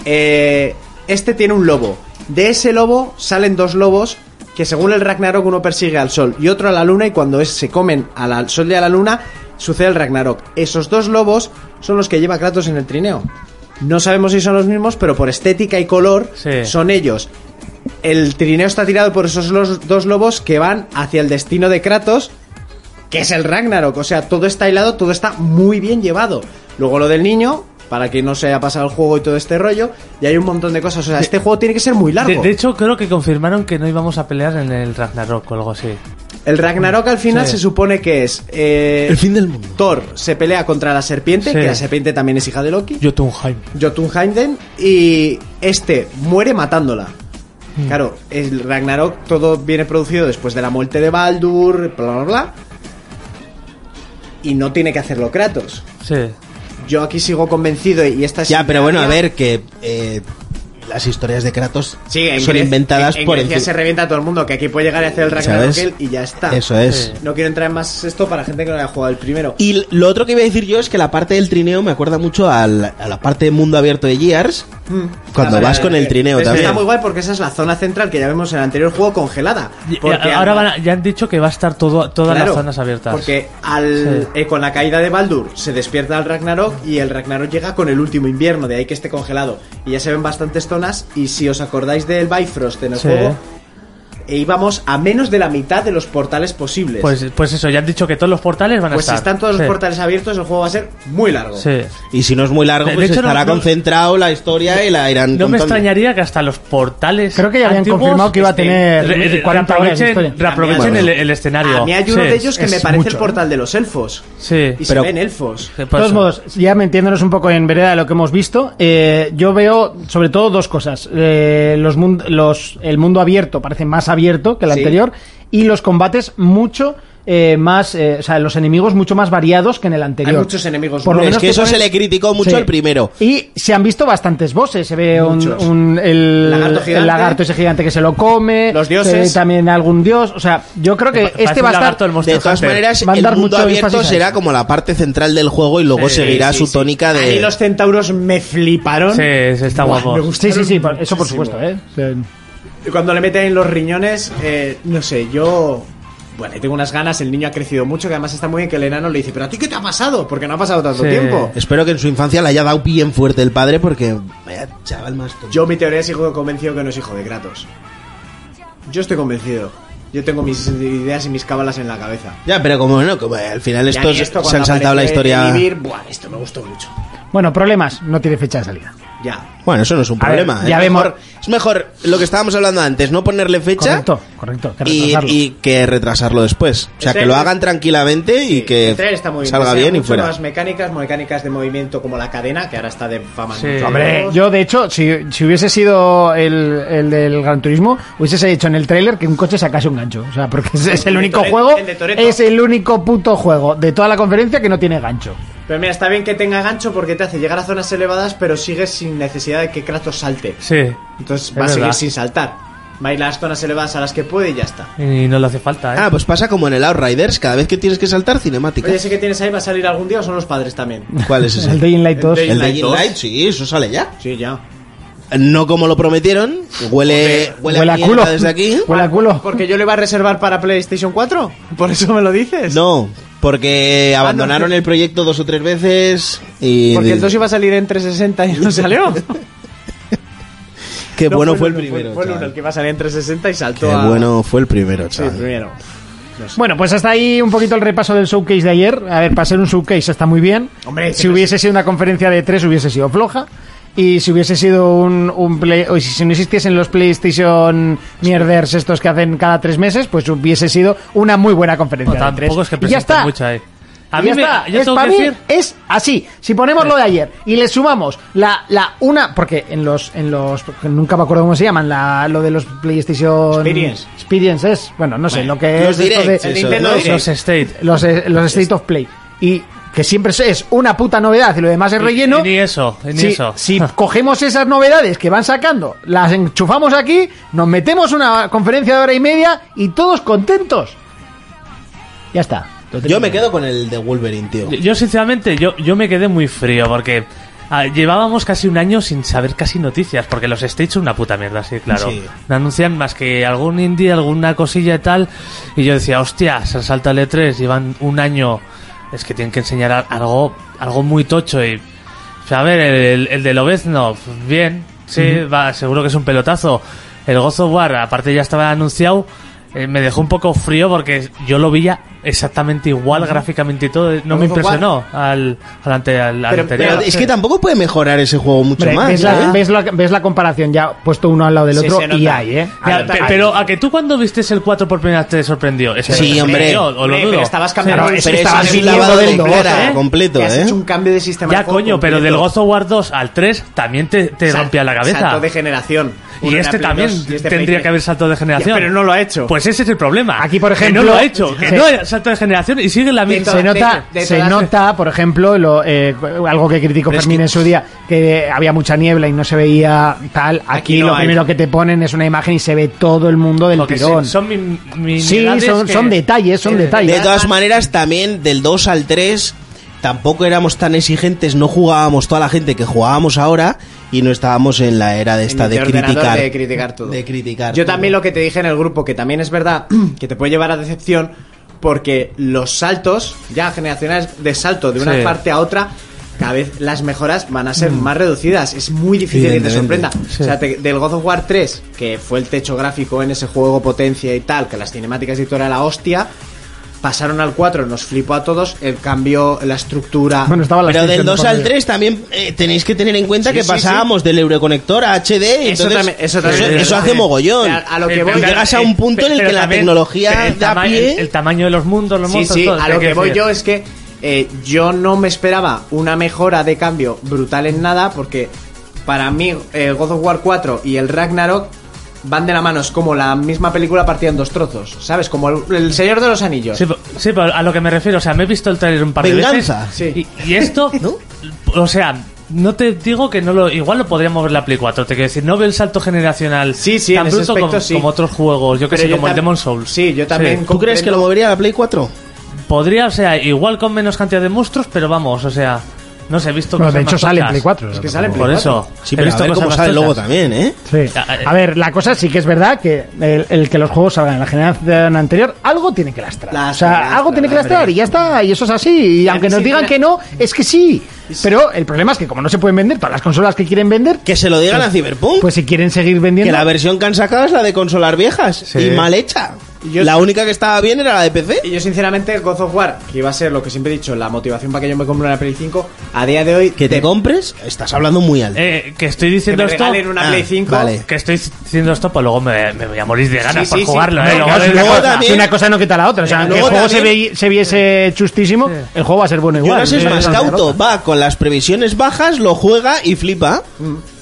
S1: Eh, este tiene un lobo. De ese lobo salen dos lobos que según el Ragnarok uno persigue al sol y otro a la luna y cuando es- se comen al al sol y a la luna sucede el Ragnarok. Esos dos lobos son los que lleva Kratos en el trineo. No sabemos si son los mismos, pero por estética y color
S9: Sí.
S1: son ellos. El trineo está tirado por esos los- dos lobos que van hacia el destino de Kratos, que es el Ragnarok. O sea, todo está hilado, todo está muy bien llevado. Luego lo del niño, para que no se haya pasado el juego y todo este rollo. Y hay un montón de cosas. O sea, este juego tiene que ser muy largo.
S9: De, de hecho, creo que confirmaron que no íbamos a pelear en el Ragnarok o algo así.
S1: el Ragnarok al final
S9: Sí.
S1: se supone que es. eh,
S8: El fin del mundo.
S1: Thor se pelea contra la serpiente,
S9: Sí.
S1: que la serpiente también es hija de Loki.
S9: Jotunheim.
S1: Jotunheim y este muere matándola.
S8: Hmm.
S1: Claro, el Ragnarok todo viene producido después de la muerte de Baldur, bla bla bla. Y no tiene que hacerlo Kratos.
S9: Sí.
S1: Yo aquí sigo convencido y esta es
S8: Ya,
S1: mi
S8: pero bueno, a
S1: teoría.
S8: ver, que eh, las historias de Kratos
S1: Sí, en
S8: son
S1: Grecia-
S8: inventadas
S1: en- en
S8: por
S1: Grecia
S8: encima.
S1: se revienta a todo el mundo, que aquí puede llegar a hacer el Ragnarok
S8: ¿Sabes?
S1: y ya está.
S8: Eso es.
S1: No quiero entrar en más esto para gente que no haya jugado el primero.
S8: Y l- lo otro que iba a decir yo es que la parte del trineo me acuerda mucho al- a la parte de mundo abierto de Gears, cuando
S1: Ah,
S8: vas
S1: vale,
S8: con el
S1: vale.
S8: trineo
S1: Pero es que
S8: también.
S1: Está muy guay porque esa es la zona central que ya vemos en el anterior juego congelada.
S9: Y-
S1: Porque
S9: y ahora van a- ya han dicho que va a estar todo, todas
S1: Claro,
S9: las zonas abiertas.
S1: Porque al, eh, con la caída de Baldur se despierta el Ragnarok y el Ragnarok llega con el último invierno, de ahí que esté congelado. Y ya se ven bastantes zonas. Y si os acordáis del Bifrost en el
S9: Sí.
S1: juego, e íbamos a menos de la mitad de los portales posibles.
S9: Pues, pues eso, ya han dicho que todos los portales van a
S1: Pues si
S9: estar.
S1: están todos los
S9: Sí.
S1: portales abiertos, el juego va a ser muy largo.
S9: Sí.
S8: Y si no es muy largo,
S9: De- de
S8: pues
S9: hecho, no-
S8: estará
S9: no-
S8: concentrado la historia y la irán
S9: No me
S8: contando.
S9: extrañaría que hasta los portales.
S5: Creo que ya habían
S9: antiguos
S5: confirmado que iba a
S9: este,
S5: tener
S9: re- re-
S5: 40 horas de
S9: reaprovechen-
S5: historia.
S9: reaprovechen
S8: Bueno.
S9: el, el escenario.
S1: A mí hay uno
S9: Sí.
S1: de ellos que
S5: es
S1: me parece
S5: mucho, ¿eh?
S1: el portal de los elfos.
S9: Sí.
S1: Y
S8: Pero-
S1: se ven elfos.
S9: ¿Qué
S5: De
S9: pasa?
S5: todos modos, ya metiéndonos un poco en vereda de lo que hemos visto, eh, yo veo sobre todo dos cosas. Eh, los mun- los- el mundo abierto parece más abierto que el
S1: Sí.
S5: anterior y los combates mucho eh, más, eh, o sea, los enemigos mucho más variados que en el anterior.
S1: Hay muchos enemigos
S5: Por lo
S1: nuevos.
S8: Es
S5: menos
S8: que
S5: te
S8: eso
S5: ponen-
S8: se le criticó mucho
S5: Sí.
S8: al primero.
S5: Y se han visto bastantes bosses. Se ve un,
S1: Muchos.
S5: un- el,
S1: Lagarto gigante.
S5: el lagarto ese gigante que se lo come.
S1: Los
S5: se
S1: dioses.
S5: ve también algún dios. O sea, yo creo que
S9: Parece
S5: este
S9: un
S5: va a estar.
S9: lagarto este. del Monster
S8: De todas
S9: Hunter.
S8: maneras,
S5: Van a
S8: el
S5: dar
S8: mundo
S5: mucho
S8: abierto
S5: énfasis a
S8: será
S5: eso.
S8: como la parte central del juego y luego
S9: Sí,
S8: seguirá
S1: Sí,
S8: su
S1: sí.
S8: tónica
S1: A
S8: de...
S1: mí los centauros me fliparon.
S9: Sí, sí, está guapo.
S1: me gusta.
S5: Sí, sí, sí, por- eso por supuesto, ¿eh?
S1: Cuando le meten los riñones, eh, no sé, yo. Bueno, y tengo unas ganas, el niño ha crecido mucho, que además está muy bien que el enano le dice, pero a ti qué te ha pasado, porque no ha pasado tanto
S9: Sí.
S1: tiempo.
S8: Espero que en su infancia le haya dado bien fuerte el padre porque... Vaya chaval más tonto.
S1: Yo mi teoría sigo convencido que no es hijo de Kratos. Yo estoy convencido. Yo tengo mis ideas y mis cábalas en la cabeza.
S8: Ya, pero como no, como al final
S1: Ya
S8: estos
S1: ni esto,
S8: se
S1: cuando
S8: han saltado la
S1: aparece
S8: historia...
S1: Vivir, buah, esto me gustó mucho.
S5: Bueno, problemas. No tiene fecha de salida.
S1: Ya.
S8: Bueno, eso no es un
S5: A ver,
S8: problema. ¿eh?
S5: ya vemos-
S8: Mejor- es mejor lo que estábamos hablando antes, no ponerle fecha
S5: Correcto, correcto. hay que
S8: y,
S5: retrasarlo.
S8: y que retrasarlo después. O sea,
S1: Este-
S8: que lo hagan tranquilamente y que
S1: El trailer está muy bien.
S8: salga
S1: Desea
S8: bien y
S1: mucho
S8: fuera. Ah,
S1: Nuevas mecánicas, mecánicas de movimiento como la cadena, que ahora está de fama. en
S9: Sí.
S1: muchos
S5: Hombre,
S1: juegos.
S5: yo de hecho, si, si hubiese sido el, el del Gran Turismo, hubiese hecho en el tráiler que un coche sacase un gancho. O sea, porque es, es el,
S1: El de
S5: único
S1: Toretto,
S5: juego,
S1: el de Toretto.
S5: es el único puto juego de toda la conferencia que no tiene gancho.
S1: Pero mira, está bien que tenga gancho porque te hace llegar a zonas elevadas, pero sigues sin necesidad de que Kratos salte.
S9: Sí.
S1: Entonces
S9: Es
S1: va a seguir
S9: verdad.
S1: sin saltar. Va a ir a las zonas elevadas a las que puede y ya está.
S9: Y no le hace falta, ¿eh?
S8: Ah, pues pasa como en el Outriders, cada vez que tienes que saltar, cinemática.
S1: Oye, ese que tienes ahí va a salir algún día o son los padres también.
S8: ¿Cuál es ese?
S5: El Day in Light 2.
S1: Day-
S8: El de
S1: Light
S8: Dying
S1: 2.
S8: Light, sí, eso sale ya.
S1: Sí, ya.
S8: No como lo prometieron, huele, huele,
S5: Huele a
S8: mierda
S5: culo. Pues
S8: desde aquí.
S5: Huele a culo.
S1: Porque yo le iba a reservar para PlayStation 4. Por eso me lo dices.
S8: No, porque abandonaron el proyecto dos o tres veces y...
S1: Porque el 2 iba a salir en 360 y no salió.
S8: Qué
S1: No,
S8: bueno fue el
S1: uno,
S8: primero,
S1: Fue el
S8: chaval.
S1: uno el que iba a salir en 360 y
S8: Qué
S1: saltó a...
S8: bueno fue el primero,
S1: Sí, el
S8: chaval.
S1: primero.
S5: Bueno, pues hasta ahí un poquito el repaso del showcase de ayer. A ver, para ser un showcase está muy bien.
S1: Hombre,
S5: si
S1: siempre
S5: hubiese sido una conferencia de tres hubiese sido floja. Y si hubiese sido un, un play, o si no existiesen los PlayStation mierders estos que hacen cada tres meses, pues hubiese sido una muy buena
S9: No,
S5: conferencia. de
S9: tampoco
S5: tres.
S9: es que
S5: Y ya
S9: presenten
S5: está.
S9: mucho ahí. A
S5: Y
S9: mí
S5: ya
S9: me,
S5: está.
S9: yo
S5: Es-
S9: tengo
S5: para
S9: que
S5: mí
S9: decir,
S5: es así. Si ponemos lo de ayer y le sumamos la, la una, porque en los, en los, porque nunca me acuerdo cómo se llaman, la, lo de los PlayStation
S1: Experience.
S5: Experience es, bueno, no sé, lo que
S8: los
S5: es esto
S8: directs,
S5: de-
S1: El Nintendo
S8: ¿no?
S1: Direct.
S9: los State.
S5: los, eh, los State of Play. Y que siempre es- es una puta novedad y lo demás es relleno.
S9: Ni eso, ni
S5: si,
S9: eso.
S5: si cogemos esas novedades que van sacando, las enchufamos aquí, nos metemos una conferencia de hora y media y todos contentos. Ya está.
S8: Yo me quedo con el de Wolverine, tío.
S9: Yo, sinceramente, yo, yo me quedé muy frío porque ah, llevábamos casi un año sin saber casi noticias, porque los States son una puta mierda, sí, claro.
S8: Sí.
S9: No anuncian más que algún indie, alguna cosilla y tal, y yo decía, hostia, se salta el E3, llevan un año, es que tienen que enseñar a- algo, algo muy tocho y... o sea, a ver, el, el de Lobeznov, bien, sí, va, seguro que es un pelotazo. El Gozo War, aparte ya estaba anunciado, eh, me dejó un poco frío porque yo lo veía exactamente igual gráficamente y todo. No me
S1: God of War.
S9: impresionó al, al, ante- al anterior.
S8: Pero es que tampoco puede mejorar ese juego mucho
S5: Hombre,
S8: más.
S5: ves, la,
S8: ¿eh?
S5: ves la- ves la comparación ya puesto uno al lado del
S1: Sí,
S5: otro
S1: se nota.
S5: y hay, ¿eh?
S9: Ya, pe- pero a que tú cuando viste el 4 por primera vez te sorprendió. Es que
S8: Sí,
S9: me
S8: hombre.
S9: sorprendió, o lo
S1: Hombre,
S9: dudo.
S1: pero estabas cambiando
S5: Claro,
S1: el
S5: es que
S8: Pero eso
S5: estabas
S8: es un
S5: viniendo
S8: lavado
S5: del
S8: de
S5: dos,
S8: cara
S5: ¿eh?
S8: completo,
S1: Que has
S8: ¿eh?
S1: hecho un cambio de sistema de
S9: Ya,
S1: juego
S9: coño, pero
S1: completo.
S9: del Gozo War 2 al 3 también te, te
S1: Sal-
S9: rompía la cabeza.
S1: Salto de generación. Uno
S9: Y
S1: era
S9: este
S1: Play
S9: también
S1: 2 y este Play
S9: tendría
S1: 3.
S9: que haber saltado de generación.
S1: Ya, pero no lo ha hecho.
S9: Pues ese es el problema.
S5: Aquí, por
S9: Que
S5: ejemplo-
S9: no lo ha hecho. Que
S5: Sí.
S9: no ha- salto de generación y sigue la misma.
S1: todo-
S5: se nota,
S1: de- de
S5: se
S1: todas-
S5: nota, por ejemplo, lo, eh, algo que criticó
S8: Pero es
S5: Fermín
S8: que-
S5: en su día, que había mucha niebla y no se veía tal. Aquí,
S8: Aquí no
S5: lo
S8: hay.
S5: primero que te ponen es una imagen y se ve todo el mundo del
S9: Porque
S5: tirón.
S9: sí, son min-
S5: Sí,
S9: miniedades
S5: son,
S9: que-
S5: son detalles, son
S1: De-
S5: detalles.
S8: De todas maneras, también del 2 al 3 tampoco éramos tan exigentes, no jugábamos toda la gente que jugábamos ahora y no estábamos en la era de esta
S1: En
S8: de
S1: el ordenador
S8: criticar.
S1: de criticar todo.
S8: De criticar
S1: Yo
S8: todo.
S1: también lo que te dije en el grupo, que también es verdad que te puede llevar a decepción, porque los saltos, ya generacionales de salto de una
S9: Sí.
S1: parte a otra, cada vez las mejoras van a ser más reducidas. Es muy difícil que te
S8: Mm. Evidentemente.
S1: sorprenda. O sea, te- del God of War 3, que fue el techo gráfico en ese juego, potencia y tal, que las cinemáticas y todo era la hostia. Pasaron al 4, nos flipó a todos el cambio, la estructura.
S5: Bueno, estaba la
S8: Pero del
S5: Station
S8: 2
S5: por
S8: al
S5: ahí.
S8: 3 también eh, tenéis que tener en cuenta
S1: Sí,
S8: que
S1: sí,
S8: pasábamos del euroconector a HD. entonces,
S1: también- eso también
S8: eso-
S1: es
S8: eso
S1: verdad.
S8: hace mogollón.
S1: A- a lo que
S8: Pero
S1: voy-
S8: llegas a
S9: eh,
S8: un punto en el
S9: pero
S8: que la
S9: también- pero
S8: tecnología
S9: el
S8: da
S9: tama-
S8: pie.
S9: el, el tamaño de los mundos, los
S1: Sí,
S9: monstruos,
S1: sí,
S9: todo,
S1: a
S9: ¿qué
S1: lo que
S9: quiero
S1: voy
S9: decir?
S1: yo es que eh, yo no me esperaba una mejora de cambio brutal en nada porque para mí el God of War 4 y el Ragnarok van de la mano, es como la misma película partida en dos trozos, ¿sabes? Como el, el Señor de los Anillos.
S9: Sí, pero- sí, pero a lo que me refiero, o sea, me he visto el trailer un par
S8: Venganza.
S9: de veces. Y, y esto, o sea, no te digo que no lo. Igual lo podríamos ver la Play 4, te quiero decir, no veo el salto generacional
S1: Sí, sí, en
S9: tan
S1: ese
S9: bruto
S1: aspecto
S9: como,
S1: sí.
S9: como otros juegos, yo que
S1: Pero
S9: sé,
S1: yo
S9: como el
S1: tam-
S9: Demon Souls.
S1: sí, yo también
S8: ¿Tú crees que lo movería a la Play 4?
S9: Podría, o sea, igual con menos cantidad de monstruos, pero vamos, o sea, no sé, he visto
S5: Bueno,
S9: cosas
S5: de hecho
S9: más
S5: sale en
S9: tochas.
S5: Play 4.
S1: Es que sale en
S9: Por eso.
S8: Sí,
S9: he
S8: pero a
S9: visto
S8: ver
S9: cosas
S8: cómo
S9: más
S8: sale luego
S9: tochas.
S8: también, ¿eh?
S5: Sí. A ver, la cosa sí que es verdad que el, el que los juegos salgan en la generación anterior, algo tiene que lastrar.
S1: Lastra,
S5: o sea,
S1: lastra,
S5: algo tiene que
S1: hombre.
S5: lastrar y ya está, y eso es así. Y aunque
S1: sí,
S5: nos digan
S1: mira.
S5: que no, es que sí. Pero el problema es que como no se pueden vender todas las consolas que quieren vender,
S8: Que se lo digan a Cyberpunk.
S5: pues si quieren seguir vendiendo...
S8: que la versión que han sacado es la de consolar viejas. Y mal hecha.
S1: Yo-
S8: la única que estaba bien era la de PC.
S1: Y yo sinceramente God of War, que iba a ser lo que siempre he dicho, la motivación para que yo me compre una Play 5, a día de hoy
S8: Que te compres, estás hablando muy alto.
S9: Eh, que estoy
S1: que
S9: diciendo
S1: me
S9: esto.
S1: regalen una
S8: Ah,
S1: Play 5
S8: vale.
S9: Que estoy diciendo esto, pues luego me, me voy a morir de ganas
S1: Sí,
S9: por
S1: sí, sí.
S9: jugarlo,
S1: No,
S9: ¿eh?
S5: Claro, si
S9: Luego-
S5: una,
S8: luego
S5: cosa,
S8: también-
S5: si una cosa no quita la otra. O sea, aunque el
S8: luego
S5: juego se,
S8: también-
S5: ve- se viese chustísimo, el juego va a ser bueno
S8: Jonas
S5: igual. eh,
S8: es
S5: Sí,
S8: más
S5: sí, sí.
S8: cauto, va con las previsiones bajas, lo juega y flipa.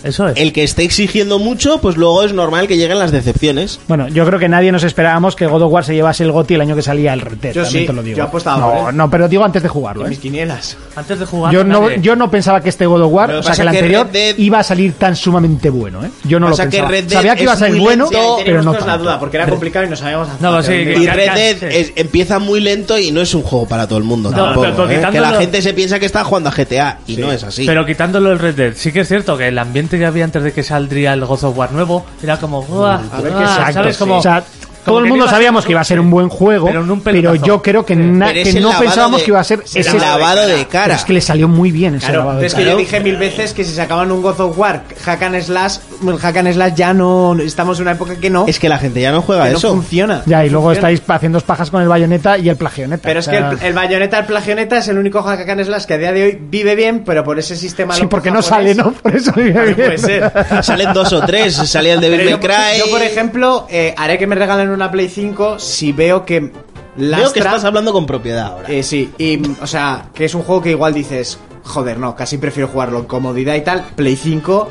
S9: Eso es.
S8: El que esté exigiendo mucho, pues luego es normal que lleguen las decepciones.
S5: Bueno, yo creo que nadie nos esperábamos que God of War se llevase el GOTI el año que salía el RT.
S1: Yo
S5: también
S1: sí,
S5: te lo digo.
S1: yo apostaba
S5: no,
S1: por él.
S5: no, pero digo antes de jugarlo.
S1: en
S5: ¿eh?
S1: mis quinielas.
S9: Antes de jugar.
S5: Yo no,
S9: nadie.
S5: yo no pensaba que este God of War,
S8: Lo que
S5: o sea,
S8: pasa
S5: que el
S8: es que
S5: anterior
S8: Red Dead-
S5: iba a salir tan sumamente bueno, ¿eh? Yo no lo
S8: Pasa que
S5: pensaba.
S8: Red Dead
S5: Sabía que iba a
S8: es
S5: ser
S8: muy
S5: bueno,
S8: lento,
S1: Sí, ahí
S5: pero
S1: teníamos
S5: no
S1: todos la
S5: tanto.
S1: duda, porque era complicado y no sabíamos hasta
S9: No, pues
S1: dónde
S9: sí,
S1: iba.
S9: que-
S8: Y
S9: ya,
S8: Red
S9: ya,
S8: Dead
S9: sí.
S8: es- empieza muy lento y no es un juego para todo el mundo
S9: No,
S8: tampoco.
S9: pero- pero
S8: ¿eh? Que la
S9: quitándolo-
S8: gente se piensa que está jugando a GTA y no es así.
S9: Pero quitándolo el Red Dead, sí que es cierto que el ambiente que había antes de que saldría el God of War nuevo era como.
S5: Mm,
S9: "Buah,
S1: a ver
S9: ah",
S1: qué
S5: Exacto.
S9: ¿sabes? Como-
S5: o sea,
S9: como
S5: todo el
S9: que
S5: mundo
S9: iba a ser
S5: sabíamos
S9: un-
S5: que iba a ser un buen juego,
S9: Pero en un
S5: pero,
S9: pelotazo.
S5: yo creo que, na-
S8: Pero
S5: que
S8: es el
S5: no
S8: lavado
S5: pensábamos
S8: de-
S5: que iba a ser
S8: es el
S5: ese
S8: lavado de
S5: Pero
S8: cara.
S5: es que le salió muy bien ese
S1: Claro,
S5: lavado de
S1: es que
S5: cara.
S1: yo dije mil veces que si sacaban un God of War hack and slash, el hack and slash ya no, estamos en una época que no,
S8: Es que la gente ya no juega
S1: que no
S8: eso.
S1: funciona.
S5: Ya, y
S1: No
S5: luego
S1: funciona.
S5: estáis haciendo pajas con el bayoneta y el plagioneta.
S1: Pero
S5: o
S1: es que
S5: sea,
S1: el, el bayoneta, el plagioneta es el único hack and slash que a día de hoy vive bien, pero por ese sistema...
S5: Sí,
S1: loco
S5: porque no sale,
S1: japonés,
S5: ¿no? Por eso
S1: No
S9: pues,
S1: puede ser.
S8: Salen dos o tres, salía el de
S1: Pero
S8: Devil
S1: yo,
S8: May Cry.
S1: yo, por ejemplo, eh, haré que me regalen una Play 5 si veo que... Lastra,
S8: Veo que estás hablando con propiedad ahora.
S1: Eh, sí, y, mm, o sea, que es un juego que igual dices, joder, no, casi prefiero jugarlo en comodidad y tal. Play 5,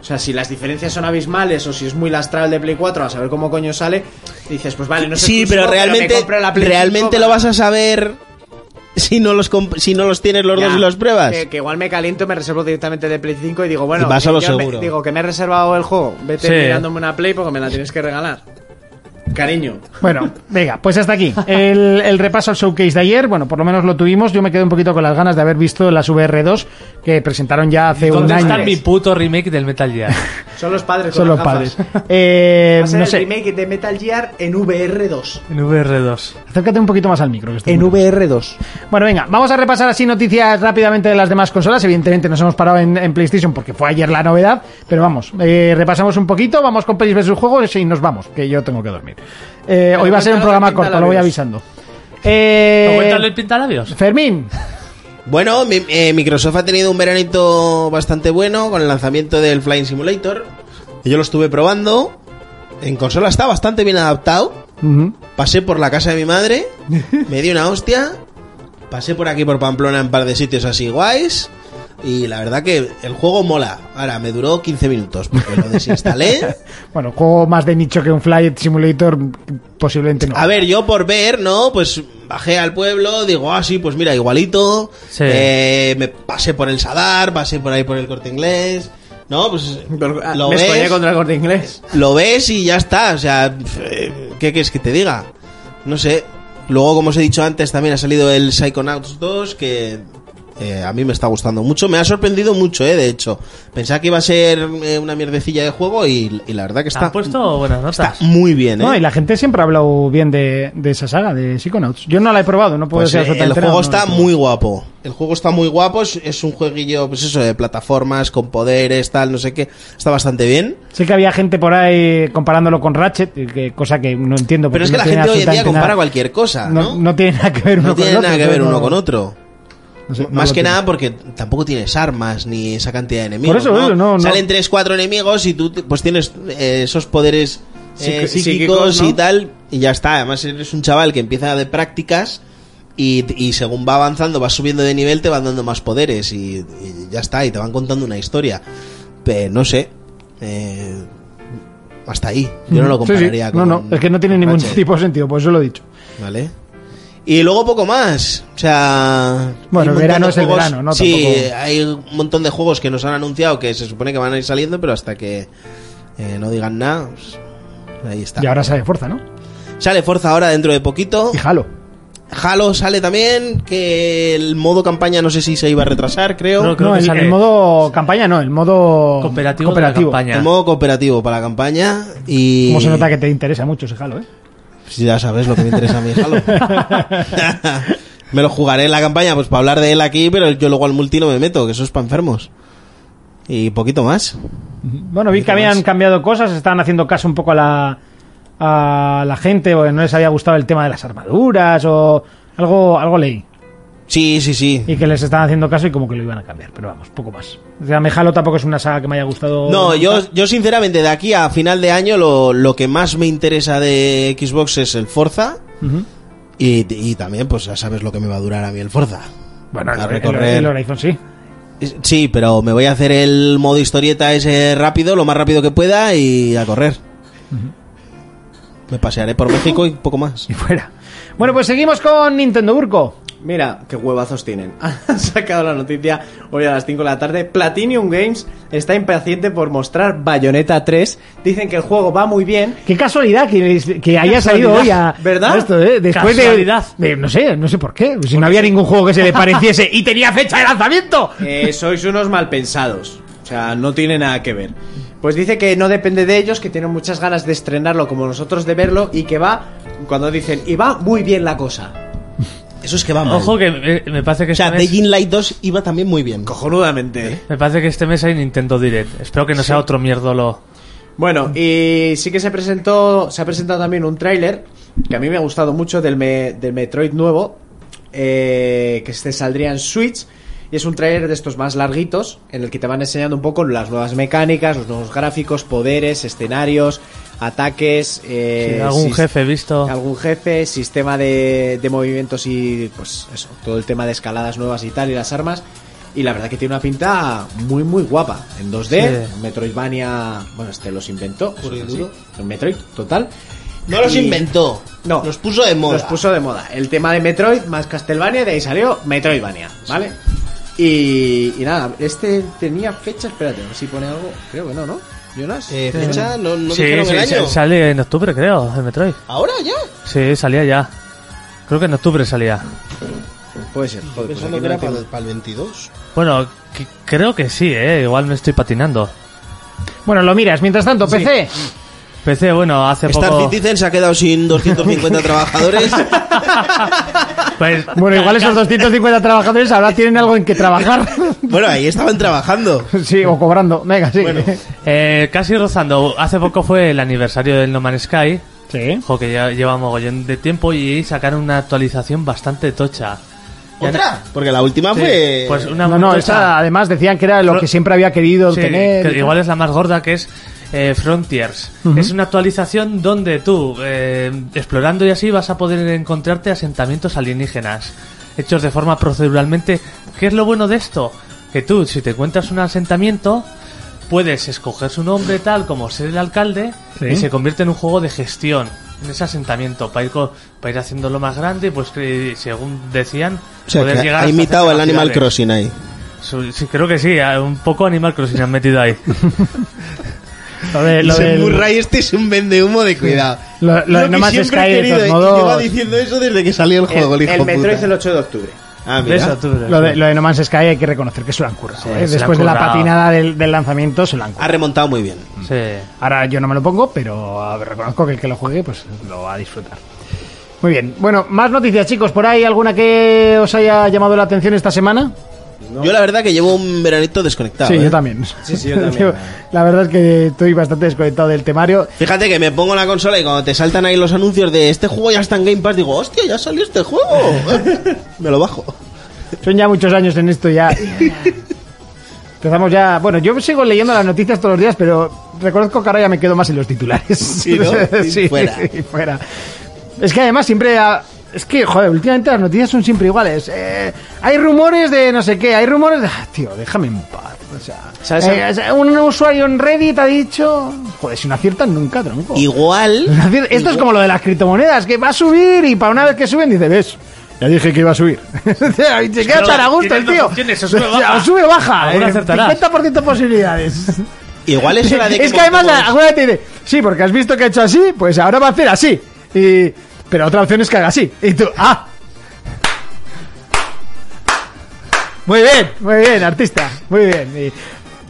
S1: o sea, si las diferencias son abismales o si es muy lastral de Play 4, a saber cómo coño sale, dices, pues vale, no sé.
S8: sí, pero realmente, realmente lo vas a saber si no los, comp- si no los tienes los dos y los pruebas.
S1: Que, que igual me caliento, me reservo directamente de Play 5 y digo, bueno,
S8: Y vas a lo
S1: yo me-
S8: seguro.
S1: digo que me he reservado el juego, vete
S9: Sí.
S1: mirándome una Play porque me la tienes que regalar. Cariño.
S5: Bueno, venga, pues hasta aquí. El, el repaso al showcase de ayer, bueno, por lo menos lo tuvimos. Yo me quedé un poquito con las ganas de haber visto las VR2 que presentaron ya hace un
S9: ¿Dónde está
S5: año.
S9: mi puto remake del Metal Gear?
S1: Son los padres. con
S5: Son los
S1: las
S5: padres.
S1: gafas.
S5: Eh,
S1: Va a ser
S5: no
S1: el
S5: sé,
S1: remake de Metal Gear en VR2.
S9: En VR2.
S5: acércate un poquito más al micro. que estoy
S1: En
S5: muy-
S1: VR2.
S5: Bueno, venga, vamos a repasar así noticias rápidamente de las demás consolas. Evidentemente nos hemos parado en, en PlayStation porque fue ayer la novedad, pero vamos, eh, repasamos un poquito, vamos con Pelis vs. Juegos y nos vamos, que yo tengo que dormir. Eh, hoy va a ser un
S1: cuéntalo,
S5: programa
S1: cuéntalo,
S5: corto, lo voy
S1: Luis.
S5: avisando. Eh,
S9: ¿No cuentan el pintalabios?
S5: Fermín,
S8: Bueno, mi- eh, Microsoft ha tenido un veranito bastante bueno con el lanzamiento del Flying Simulator. Yo lo estuve probando. En consola está bastante bien adaptado. Pasé por la casa de mi madre, me di una hostia. Pasé por aquí por Pamplona en un par de sitios así guays. Y la verdad que el juego mola. Ahora, me duró 15 minutos porque lo desinstalé.
S5: Bueno, juego más de nicho que un Flight Simulator, posiblemente no.
S8: A ver, yo por ver, ¿no? Pues bajé al pueblo, digo, ah, sí, pues mira, igualito.
S9: Sí.
S8: Eh, me pasé por el Sadar, pasé por ahí por el corte inglés. No, pues lo
S1: me escoñé
S8: ves,
S1: contra el corte inglés.
S8: lo ves y ya está. O sea, pf, eh, ¿qué quieres que te diga? No sé. Luego, como os he dicho antes, también ha salido el Psychonauts 2, que eh, a mí me está gustando mucho. Me ha sorprendido mucho, eh, de hecho. Pensaba que iba a ser eh, una mierdecilla de juego y, y la verdad que está,
S9: Han puesto buenas
S8: está
S9: notas.
S8: muy bien, eh.
S5: No, y la gente siempre ha hablado bien de, de esa saga, de Psychonauts. Yo no la he probado, no puedo
S8: Pues,
S5: ser
S8: eh, el
S5: absolutamente
S8: juego
S5: nada,
S8: está
S5: no.
S8: muy guapo. El juego está muy guapo. Es, es un jueguillo, pues eso, de plataformas, con poderes, tal, no sé qué. Está bastante bien.
S5: Sí que había gente por ahí comparándolo con Ratchet, y que- cosa que no entiendo. porque
S8: Pero es que
S5: no
S8: la
S5: tiene
S8: gente hoy en día
S5: absolutamente
S8: compara
S5: nada-
S8: cualquier cosa,
S5: No,
S8: ¿no?
S5: no tiene nada que ver uno
S8: No
S5: con
S8: tiene
S5: el otro.
S8: nada que ver
S5: no-
S8: uno con otro.
S5: no sé, no
S8: Más
S5: lo
S8: que
S5: tiene.
S8: nada porque tampoco tienes armas ni esa cantidad de enemigos.
S5: Por eso, eso, no, no.
S8: Salen tres, cuatro enemigos y tú te- pues tienes eh, esos poderes eh,
S1: Psíqui-
S8: psíquicos
S1: psíquicos, ¿no?
S8: y tal. Y ya está. Además eres un chaval que empieza de prácticas y, y según va avanzando, vas subiendo de nivel, te van dando más poderes y, y ya está. Y te van contando una historia. Pe- no sé. eh, hasta ahí. Yo no lo
S5: Mm. Sí, sí.
S8: compararía con...
S5: No, no, es que no tiene ningún
S8: Ratchet,
S5: tipo de sentido, por eso lo he dicho.
S8: ¿Vale? Y luego poco más. O sea.
S5: Bueno,
S8: hay un
S5: el verano
S8: montón de
S5: es el
S8: juegos-
S5: verano, ¿no?
S8: Sí,
S5: Tampoco-
S8: hay un montón de juegos que nos han anunciado que se supone que van a ir saliendo, pero hasta que eh, no digan nada. pues, ahí está.
S5: Y ahora sale fuerza, ¿no?
S8: Sale Forza ahora dentro de poquito.
S5: Y jalo.
S8: Halo sale también. Que el modo campaña no sé si se iba a retrasar, creo.
S9: Creo que
S5: No, el,
S9: sale-
S5: el modo campaña no, el modo
S9: Cooperativo, de la campaña.
S8: El modo cooperativo para la campaña. Y.
S5: Como se nota que te interesa mucho ese jalo, ¿eh?
S8: Pues ya sabes lo que me interesa a mí, Halo. me lo jugaré en la campaña, pues para hablar de él aquí, pero yo luego al multi no me meto, que eso es para enfermos. Y poquito más.
S5: Bueno, vi que habían
S8: más.
S5: cambiado cosas, estaban haciendo caso un poco a la, a la gente, o que no les había gustado el tema de las armaduras, o algo, algo leí.
S8: Sí, sí, sí.
S5: Y que les estaban haciendo caso y como que lo iban a cambiar, pero vamos, poco más. O sea, me Halo tampoco es una saga que me haya gustado.
S8: No,
S5: nunca.
S8: yo, yo sinceramente de aquí a final de año lo, lo que más me interesa de Xbox es el Forza.
S5: Ujú.
S8: Y, y también, pues ya sabes lo que me va a durar a mí el Forza.
S5: Bueno,
S8: a
S5: el,
S8: recorrer.
S5: el Horizon sí.
S8: Sí, pero me voy a hacer el modo historieta ese rápido, lo más rápido que pueda y a correr. Me pasearé por México y poco más.
S5: Y fuera. Bueno, pues seguimos con Nintendo Urco.
S1: Mira, qué huevazos tienen. Han sacado la noticia hoy a las 5 de la tarde. Platinum Games está impaciente por mostrar Bayonetta 3. Dicen que el juego va muy bien.
S5: Qué casualidad que, les- que haya
S1: Casualidad,
S5: salido hoy a
S1: ¿verdad?
S5: a esto, ¿eh? Después de-
S9: Casualidad.
S5: De, No sé, no sé por qué. Si no había ningún juego que se le pareciese y tenía fecha de lanzamiento.
S1: Eh, sois unos malpensados. O sea, no tiene nada que ver. Pues dice que no depende de ellos, que tienen muchas ganas de estrenarlo como nosotros de verlo y que va, cuando dicen, y va muy bien la cosa.
S8: Eso es que va mal.
S9: Ojo que eh, me parece que
S8: o sea,
S9: este mes,
S8: Beijing Light 2 iba también muy bien.
S1: Cojonudamente.
S9: me parece que este mes hay Nintendo Direct. Espero que no sea otro mierdolo.
S1: Bueno, y sí que se presentó, se ha presentado también un tráiler que a mí me ha gustado mucho del, me- del Metroid nuevo, eh, que se saldría en Switch. Y es un tráiler de estos más larguitos, en el que te van enseñando un poco las nuevas mecánicas, los nuevos gráficos, poderes, escenarios, ataques... eh,
S9: Sí, algún
S1: sis-
S9: jefe he visto.
S1: Algún jefe, sistema de, de movimientos y pues eso, todo el tema de escaladas nuevas y tal, y las armas. Y la verdad que tiene una pinta muy, muy guapa. En 2D,
S9: Sí.
S1: Metroidvania, bueno, este los inventó. eso es así.
S8: Puriduro.
S1: Un Metroid, total.
S8: No los
S1: Y-
S8: inventó.
S1: No.
S8: Los puso de moda.
S1: Los puso de moda. El tema de Metroid más Castlevania, de ahí salió Metroidvania, ¿vale? Y, y nada, este tenía fecha, espérate, a ver si pone algo. Creo que no, ¿no? Jonas.
S8: Eh, fecha, no, no
S9: sí,
S8: dijeron
S9: sí,
S8: el
S9: sí,
S8: año.
S9: sale en octubre, creo, el Metroid.
S8: Ahora ya.
S9: Sí, salía ya. Creo que en octubre salía.
S1: Puede ser, joder, pues
S8: Pensando
S1: aquí
S8: que
S1: no
S8: era
S1: tengo.
S8: para, para el 22.
S9: Bueno, que- creo que sí, ¿eh? Igual me estoy patinando.
S5: Bueno, lo miras. Mientras tanto, PC.
S9: PC, bueno, hace
S8: Star
S9: poco...
S8: Citizen se ha quedado sin 250 trabajadores.
S9: Pues,
S5: Bueno, igual esos 250 trabajadores ahora tienen algo en que trabajar.
S8: Bueno, ahí estaban trabajando.
S5: sí, o cobrando. Venga, sí.
S9: eh, casi rozando. Hace poco fue el aniversario del No Man's Sky.
S5: Sí.
S9: Ojo, que ya lleva mogollón de tiempo y sacaron una actualización bastante tocha. Ya
S8: ¿Otra? Porque la última
S9: no-
S8: fue...
S9: Pues una
S5: No, no,
S9: tocha.
S5: esa además decían que era lo que siempre había querido
S9: Sí,
S5: tener.
S9: que igual es la más gorda que es eh, Frontiers. Es una actualización donde tú, eh, explorando y así, vas a poder encontrarte asentamientos alienígenas, hechos de forma proceduralmente. ¿Qué es lo bueno de esto? Que que tú, si te encuentras un asentamiento, puedes escoger su nombre tal como ser el alcalde
S10: Sí.
S9: y se convierte en un juego de gestión en ese asentamiento para ir, co- para ir haciéndolo más grande y pues que, según decían
S8: O sea,
S9: poder
S8: que
S9: llegar
S8: ha
S9: hasta
S8: imitado
S9: ciertas
S8: el Animal
S9: ciudades.
S8: Crossing ahí.
S9: Su- sí, creo que sí, a- un poco Animal Crossing han metido ahí.
S5: Lo de, lo
S8: Ese
S5: del-
S8: Murray este es un vende humo de cuidado.
S5: Lo- lo de
S8: que
S5: No Man's Sky,
S8: siempre he
S5: de
S8: querido,
S5: todos
S8: y
S5: modos.
S8: Lleva diciendo eso desde que salió el juego, el, hijo puta.
S1: 8 de octubre.
S8: Ah, mira.
S9: Eso, tú,
S5: lo de- lo de No Man's Sky hay que reconocer que se lo han currado. ¿eh?
S9: se lo han
S5: Después de la
S9: currado.
S5: patinada del, del lanzamiento, se lo han currado.
S8: Ha remontado muy bien.
S9: Sí.
S5: Ahora yo no me lo pongo, pero a ver, reconozco que el que lo juegue pues lo va a disfrutar. Muy bien. Bueno, más noticias, chicos. ¿Por ahí alguna que os haya llamado la atención esta semana?
S8: Yo la verdad que llevo un veranito desconectado.
S5: sí,
S8: ¿eh?
S5: yo también.
S1: Sí, sí, yo también.
S5: la verdad es que estoy bastante desconectado del temario.
S8: Fíjate que me pongo en la consola y cuando te saltan ahí los anuncios de este juego ya está en Game Pass, digo, hostia, ya salió este juego. me lo bajo.
S5: Son ya muchos años en esto ya. Empezamos ya. Bueno, yo sigo leyendo las noticias todos los días, pero reconozco que ahora ya me quedo más en los titulares.
S8: Sí, ¿no? Y
S5: Sí,
S8: fuera.
S5: y fuera. Es que además siempre. ha- Es que, joder, últimamente las noticias son siempre iguales. Eh, hay rumores de no sé qué, hay rumores de. Ah, tío, déjame en paz. O sea,
S1: ¿Sabes?
S5: eh, o sea, un usuario en Reddit ha dicho. Joder, si no aciertan nunca, tronco. Es
S8: Igual,
S5: decir, Esto es como lo de las criptomonedas, que va a subir y para una vez que suben dice, ves, ya dije que iba a subir. y se queda
S9: no,
S5: tan a gusto
S9: tiene
S5: el
S9: dos
S5: tío.
S9: opciones, o sube o
S5: O sea,
S9: baja.
S5: o sube o baja.
S9: Alguna
S5: eh,
S9: acertarás.
S5: 50% posibilidades.
S8: igual es hora de
S5: es que además
S8: montemos-
S5: alguna vez te dice, sí, porque has visto que ha hecho así, pues ahora va a hacer así. Y, pero otra opción es que haga así. Y tú, ah. Muy bien, muy bien, artista. Muy bien. Y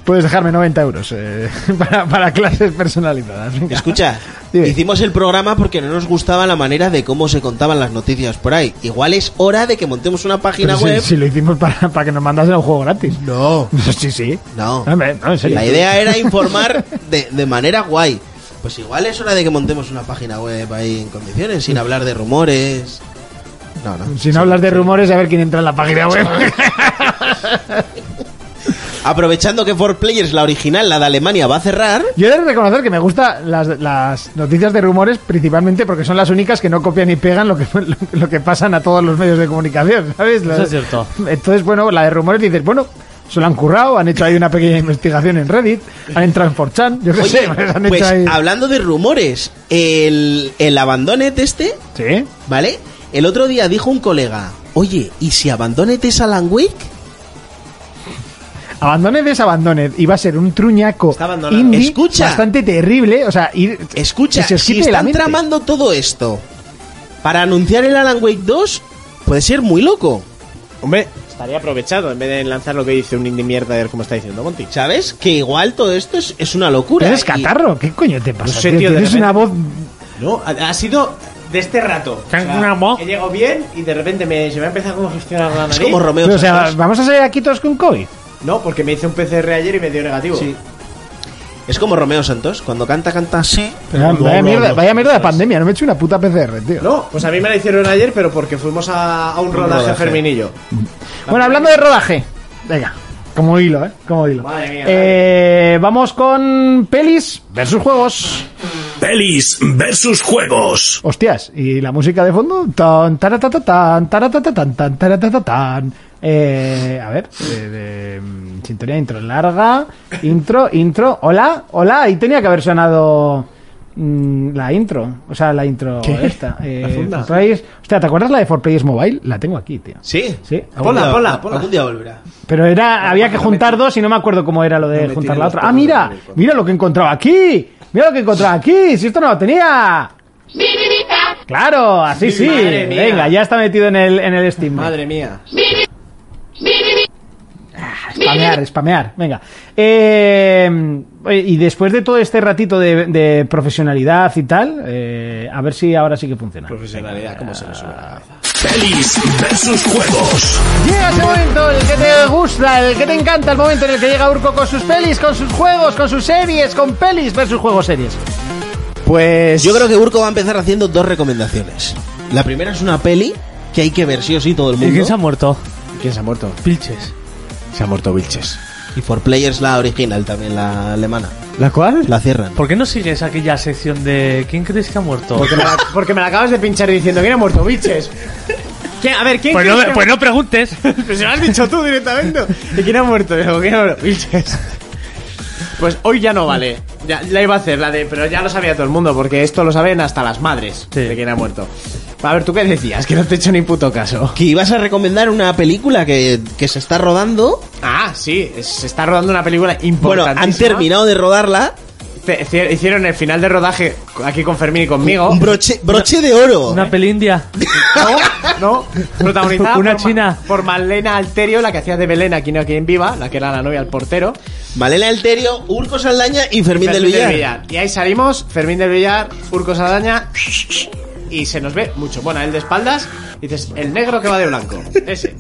S5: puedes dejarme 90 euros eh, para, para clases personalizadas. venga.
S8: Escucha,
S5: Dime.
S8: hicimos el programa porque no nos gustaba la manera de cómo se contaban las noticias por ahí. Igual es hora de que montemos una página
S5: Pero si-
S8: web.
S5: Si, lo hicimos para, para que nos mandasen un juego gratis. No. Sí, sí.
S8: No.
S5: Hombre, no, en serio.
S8: La idea era informar de, de manera guay. Pues igual es hora de que montemos una página web ahí en condiciones, sin hablar de rumores. No, no.
S5: Si no hablas de rumores, a ver quién entra en la página web.
S8: Aprovechando que For Players, la original, la de Alemania, va a cerrar.
S5: Yo debo reconocer que me gustan las, las noticias de rumores principalmente porque son las únicas que no copian ni pegan lo que, lo, que pasan a todos los medios de comunicación, ¿sabes?
S9: Eso es cierto.
S5: Entonces, bueno, la de rumores dices, bueno, se lo han currado, han hecho ahí una pequeña investigación en Reddit, han entrado en 4chan, yo qué
S8: Oye,
S5: sé, pues han
S8: pues
S5: hecho ahí...
S8: hablando de rumores, el, el Abandonet este,
S5: Sí,
S8: ¿vale? El otro día dijo un colega, oye, ¿y si Abandonet es Alan Wake?
S5: Abandoned es Abandoned. Iba a ser un truñaco
S1: Está abandonado.
S5: indie
S8: Escucha.
S5: bastante terrible. O sea, ir,
S8: Escucha,
S5: que se os
S8: si
S5: quite de la
S8: están
S5: mente.
S8: tramando todo esto para anunciar el Alan Wake 2, puede ser muy loco.
S1: Hombre, estaría aprovechado en vez de lanzar lo que dice un indie mierda como está diciendo Monty.
S8: ¿Sabes? Que igual todo esto es, es una locura.
S5: ¿Eres
S8: Y-
S5: catarro? ¿Qué coño te pasa?
S1: No sé,
S5: tío?
S1: tío, de
S5: Tienes una voz.
S1: No, ha, ha sido de este rato.
S9: Tengo una voz.
S1: he llegado bien y de repente me, se me ha empezado como a gestionar la nariz.
S8: es como Romeo.
S5: o sea,
S8: Santos.
S5: ¿vamos a salir aquí todos con COVID?
S1: No, porque me hice un PCR ayer y me dio negativo.
S8: Sí. Es como Romeo Santos. Cuando canta, canta así.
S5: Vaya, mierda, vaya mierda de pandemia. No me he hecho una puta PCR, tío.
S1: No, pues a mí me la hicieron ayer, pero porque fuimos a, a un rodaje,
S8: rodaje.
S1: Ferminillo.
S5: Bueno, hablando de rodaje. Venga. Como hilo, ¿eh? Como hilo.
S1: Madre mía,
S5: Eh, vamos con pelis versus juegos.
S2: Pelis versus juegos.
S5: Hostias, y la música de fondo. Tan, taratatatán, taratatán, tan, taratatatán. Eh, a ver, eh, de, mm, sintonía de intro larga. Intro, intro. Hola, hola. Ahí tenía que haber sonado mm, la intro. O sea, la intro esta. Eh,
S1: funda.
S5: For Players- Hostia, ¿te acuerdas la de 4Players Mobile? La tengo aquí, tío.
S8: Sí.
S5: Sí.
S1: Ponla,
S8: Algún día-
S1: ponla, ponla.
S8: Algún día volverá.
S5: Pero era, había que juntar dos y no me acuerdo cómo era lo de
S1: me
S5: juntar
S1: tiene
S5: la
S1: los
S5: otra. Ah,
S1: pelos de
S5: mira,
S1: público.
S5: mira lo que he encontrado aquí. Mira lo que he encontrado aquí. Si esto no lo tenía. Claro, así sí.
S1: Madre mía.
S5: Venga, ya está metido en el, en el Steam.
S1: Madre mía.
S5: Spamear, spamear, venga. Eh, oye, y después de todo este ratito de, de profesionalidad y tal, eh, a ver si ahora sí que funciona.
S1: Profesionalidad, ¿cómo se le sube la cabeza?
S2: Pelis versus juegos.
S5: Llega ese momento, el que te gusta, el que te encanta, el momento en el que llega Urco con sus pelis, con sus juegos, con sus series, con pelis versus juegos series.
S1: Pues.
S8: Yo creo que Urco va a empezar haciendo dos recomendaciones. La primera es una peli que hay que ver sí o sí todo el
S9: ¿Y
S8: mundo.
S9: quién se ha muerto?
S1: ¿Quién se ha muerto?
S9: Pilches.
S1: Se ha muerto Vilches.
S8: Y For Players la original, también la alemana.
S1: ¿La cual?
S8: La cierran.
S9: ¿Por qué no sigues aquella sección de quién crees que ha muerto?
S1: Porque me, la, porque me la acabas de pinchar diciendo que era muerto Vilches. ¿Quién- a ver, ¿quién
S9: Pues no,
S1: crees que-
S9: pues no preguntes.
S1: Pues se lo has dicho tú directamente. ¿Y quién ha muerto? Digo, ¿quién ha muerto? Vilches. Pues hoy ya no vale. Ya, la iba a hacer, la de. Pero ya lo sabía todo el mundo, porque esto lo saben hasta las madres
S9: Sí.
S1: de quién ha muerto. A ver, ¿tú qué decías? Que no te he hecho ni puto caso.
S8: Que ibas a recomendar una película que, que se está rodando.
S1: Ah, sí, es- se está rodando una película
S8: Bueno,
S1: importantísima.
S8: han terminado de rodarla.
S1: Te- te- hicieron el final de rodaje aquí con Fermín y conmigo.
S8: Un broche, broche de oro.
S9: Una peli india.
S1: No, no. Protagonizada
S9: Una
S1: por Ma-
S9: china.
S1: por Marlena Alterio, la que hacía de Belén aquí no aquí en Viva, la que era la novia del portero.
S8: Malena Alterio, Urco Saldaña y Fermín, del Villar.
S1: Y ahí salimos, Fermín del Villar, Urco Saldaña y se nos ve mucho. Bueno, él de espaldas, dices, el negro que va de blanco, ese.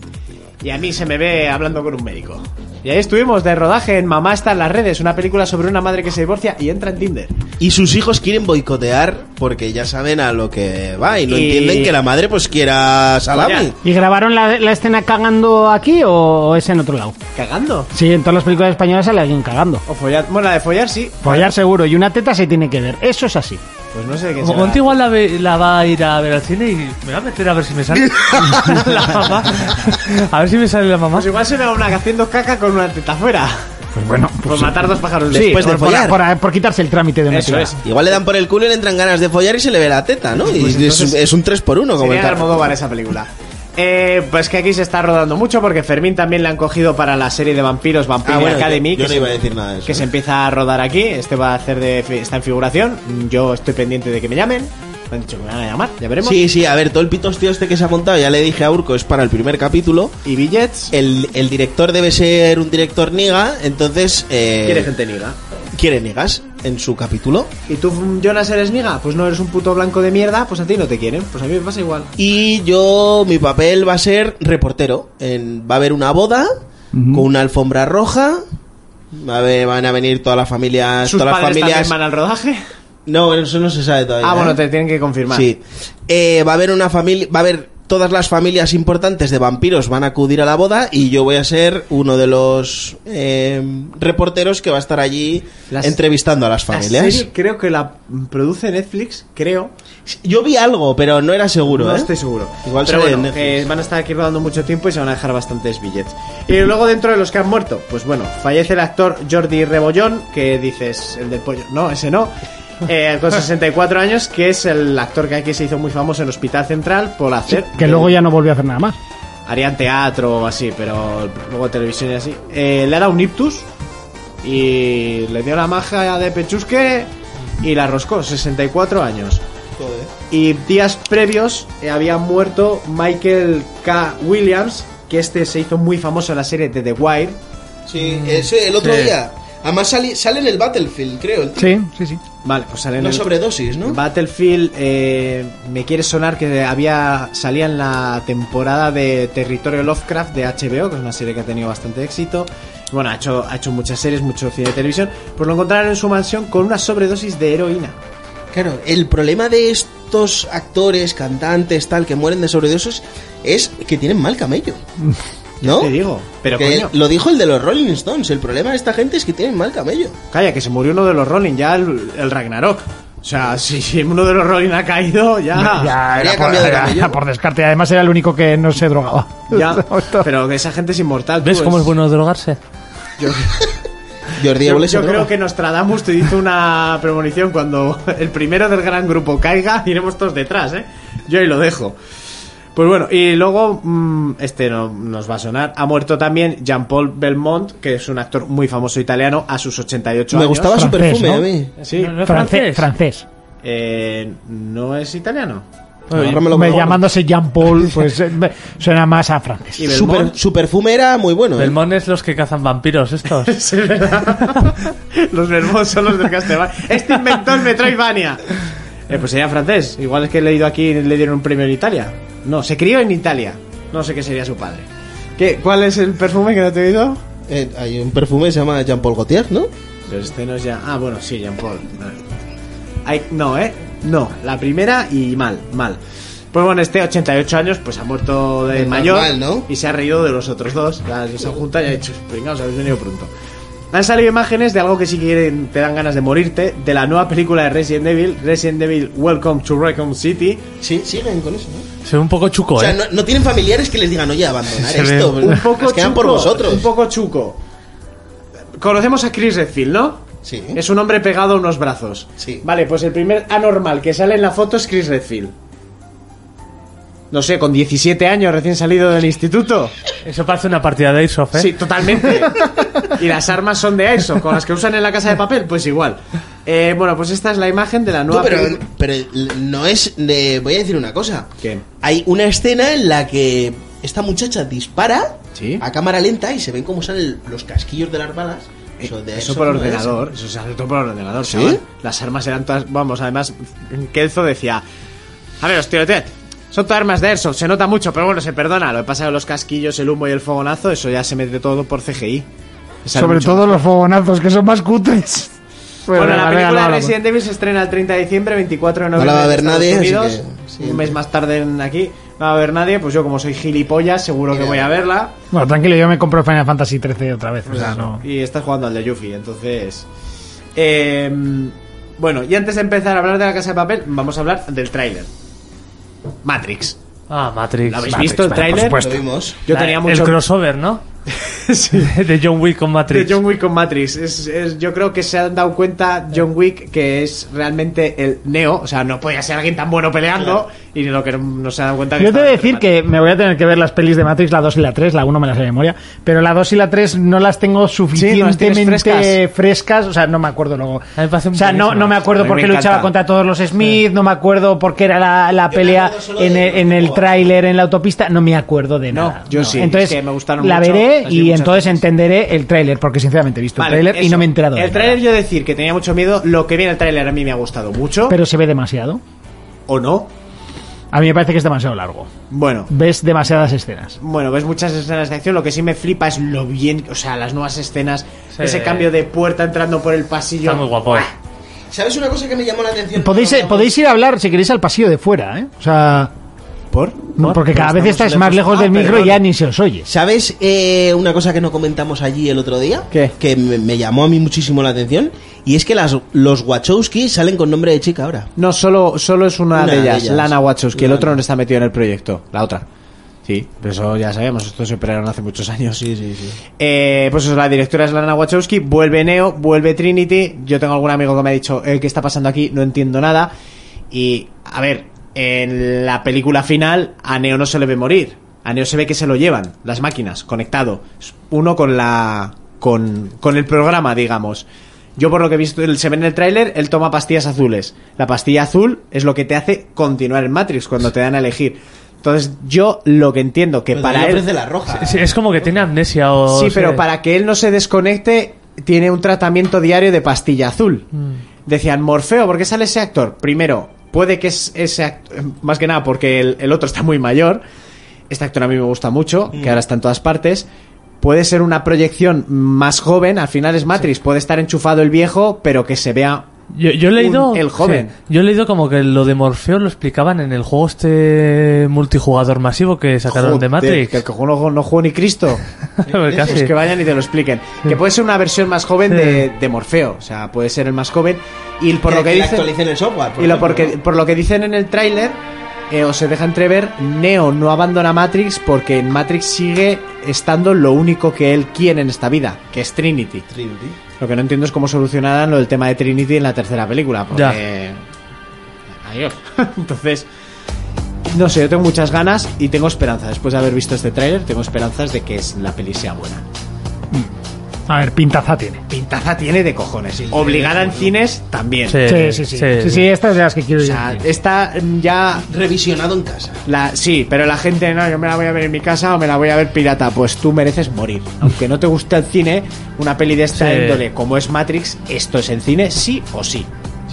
S1: Y a mí se me ve hablando con un médico. Y ahí estuvimos de rodaje en Mamá está en las redes, una película sobre una madre que se divorcia y entra en Tinder.
S8: Y sus hijos quieren boicotear porque ya saben a lo que va y no
S1: Y-
S8: entienden que la madre pues quiera salami.
S1: Vaya.
S5: ¿Y grabaron la, la escena cagando aquí o es en otro lado?
S1: ¿Cagando?
S5: Sí, en todas las películas españolas sale alguien cagando.
S1: O follar. Bueno, la de follar sí.
S5: Follar seguro, y una teta se tiene que ver. Eso es así.
S1: Pues no sé de quién será.
S9: Monty igual la, ve- la va a ir a ver al cine y me va a meter a ver si me sale la mamá. A ver si me sale la mamá.
S1: Pues igual será una que haciendo caca con una teta fuera.
S5: Pues bueno,
S1: Por matar dos pájaros de
S8: Después
S5: por,
S8: de
S5: por-
S8: follar.
S5: por- por quitarse el trámite de una
S1: Eso
S5: teta.
S1: es.
S8: Igual le dan por el culo y le entran ganas de follar y se le ve la teta, ¿no? Y es, es un 3 por 1 como el
S1: Pues Sería de
S8: tar-
S1: Almodóvar esa película. Eh, pues que aquí se está rodando mucho porque Fermín también la han cogido para la serie de vampiros Vampire
S8: Ah, bueno,
S1: Academy que,
S8: yo, yo no
S1: se,
S8: iba a decir nada de eso.
S1: que se
S8: ¿eh?
S1: empieza a rodar aquí. Este va a hacer de fi- está en figuración. Yo estoy pendiente de que me llamen. Me han dicho que me van a llamar. Ya veremos.
S8: Sí, sí, a ver, todo el pitostio este que se ha montado, ya le dije a Urco, es para el primer capítulo.
S1: Y billets.
S8: El, el director debe ser un director niga, entonces... eh,
S1: Quiere gente niga.
S8: quiere nigas en su capítulo.
S1: ¿Y tú, Jonas, eres niga? Pues no eres un puto blanco de mierda. Pues a ti no te quieren. Pues a mí me pasa igual.
S8: Y yo, mi papel va a ser reportero. En- va a haber una boda con una alfombra roja. Va a haber- van a venir todas las familias.
S1: Sus
S8: todas las
S1: padres
S8: familias.
S1: también van al rodaje.
S8: No, eso no se sabe todavía.
S1: Ah, bueno,
S8: ¿eh?
S1: te tienen que confirmar.
S8: Sí. Eh, va a haber una familia. Va a haber. Todas las familias importantes de vampiros van a acudir a la boda y yo voy a ser uno de los eh, reporteros que va a estar allí
S1: Las-
S8: entrevistando a las
S1: La
S8: familias.
S1: serie creo que la produce Netflix, creo.
S8: Yo vi algo, pero no era seguro.
S1: No
S8: ¿eh?
S1: estoy seguro.
S8: Igual
S1: Pero
S8: sale en
S1: bueno,
S8: Netflix.
S1: eh, van a estar aquí rodando mucho tiempo y se van a dejar bastantes billetes. Y luego dentro de los que han muerto, pues bueno, fallece el actor Jordi Rebollón, que dices el del pollo. No, ese no. Eh, con 64 años, que es el actor que aquí se hizo muy famoso en Hospital Central por hacer.
S5: Que luego ya no volvió a hacer nada más.
S1: Harían teatro o así, pero luego televisión y así. Eh, le da un ictus y le dio la maja de pechusque y la roscó, 64 años. Y días previos eh, había muerto Michael K. Williams, que este se hizo muy famoso en la serie de The Wire.
S8: Sí, ese, el otro día. Además sale, sale en el Battlefield, creo. El
S5: Sí, sí, sí.
S1: Vale, pues sale en
S8: Una
S1: el-
S8: sobredosis, ¿no?
S1: Battlefield eh, me quiere sonar que había salía en la temporada de Territorio Lovecraft de HBO, que es una serie que ha tenido bastante éxito. Bueno, ha hecho, ha hecho muchas series, mucho cine de televisión. Pues lo encontraron en su mansión con una sobredosis de heroína.
S8: Claro, el problema de estos actores, cantantes, tal, que mueren de sobredosis es que tienen mal camello. ¿No?
S1: Te digo, pero
S8: Que
S1: coño,
S8: lo dijo el de los Rolling Stones. El problema de esta gente es que tienen mal camello.
S1: calla, que se murió uno de los Rolling, ya el, el Ragnarok. O sea, si, si uno de los Rolling ha caído,
S5: ya
S8: habría
S5: era por,
S8: cambiado de
S5: era-
S8: camello.
S5: era por descarte. Además era el único que no se drogaba.
S1: ya. Pero esa gente es inmortal. pues. tú,
S9: ¿Ves cómo es bueno drogarse?
S8: Jordi
S1: Yo,
S8: Évole se
S1: yo creo
S8: droga.
S1: que Nostradamus te hizo una premonición cuando el primero del gran grupo caiga, iremos todos detrás, ¿eh? Yo ahí lo dejo. Pues bueno, y luego, mm, este no nos va a sonar, ha muerto también Jean-Paul Belmont, que es un actor muy famoso italiano, a sus 88
S8: Me
S1: años.
S8: gustaba eh. su
S5: Francés,
S8: perfume
S5: ¿no?
S8: a mí.
S1: Sí.
S9: ¿No, no es
S5: Francés.
S9: francés?
S5: Francés.
S1: Eh, ¿No es italiano?
S8: Agárramelo
S5: Me-
S8: como-
S5: llamándose Jean Paul, pues eh, me- suena más a francés.
S1: Y
S8: Su, per-
S1: Belmont,
S8: su perfume era muy bueno. ¿eh?
S9: Belmont es los que cazan vampiros estos.
S1: sí, es verdad. los Belmont son los del Castelvania. Este inventor Metroidvania. Eh, pues sería francés. Igual es que he leído aquí le dieron un premio en Italia. No, se crió en Italia. No sé qué sería su padre. ¿Qué, ¿Cuál es el perfume que no te he oído?
S8: Eh, hay un perfume que se llama Jean-Paul Gaultier, ¿no?
S1: Pero este no es ya. Ah, bueno, sí, Jean Paul. Vale. Ay, no, ¿eh? No, la primera y mal, mal. Pues bueno, este 88 años, pues ha muerto de
S8: Es
S1: mayor
S8: normal, ¿no?
S1: y se ha reído de los otros dos. La- Se han juntado y ha dicho, venga, os habéis venido pronto. Han salido imágenes de algo que si quieren te dan ganas de morirte, de la nueva película de Resident Evil, Resident Evil Welcome to Raccoon City.
S8: Sí, siguen con eso, ¿no?
S9: Se ve un poco chuco,
S8: O sea,
S9: ¿eh?
S8: no, no tienen familiares que les digan, oye, abandonar
S9: Se ve
S8: esto.
S1: Un poco
S8: os quedan por
S1: chuco,
S8: vosotros.
S1: Un poco chuco. Conocemos a Chris Redfield, ¿no?
S8: Sí.
S1: Es un hombre pegado a unos brazos.
S8: Sí.
S1: Vale, pues el primer anormal que sale en la foto es Chris Redfield. No sé, con 17 años recién salido del instituto.
S9: Eso parece una partida de Airsoft, ¿eh?
S1: Sí, totalmente. y las armas son de Airsoft, con las que usan en la casa de papel, pues igual. Eh, bueno, pues esta es la imagen de la
S8: Tú,
S1: nueva.
S8: pero,
S1: peli-
S8: pero no es... de- voy a decir una cosa.
S1: ¿Qué?
S8: Hay una escena en la que esta muchacha dispara
S1: Sí.
S8: a cámara lenta y se ven cómo salen los casquillos de las balas. Eso, de
S1: Eh, Eso por
S8: no es.
S1: ordenador, eso se hace todo por ordenador, chaval. Las armas eran todas, vamos, además, Kelzo decía, a ver, os tirotead, son todas armas de Airsoft, se nota mucho, pero bueno, se perdona, lo que pasa es que los casquillos, el humo y el fogonazo, eso ya se mete todo por CGI. Sale
S5: Sobre
S1: mucho
S5: todo eh, los fogonazos, que son más cutres. Pero
S1: Bueno, la
S5: venga,
S1: película
S5: venga,
S1: de
S5: no,
S1: Resident Evil se estrena el 30 de diciembre, 24 de
S8: la
S1: noviembre.
S8: va a
S1: en
S8: ver
S1: Estados
S8: nadie, así
S1: Unidos.
S8: que, sí.
S1: Un mes más tarde en aquí. No va a ver nadie, pues yo como soy gilipollas, seguro que
S8: Mira.
S1: voy a verla.
S5: no. Bueno, tranquilo, yo me compro Final Fantasy XIII otra vez. o sea, no.
S1: Y estás jugando al de Yuffie, entonces. eh, bueno, y antes de empezar a hablar de la casa de papel, vamos a hablar del tráiler. Matrix.
S9: Ah, Matrix.
S1: ¿Lo habéis
S9: Matrix,
S1: visto el
S9: bueno,
S1: tráiler?
S8: Lo vimos.
S1: Yo
S9: La-
S1: tenía mucho
S9: El crossover, ¿no?
S1: Sí.
S9: De John Wick con Matrix.
S1: de John Wick con Matrix. Es- es- yo creo que se han dado cuenta John Wick que es realmente el Neo. O sea, no podía ser alguien tan bueno peleando. Y lo que no, no se han dado cuenta que
S5: Yo te
S1: estaba
S5: voy a decir
S1: dentro de
S5: que me voy a tener que ver las pelis de Matrix, la 2 y la 3, la 1 me las sé de memoria, pero la 2 y la 3 no las tengo suficientemente
S1: tienes frescas.
S5: frescas. o sea, no me acuerdo luego.
S9: A mí me parecen
S5: o sea, no,
S9: buenísimas.
S5: no me
S1: A
S5: acuerdo
S1: mí
S5: por
S1: me
S5: qué
S1: encanta.
S5: luchaba contra todos los Smith, no me acuerdo por qué era la, la
S8: me
S5: pelea
S8: acuerdo solo
S5: en,
S8: de-
S5: el- en el tráiler, en la autopista, no me acuerdo de
S1: No,
S5: nada.
S1: yo sí,
S5: Entonces,
S1: es que me gustaron
S5: la
S1: mucho,
S5: veré
S1: las vi
S5: y
S1: muchas
S5: entonces
S1: veces.
S5: entenderé el tráiler, porque sinceramente he visto
S1: Vale,
S5: el tráiler y
S1: eso.
S5: no me he enterado. de
S1: El
S5: nada.
S1: tráiler yo decir que tenía mucho miedo. Lo que viene el tráiler a mí me ha gustado mucho.
S5: Pero se ve demasiado.
S1: ¿O no?
S5: A mí me parece que es demasiado largo.
S1: Bueno.
S5: Ves demasiadas escenas.
S1: Bueno, ves muchas escenas de acción. Lo que sí me flipa es lo bien. O sea, las nuevas escenas.
S9: Sí.
S1: Ese cambio de puerta entrando por el pasillo.
S9: Está muy guapo, ¿eh?
S8: ¿Sabes una cosa que me llamó la atención?
S5: Podéis, eh,
S8: No, no, no.
S5: podéis ir a hablar, si queréis, al pasillo de fuera, ¿eh? O sea,
S1: ¿Por?
S5: no, porque cada vez
S1: estamos
S5: estáis más lejos
S1: Ah,
S5: del micro y
S1: perdón.
S5: ya ni se os oye.
S8: ¿Sabes eh, una cosa que no comentamos allí el otro día?
S1: ¿Qué?
S8: Que me, me llamó a mí muchísimo la atención. Y es que las, los Wachowski salen con nombre de chica ahora.
S1: No, solo, solo es una,
S8: Una
S1: de,
S8: de
S1: ellas,
S8: ellas.
S1: Lana Wachowski. El
S8: Lana.
S1: otro no está metido en el proyecto, la otra. Sí, pero eso ya sabemos, esto se operaron hace muchos años. Sí, sí, sí. pues eso, la directora es Lana Wachowski, vuelve Neo, vuelve Trinity. Yo tengo algún amigo que me ha dicho, eh, ¿qué está pasando aquí? No entiendo nada. Y, a ver, en la película final a Neo no se le ve morir. A Neo se ve que se lo llevan, las máquinas, conectado. Uno con la... con, con el programa, digamos. Yo por lo que he visto, él- se ve en el tráiler, él toma pastillas azules. La pastilla azul es lo que te hace continuar en Matrix cuando te dan a elegir. Entonces, yo lo que entiendo que
S8: Pero
S1: para
S8: también
S1: él...
S8: ofrece la roja.
S9: Sí, es como que tiene amnesia o...
S1: Sí, pero para que él no se desconecte, tiene un tratamiento diario de pastilla azul.
S9: Mm.
S1: Decían, Morfeo, ¿por qué sale ese actor? Primero, puede que es ese actor, más que nada porque el, el otro está muy mayor. Este actor a mí me gusta mucho, que ahora está en todas partes. Puede ser una proyección más joven, al final es Matrix, puede estar enchufado el viejo, pero que se vea...
S9: Yo, yo he leído...
S1: Un- el joven.
S9: sí, yo he leído como que lo de Morfeo lo explicaban en el juego este multijugador masivo que sacaron de
S1: Joder,
S9: Matrix.
S1: Que el cojo no, no jugó ni Cristo.
S9: Casi.
S1: Pues que vayan y te lo expliquen. Que puede ser una versión más joven
S9: Sí.
S1: de, de Morfeo. O sea, puede ser el más joven. Y por lo que,
S8: le
S1: dicen.
S8: actualicen el software. por
S1: Y lo
S8: ejemplo,
S1: porque,
S8: ¿no?
S1: por lo que dicen en el tráiler, eh, o se deja entrever, Neo no abandona Matrix porque en Matrix sigue estando lo único que él quiere en esta vida, que es Trinity.
S8: Trinity.
S1: Lo que no entiendo es cómo solucionarán lo del tema de Trinity en la tercera película. Porque... Adiós. Entonces, no sé, yo tengo muchas ganas y tengo esperanza. Después de haber visto este tráiler, tengo esperanzas de que es- la peli sea buena.
S5: A ver, pintaza tiene.
S1: Pintaza tiene de cojones. Obligada en cines también.
S9: Sí.
S5: Sí, sí, sí. Sí, sí, esta es de las que quiero
S1: O
S5: yo.
S1: sea, esta mm, ya
S8: Revisionado en casa.
S1: La, sí, pero la gente, no, yo me la voy a ver en mi casa o me la voy a ver pirata. Pues tú mereces morir.
S8: Mm.
S1: Aunque no te guste el cine, una peli de esta
S9: Sí.
S1: índole como es Matrix, esto es en cine sí o sí.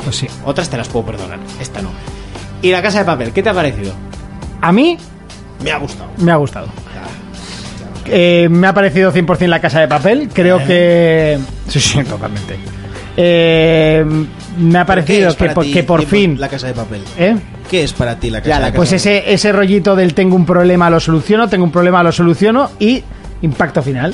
S5: Pues sí.
S1: Otras te las puedo perdonar, esta no. Y La Casa de Papel, ¿qué te ha parecido?
S5: A mí
S8: Me ha gustado.
S5: me ha gustado. Eh, me ha parecido 100% la casa de papel. Creo que. Sí, sí, totalmente. Eh, me ha
S8: ¿Qué
S5: parecido
S8: es
S5: que,
S8: para
S5: por-
S8: ti,
S5: que por
S8: tipo,
S5: fin.
S8: La casa de papel.
S5: ¿Eh?
S8: ¿Qué es para ti la casa
S1: Ya, la
S8: de papel?
S5: Pues ese, ese rollito del tengo un problema, lo soluciono, tengo un problema, lo soluciono y impacto final.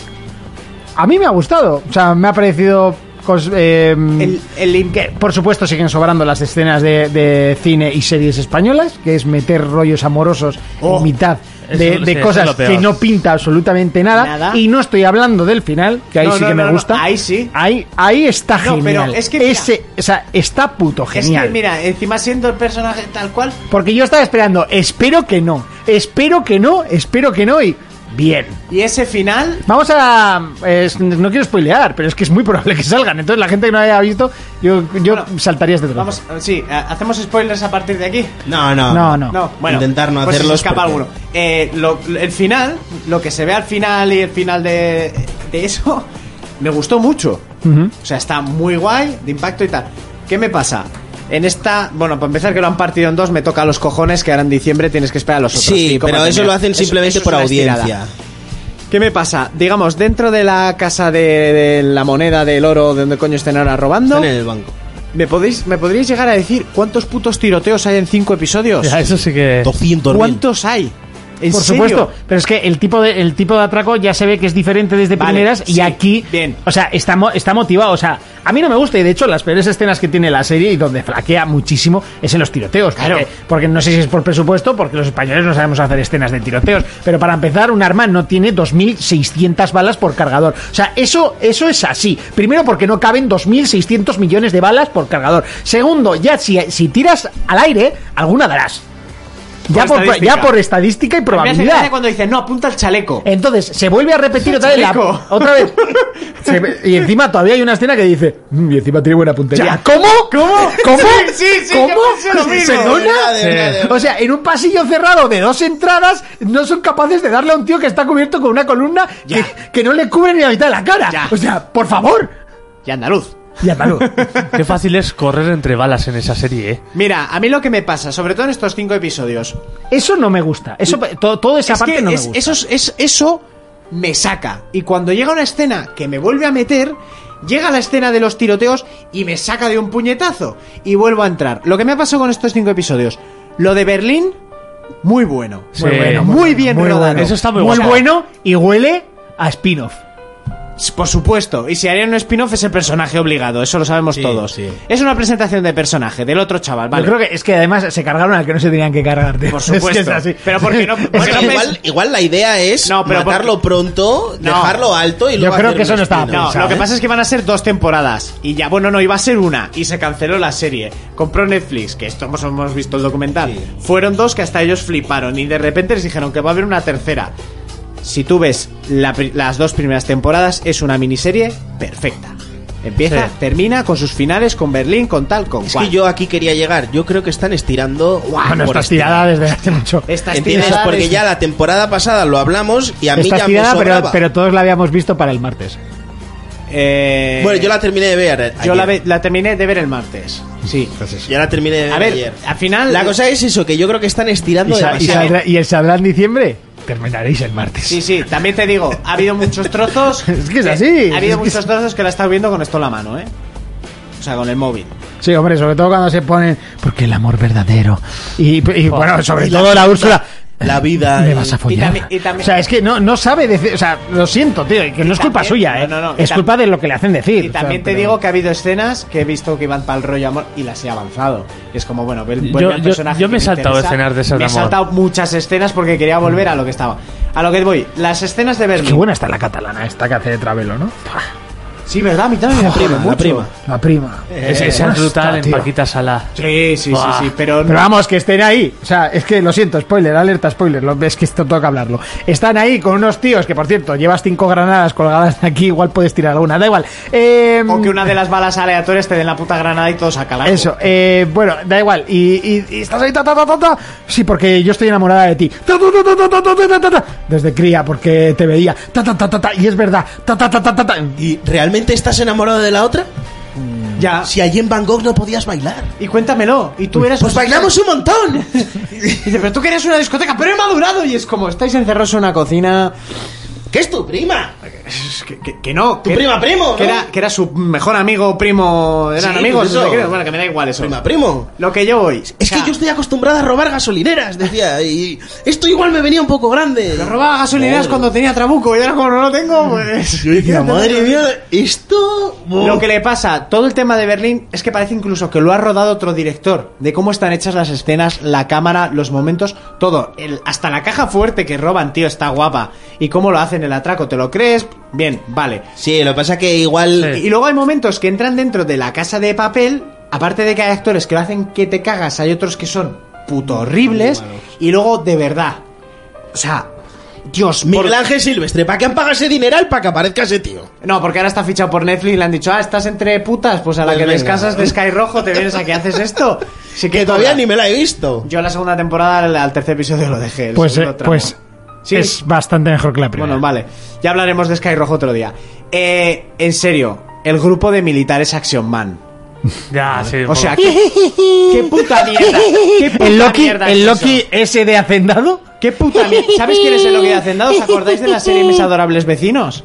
S5: a mí me ha gustado. O sea, me ha parecido. cos- eh,
S1: El- el-
S5: que, por supuesto, siguen sobrando las escenas de, de cine y series españolas, que es meter rollos amorosos
S1: Oh,
S5: en mitad de,
S9: Eso,
S5: de
S9: sí, eso
S5: cosas
S9: es lo peor.
S5: que no pinta absolutamente nada.
S1: Nada.
S5: Y no estoy hablando del final, que ahí
S1: No,
S5: sí
S1: no,
S5: que
S1: no,
S5: me
S1: no,
S5: gusta.
S1: ahí sí.
S5: Ahí, ahí está
S1: No,
S5: genial.
S1: pero es que mira-
S5: Ese, o sea, está puto genial.
S1: Es que mira, encima siendo el personaje tal cual,
S5: Porque yo estaba esperando, espero que no, espero que no, espero que no y bien.
S1: y ese final,
S5: Vamos a... es- no quiero spoilear, pero es que es muy probable que salgan. Entonces la gente que no haya visto, yo, yo
S1: Bueno,
S5: saltaría este trozo.
S1: vamos, sí, a- hacemos spoilers a partir de aquí.
S8: No, no.
S5: No, no.
S1: No, bueno,
S8: Intentar no
S1: pues si se
S8: hacerlos
S1: escapa
S8: porque-
S1: alguno. Eh, lo- lo- el final, lo que se ve al final y el final de, de eso, me gustó mucho.
S5: Ujú.
S1: O sea, está muy guay, de impacto y tal. ¿Qué me pasa? En esta, bueno, para empezar que lo han partido en dos, me toca los cojones que ahora en diciembre tienes que esperar a los otros.
S8: Sí,
S1: cinco
S8: pero
S1: para
S8: eso
S1: terminar.
S8: lo hacen
S1: Eso-
S8: simplemente
S1: eso es
S8: por
S1: una estirada.
S8: audiencia.
S1: ¿Qué me pasa? Digamos, dentro de la casa de, de la moneda, del oro, de donde coño estén ahora robando,
S8: Están en el banco.
S1: ¿me, podéis, ¿me podríais llegar a decir cuántos putos tiroteos hay en cinco episodios?
S9: Ya, eso sí que...
S8: 200
S1: ¿Cuántos hay? ¿En
S5: Por
S1: serio?
S5: supuesto, pero es que el tipo de el tipo de atraco ya se ve que es diferente desde
S1: Vale,
S5: primeras y
S1: sí,
S5: aquí,
S1: bien.
S5: o sea, está mo- está motivado, o sea, a mí no me gusta y de hecho las peores escenas que tiene la serie y donde flaquea muchísimo es en los tiroteos,
S1: Claro.
S5: porque, porque no sé si es por presupuesto, porque los españoles no sabemos hacer escenas de tiroteos, pero para empezar un arma no tiene 2600 balas por cargador. O sea, eso eso es así. Primero porque no caben 2600 millones de balas por cargador. Segundo, ya si si tiras al aire, alguna darás. Ya
S1: Por
S5: por,
S1: estadística.
S5: ya por estadística y
S1: Me hace gracia
S5: probabilidad. Eh.
S1: cuando dicen, no, apunta al chaleco.
S5: Entonces se vuelve a repetir otra vez la-
S1: Chico.
S5: otra vez. Se ve- y encima todavía hay una escena que dice, "Mm, y encima tiene buena puntería.
S1: Ya.
S5: ¿Cómo? ¿Cómo? ¿Cómo?
S1: Sí, sí, sí, yo
S5: ¿Cómo?
S1: pensé lo mismo.
S5: ¿Perdona?
S8: De verdad, de verdad.
S5: O sea, en un pasillo cerrado de dos entradas no son capaces de darle a un tío que está cubierto con una columna que, que no le cubre ni la mitad de la cara.
S1: Ya.
S5: O sea, por favor.
S1: Y andaluz.
S5: Ya, Malu.
S9: Qué fácil es correr entre balas en esa serie, ¿eh?
S1: Mira, a mí lo que me pasa, sobre todo en estos cinco episodios,
S5: Eso no me gusta. Eso, todo, toda esa
S1: es
S5: parte
S1: que
S5: no
S1: es-
S5: me gusta.
S1: Eso, es- es- eso me saca. Y cuando llega una escena que me vuelve a meter, llega la escena de los tiroteos y me saca de un puñetazo. Y vuelvo a entrar. Lo que me ha pasado con estos cinco episodios, lo de Berlín, muy bueno.
S9: Sí.
S5: Muy bueno,
S1: muy bien
S5: muy
S1: rodado.
S5: bueno.
S9: Eso está muy
S5: muy
S9: guapo.
S5: bueno y huele a spin-off.
S1: Por supuesto, y si harían un spin-off es el personaje obligado, eso lo sabemos todos.
S8: sí.
S1: Es una presentación de personaje, del otro chaval, ¿vale?
S5: Yo creo que es que además se cargaron al que no se tenían que cargar, tío.
S1: Por supuesto.
S5: Es que es así.
S1: Pero porque no-
S5: Es
S8: Bueno,
S1: porque
S5: que-
S1: no me-
S8: igual, igual la idea es
S1: No, pero
S8: matarlo
S1: porque-
S8: pronto,
S1: No.
S8: dejarlo alto y
S5: Yo
S8: luego.
S5: creo
S8: hacer
S5: que eso
S8: un
S5: no estaba
S8: spin-off,
S1: No, ¿eh? lo
S8: ¿sabes?
S1: que pasa es que van a ser dos temporadas. Y ya, bueno, no, iba a ser una. Y se canceló la serie. Compró Netflix, que esto hemos, hemos visto el documental.
S8: Sí.
S1: Fueron dos que hasta ellos fliparon. Y de repente les dijeron que va a haber una tercera. Si tú ves la pri- las dos primeras temporadas, es una miniserie perfecta. Empieza,
S9: Sí.
S1: termina con sus finales, con Berlín, con tal, con
S8: Es
S1: cual.
S8: que yo aquí quería llegar. Yo creo que están estirando.
S5: Bueno,
S8: por
S5: está estirada desde hace mucho.
S1: Esta
S8: ¿Entiendes?
S1: estirada
S8: Porque
S1: es-
S8: ya la temporada pasada lo hablamos y a mí
S5: Está
S8: ya me
S5: estirada, pero,
S8: sobraba.
S5: pero todos la habíamos visto para el martes.
S1: Eh,
S8: Bueno, yo la terminé de ver. eh, ayer.
S1: yo la, ve- la terminé de ver el martes. Sí.
S8: Yo la terminé de ver.
S1: A ver,
S8: ayer.
S1: al final-
S8: La cosa es eso, que yo creo que están
S5: ¿Y,
S8: estirando
S5: sa- y
S8: demasiado.
S5: saldrá- y el saldrá en diciembre? Terminaréis el martes.
S1: Sí, sí, también te digo, ha habido muchos trozos.
S5: Es que es así,
S1: Ha
S5: es que
S1: habido muchos trozos que la he estado viendo con esto en la mano, ¿eh? O sea, con el móvil.
S5: Sí, hombre, sobre todo cuando se ponen. Porque el amor verdadero. Y,
S1: Oh,
S5: y, bueno, sobre todo la Úrsula.
S8: La vida.
S5: Me
S8: el-
S5: vas a follar.
S1: también- y también-
S5: o sea, es que no, no sabe decir. O sea, lo siento, tío. y Que no es culpa
S1: también-
S5: suya, ¿eh?
S1: no, no, no, y
S5: es
S1: tam-
S5: culpa de lo que le hacen decir.
S1: Y
S5: o sea,
S1: también te
S5: pero-
S1: digo que ha habido escenas que he visto que iban para el rollo amor y las he avanzado. Y es como, bueno, vuelve
S9: Yo-
S1: al
S9: yo-
S1: personaje
S9: yo
S1: que
S9: me he saltado
S1: interesa.
S9: escenas de esas
S1: Me
S9: de
S1: he
S9: amor.
S1: saltado muchas escenas porque quería volver a lo que estaba. A lo que voy, las escenas de
S5: Qué
S1: Berlín.
S5: buena está la catalana esta que hace de Travelo, ¿no?
S1: Sí, ¿verdad? A mí también me prima, mucho.
S5: La prima.
S1: Eh,
S9: Es- Esa es brutal en Paquita Sala.
S1: Sí, sí, sí,
S9: Buah.
S1: sí, pero,
S5: Pero vamos, que estén ahí. O sea, es que lo siento, spoiler, alerta, spoiler. Lo, es que esto toca hablarlo. Están ahí con unos tíos que, por cierto, llevas cinco granadas colgadas de aquí. Igual puedes tirar alguna, da igual. Eh,
S1: O que una de las balas aleatorias te den la puta granada y todos a calar.
S5: Eso, eh, bueno, da igual. Y, y- y estás ahí, ta, ta, ta, ta, ta. Sí, porque yo estoy enamorada de ti. Ta, ta, ta, ta, ta, ta, ta, ta, ta, ta. Desde cría, porque te veía. Ta, ta, ta, ta, ta. Y es verdad. Ta, ta, ta, ta, ta, ta.
S8: ¿Y realmente estás enamorado de la otra?
S1: Ya.
S8: Si allí en Bangkok no podías bailar.
S1: Y cuéntamelo. Y tú eras.
S8: Pues bailamos un montón.
S1: Dice, pero tú querías una discoteca, pero he madurado. Y es como, estáis encerrados en una cocina.
S8: ¿Qué es tu prima?
S1: es que, que- que no.
S8: Tu
S1: que-
S8: prima primo,
S1: Que,
S8: ¿no?
S1: era, que era su mejor amigo, primo. Eran
S8: Sí,
S1: amigos.
S8: pues eso.
S1: no sé qué, Bueno, que me da igual eso.
S8: Prima, primo.
S1: Lo que yo voy.
S8: Es que yo estoy acostumbrada a robar gasolineras, decía, y esto igual me venía un poco grande.
S1: Lo robaba gasolineras
S8: Madre. Mm.
S1: cuando tenía trabuco y ahora como no lo tengo, pues...
S8: Yo decía, madre mía, esto...
S1: Lo que le pasa, todo el tema de Berlín es que parece incluso que lo ha rodado otro director, de cómo están hechas las escenas, la cámara, los momentos, todo. El- hasta la caja fuerte que roban, tío, está guapa. Y cómo lo hacen el atraco, ¿te lo crees? Bien, vale.
S8: Sí, lo que pasa que igual...
S1: Y luego hay momentos que entran dentro de la casa de papel, aparte de que hay actores que lo hacen que te cagas, hay otros que son puto horribles, y luego de verdad. O sea, Dios mío.
S8: Miguel Ángel Silvestre, ¿para qué han pagado ese dineral para que aparezca ese tío?
S1: No, porque ahora está fichado por Netflix y le han dicho, ah, estás entre putas, pues a la
S8: Pues
S1: que
S8: venga.
S1: descansas de Sky Rojo te vienes a que haces esto. Sí
S8: Que todavía ni me la he visto.
S1: Yo la segunda temporada, al- al tercer episodio lo dejé. el
S5: Pues,
S1: segundo
S5: eh,
S1: tramo.
S5: pues
S1: Sí.
S5: es bastante mejor que la primera.
S1: Bueno, vale. Ya hablaremos de Sky Rojo otro día. Eh, en serio, el grupo de militares Action Man.
S9: Ya, sí.
S1: O sea, qué, qué puta mierda. Qué puta
S5: El Loki,
S1: mierda
S5: el
S1: es
S5: Loki
S1: eso.
S5: ese de hacendado.
S1: Qué puta mierda. ¿Sabes quién es el Loki de Hacendados? ¿Os acordáis de la serie Mis Adorables Vecinos?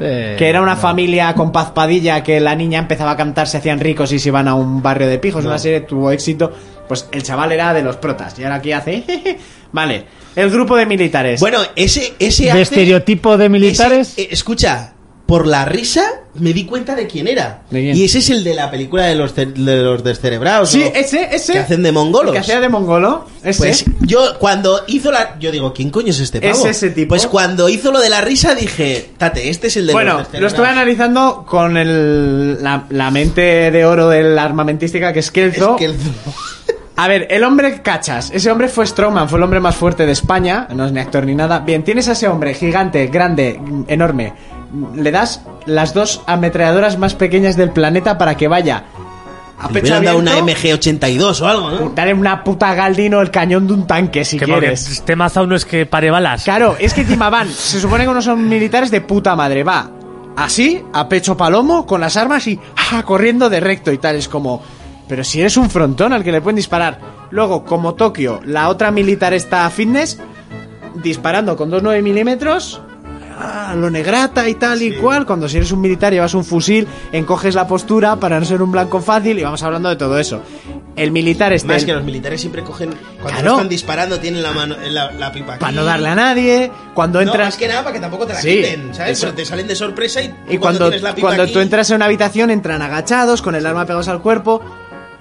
S8: Eh,
S1: Que era una familia con Paz Padilla que la niña empezaba a cantar, se hacían ricos y se iban a un barrio de pijos. Una serie tuvo éxito. Pues el chaval era de los protas. Y ahora aquí hace. vale. El grupo de militares.
S8: Bueno, ese... ese
S5: De
S8: hace-
S5: estereotipo de militares.
S8: ese- eh, escucha, por la risa me di cuenta de quién era.
S1: ¿De quién?
S8: Y ese es el de la película de los, ce- de los descerebrados.
S1: sí,
S8: ¿no?
S1: ese, ese.
S8: Que hacen de mongolos.
S1: El Que hacía de mongolo. Ese.
S8: Pues yo cuando hizo la... Yo digo, ¿quién coño es este pavo?
S1: ¿Es ese tipo?
S8: Pues cuando hizo lo de la risa dije, tate, este es el de
S1: bueno,
S8: los
S1: lo estuve analizando con el- la, la mente de oro de la armamentística que es Kelzo.
S8: Es que el-
S1: A ver, el hombre cachas. Ese hombre fue Strowman, fue el hombre más fuerte de España. No es ni actor ni nada. Bien, tienes a ese hombre gigante, grande, mm, enorme. Mm, Le das las dos ametralladoras más pequeñas del planeta para que vaya a
S8: Le
S1: pecho
S8: hubieran dado una
S1: abierto.
S8: MG82 o algo, ¿no?
S1: Dale una puta Galdino el cañón de un tanque si
S9: que porque
S1: quieres.
S9: este mazao no es que pare balas.
S1: Claro, es que encima van, se supone que no son militares de puta madre, va. Así, a pecho palomo, con las armas y ah, corriendo de recto y tal. Es como, pero si eres un frontón al que le pueden disparar. Luego, como Tokio, la otra militar está fitness, disparando con 2.9 milímetros. A lo negrata y tal y cual. Cuando si eres un militar llevas un fusil, encoges la postura para no ser un blanco fácil y vamos hablando de todo eso. El militar está...
S8: Más que los militares siempre cogen... Cuando
S1: Claro.
S8: no están disparando tienen la, mano, eh, la, la pipa aquí.
S1: Para no darle a nadie. Cuando
S8: No,
S1: entras...
S8: más que nada para que tampoco te la
S1: Sí,
S8: quiten, ¿sabes?
S1: eso.
S8: Pero Te salen de sorpresa y,
S1: Y cuando,
S8: tienes la pipa
S1: cuando
S8: aquí-
S1: tú entras en una habitación, entran agachados, con el arma pegados al cuerpo.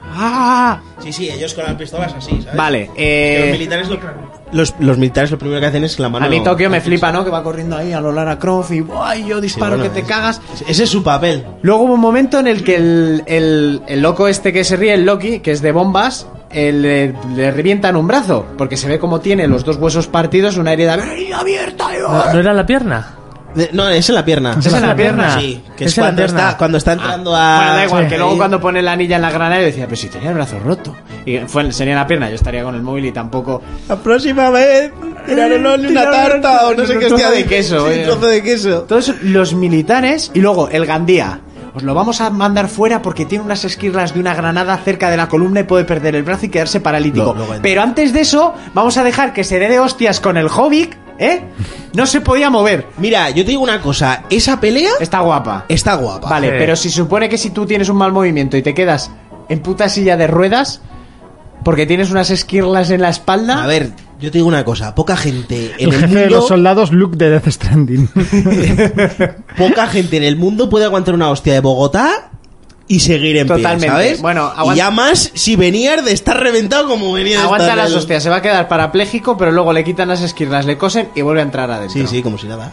S1: ¡Ah!
S8: Sí, sí, ellos con las pistolas así, ¿sabes?
S1: Vale,
S8: Que Los
S1: eh.
S8: militares lo... Los, los militares lo primero que hacen es la mano...
S1: A mí Tokio me flipa, ¿no? Que va corriendo ahí a lo Lara Croft y ¡buah! yo
S8: Sí,
S1: disparo
S8: bueno,
S1: que te
S8: es-
S1: cagas.
S8: Ese es su papel.
S1: Luego hubo un momento en el que el, el- el loco este que se ríe, el Loki, que es de bombas, eh, le, le revientan un brazo, porque se ve como tiene los dos huesos partidos, una herida abierta. y-
S9: ¿No, no era la pierna?
S8: De- No, es en la pierna.
S1: ¿Es en la pierna? Ah,
S8: Sí, que
S9: Es
S8: es,
S9: en la
S8: cuando,
S9: pierna.
S8: está, cuando está entrando a...
S1: Bueno, da igual, que
S8: ahí.
S1: luego cuando pone la anilla en la granada yo decía, pero si tenía el brazo roto. Y fue, sería en la pierna, yo estaría con el móvil y tampoco.
S8: La próxima vez, tiraron una tarta o no sé qué
S1: Eh, Trozo
S8: hostia
S1: de
S8: de
S1: queso,
S8: queso. sí,
S1: eh.
S8: trozo de queso.
S1: Todos los militares y luego el Gandía. Os lo vamos a mandar fuera porque tiene unas esquirlas de una granada cerca de la columna y puede perder el brazo y quedarse paralítico.
S8: Lo- lo Gandía.
S1: Pero antes de eso, vamos a dejar que se dé de hostias con el Hobbit, ¿eh? No se podía mover.
S8: Mira, yo te digo una cosa. Esa pelea
S1: Está guapa.
S8: está guapa.
S1: Vale,
S9: Sí.
S1: pero si supone que si tú tienes un mal movimiento y te quedas en puta silla de ruedas porque tienes unas esquirlas en la espalda.
S8: A ver, yo te digo una cosa. Poca gente en
S5: El
S8: el,
S5: jefe de los
S8: mundo...
S5: soldados, Luke de Death Stranding.
S8: Poca gente en el mundo puede aguantar una hostia de Bogotá... Y seguir en
S1: Totalmente.
S8: pie, ¿sabes?
S1: Bueno, aguanta-
S8: y ya más si venías de estar reventado como venía de
S1: Aguanta
S8: estar
S1: las
S8: el-
S1: hostias, se va a quedar parapléjico, pero luego le quitan las esquirlas, le cosen y vuelve a entrar adentro.
S8: Sí, sí, como si nada.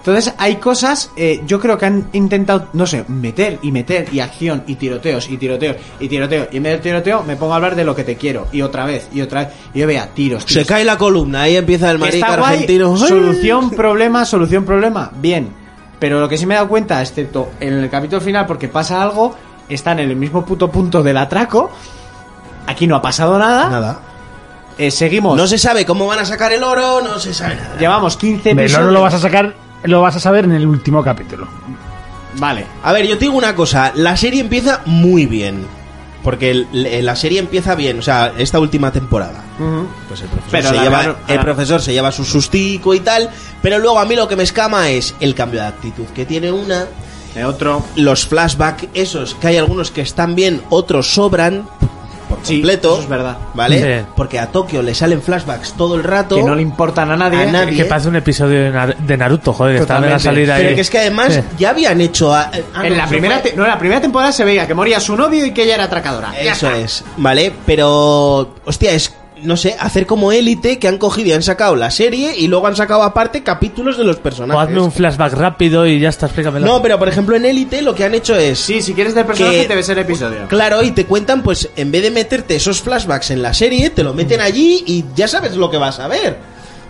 S1: Entonces hay cosas, eh, yo creo que han intentado, no sé, meter y meter y acción y tiroteos y tiroteos y tiroteo. Y en medio del tiroteo me pongo a hablar de lo que te quiero y otra vez y otra vez. Y yo vea tiros,
S8: Se
S1: tiros.
S8: cae la columna, ahí empieza el marica
S1: Está guay,
S8: argentino. ¡Ay!
S1: solución, problema, solución, problema. Bien. Pero lo que sí me he dado cuenta, excepto en el capítulo final, porque pasa algo, están en el mismo puto punto del atraco. Aquí no ha pasado nada.
S8: Nada.
S1: Eh, seguimos.
S8: No se sabe cómo van a sacar el oro, no se sabe nada.
S1: Llevamos 15
S5: Hombre,
S1: episodios.
S5: No lo vas a sacar, lo vas a saber en el último capítulo.
S1: Vale.
S8: A ver, yo te digo una cosa, la serie empieza muy bien. Porque el- le- la serie empieza bien, o sea, esta última temporada. Pues el profesor,
S1: Pero
S8: se
S1: la
S8: lleva,
S1: verdad-
S8: el
S1: la-
S8: profesor se lleva su sustico y tal, pero luego a mí lo que me escama es el cambio de actitud que tiene una,
S1: De otro.
S8: los flashbacks esos, que hay algunos que están bien, otros sobran por
S1: Sí,
S8: completo.
S1: eso es verdad.
S8: ¿Vale?
S9: Sí.
S8: Porque a Tokio le salen flashbacks todo el rato.
S1: Que no le importan a nadie.
S8: A nadie.
S9: Que parece un episodio de Nar- de Naruto, joder, que está de la
S1: Totalmente.
S9: salida ahí.
S8: Pero que es que además
S9: Sí.
S8: ya habían hecho. a- ah, no,
S1: En la
S8: eso
S1: primera,
S8: fue-
S1: te- no, en la primera temporada se veía que moría su novio y que ella era atracadora. Ya
S8: Eso
S1: está.
S8: es, ¿vale? Pero. Hostia, es. No sé, hacer como élite que han cogido y han sacado la serie y luego han sacado aparte capítulos de los
S9: O hazme un
S8: personajes.
S9: flashback rápido y ya está, explícamelo.
S8: No, pero por ejemplo en élite lo que han hecho es.
S1: Sí, si quieres del personaje
S8: Que-
S1: te ves el episodio.
S8: Claro, y te cuentan, pues, en vez de meterte esos flashbacks en la serie, te lo
S1: Mm.
S8: meten allí y ya sabes lo que vas a ver.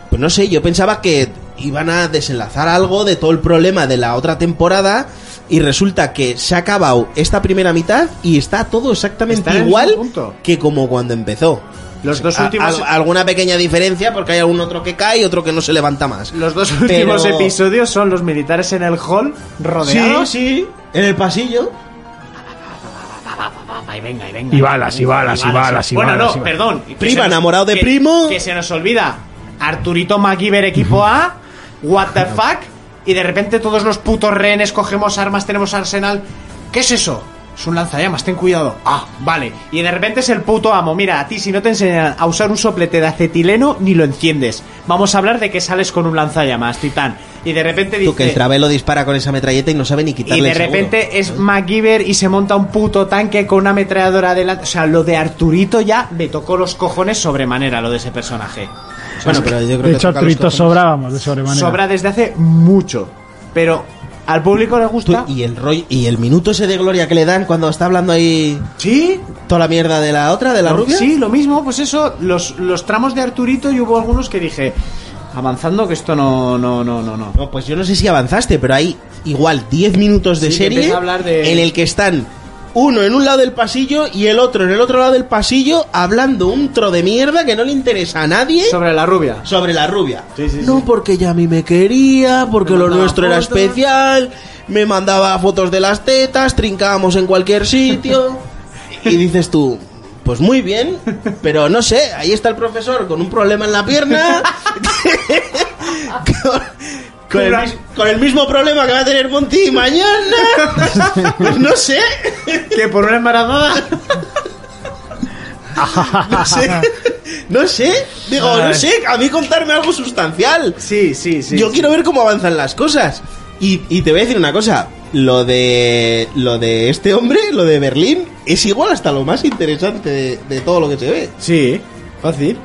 S8: Pues no sé, yo pensaba que iban a desenlazar algo de todo el problema de la otra temporada y resulta que se ha acabado esta primera mitad y está todo exactamente
S1: Está en el
S8: igual
S1: mismo punto.
S8: que como cuando empezó.
S1: Los dos
S8: A-
S1: últimos, e-
S8: al- alguna pequeña diferencia porque hay algún otro que cae y otro que no se levanta más.
S1: los dos
S8: Pero-
S1: últimos episodios son los militares en el hall rodeados.
S8: sí, en el pasillo.
S1: Ay, venga, y venga.
S2: Y balas, y balas, y balas, y
S1: Bueno,
S2: balas,
S1: no,
S2: y balas.
S1: perdón. Que
S8: Prima,
S1: se nos-
S8: enamorado de
S1: que-
S8: primo.
S1: Que se nos olvida. Arturito MacGyver, equipo A. What the fuck. Y de repente todos los putos rehenes cogemos armas, tenemos arsenal. ¿Qué es eso? Es un lanzallamas, ten cuidado. Ah, vale. Y de repente es el puto amo. Mira, a ti si no te enseñan a usar un soplete de acetileno, ni lo enciendes. Vamos a hablar de que sales con un lanzallamas, titán. Y de repente dice...
S8: Tú que el Travelo dispara con esa metralleta y no sabe ni quitarle
S1: Y de
S8: el seguro.
S1: repente es MacGyver y se monta un puto tanque con una ametralladora delante. O sea, lo de Arturito ya me tocó los cojones sobremanera lo de ese personaje.
S8: Bueno, pero yo creo
S2: Pues De
S8: que
S2: hecho,
S8: toca los
S2: Arturito
S8: cojones.
S2: sobra, vamos, de sobremanera.
S1: Sobra desde hace mucho. Pero al público le
S8: Tú-
S1: gusta.
S8: y el rollo, y el minuto ese de gloria que le dan cuando está hablando ahí
S1: ¿Sí?
S8: toda la mierda de la otra, de la
S1: lo-
S8: rubia.
S1: Sí, lo mismo, pues eso, los, los tramos de Arturito y hubo algunos que dije, avanzando que esto no, no, no, no, no.
S8: No, pues yo no sé si avanzaste, pero hay igual 10 minutos de
S1: Sí, que
S8: serie
S1: empieza a hablar de-
S8: en el que están uno en un lado del pasillo y el otro en el otro lado del pasillo hablando un tro de mierda que no le interesa a nadie.
S1: Sobre la rubia.
S8: sobre la rubia.
S1: Sí, sí,
S8: no
S1: sí.
S8: porque ya a mí me quería, porque
S1: Me
S8: lo
S1: mandaba
S8: nuestro era
S1: fotos.
S8: especial, me mandaba fotos de las tetas, trincábamos en cualquier sitio. y dices tú, pues muy bien, pero no sé, ahí está el profesor con un problema en la pierna. con, con el, mis- con el mismo problema que va a tener Monty mañana. Pues no sé.
S1: Que por una embarazada.
S8: No sé. No sé. Digo, no sé. A mí contarme algo sustancial.
S1: Sí, sí, sí.
S8: Yo
S1: sí.
S8: quiero ver cómo avanzan las cosas. Y, y te voy a decir una cosa. Lo de. Lo de este hombre, lo de Berlín, es igual hasta lo más interesante de, de todo lo que se ve.
S1: Sí, fácil.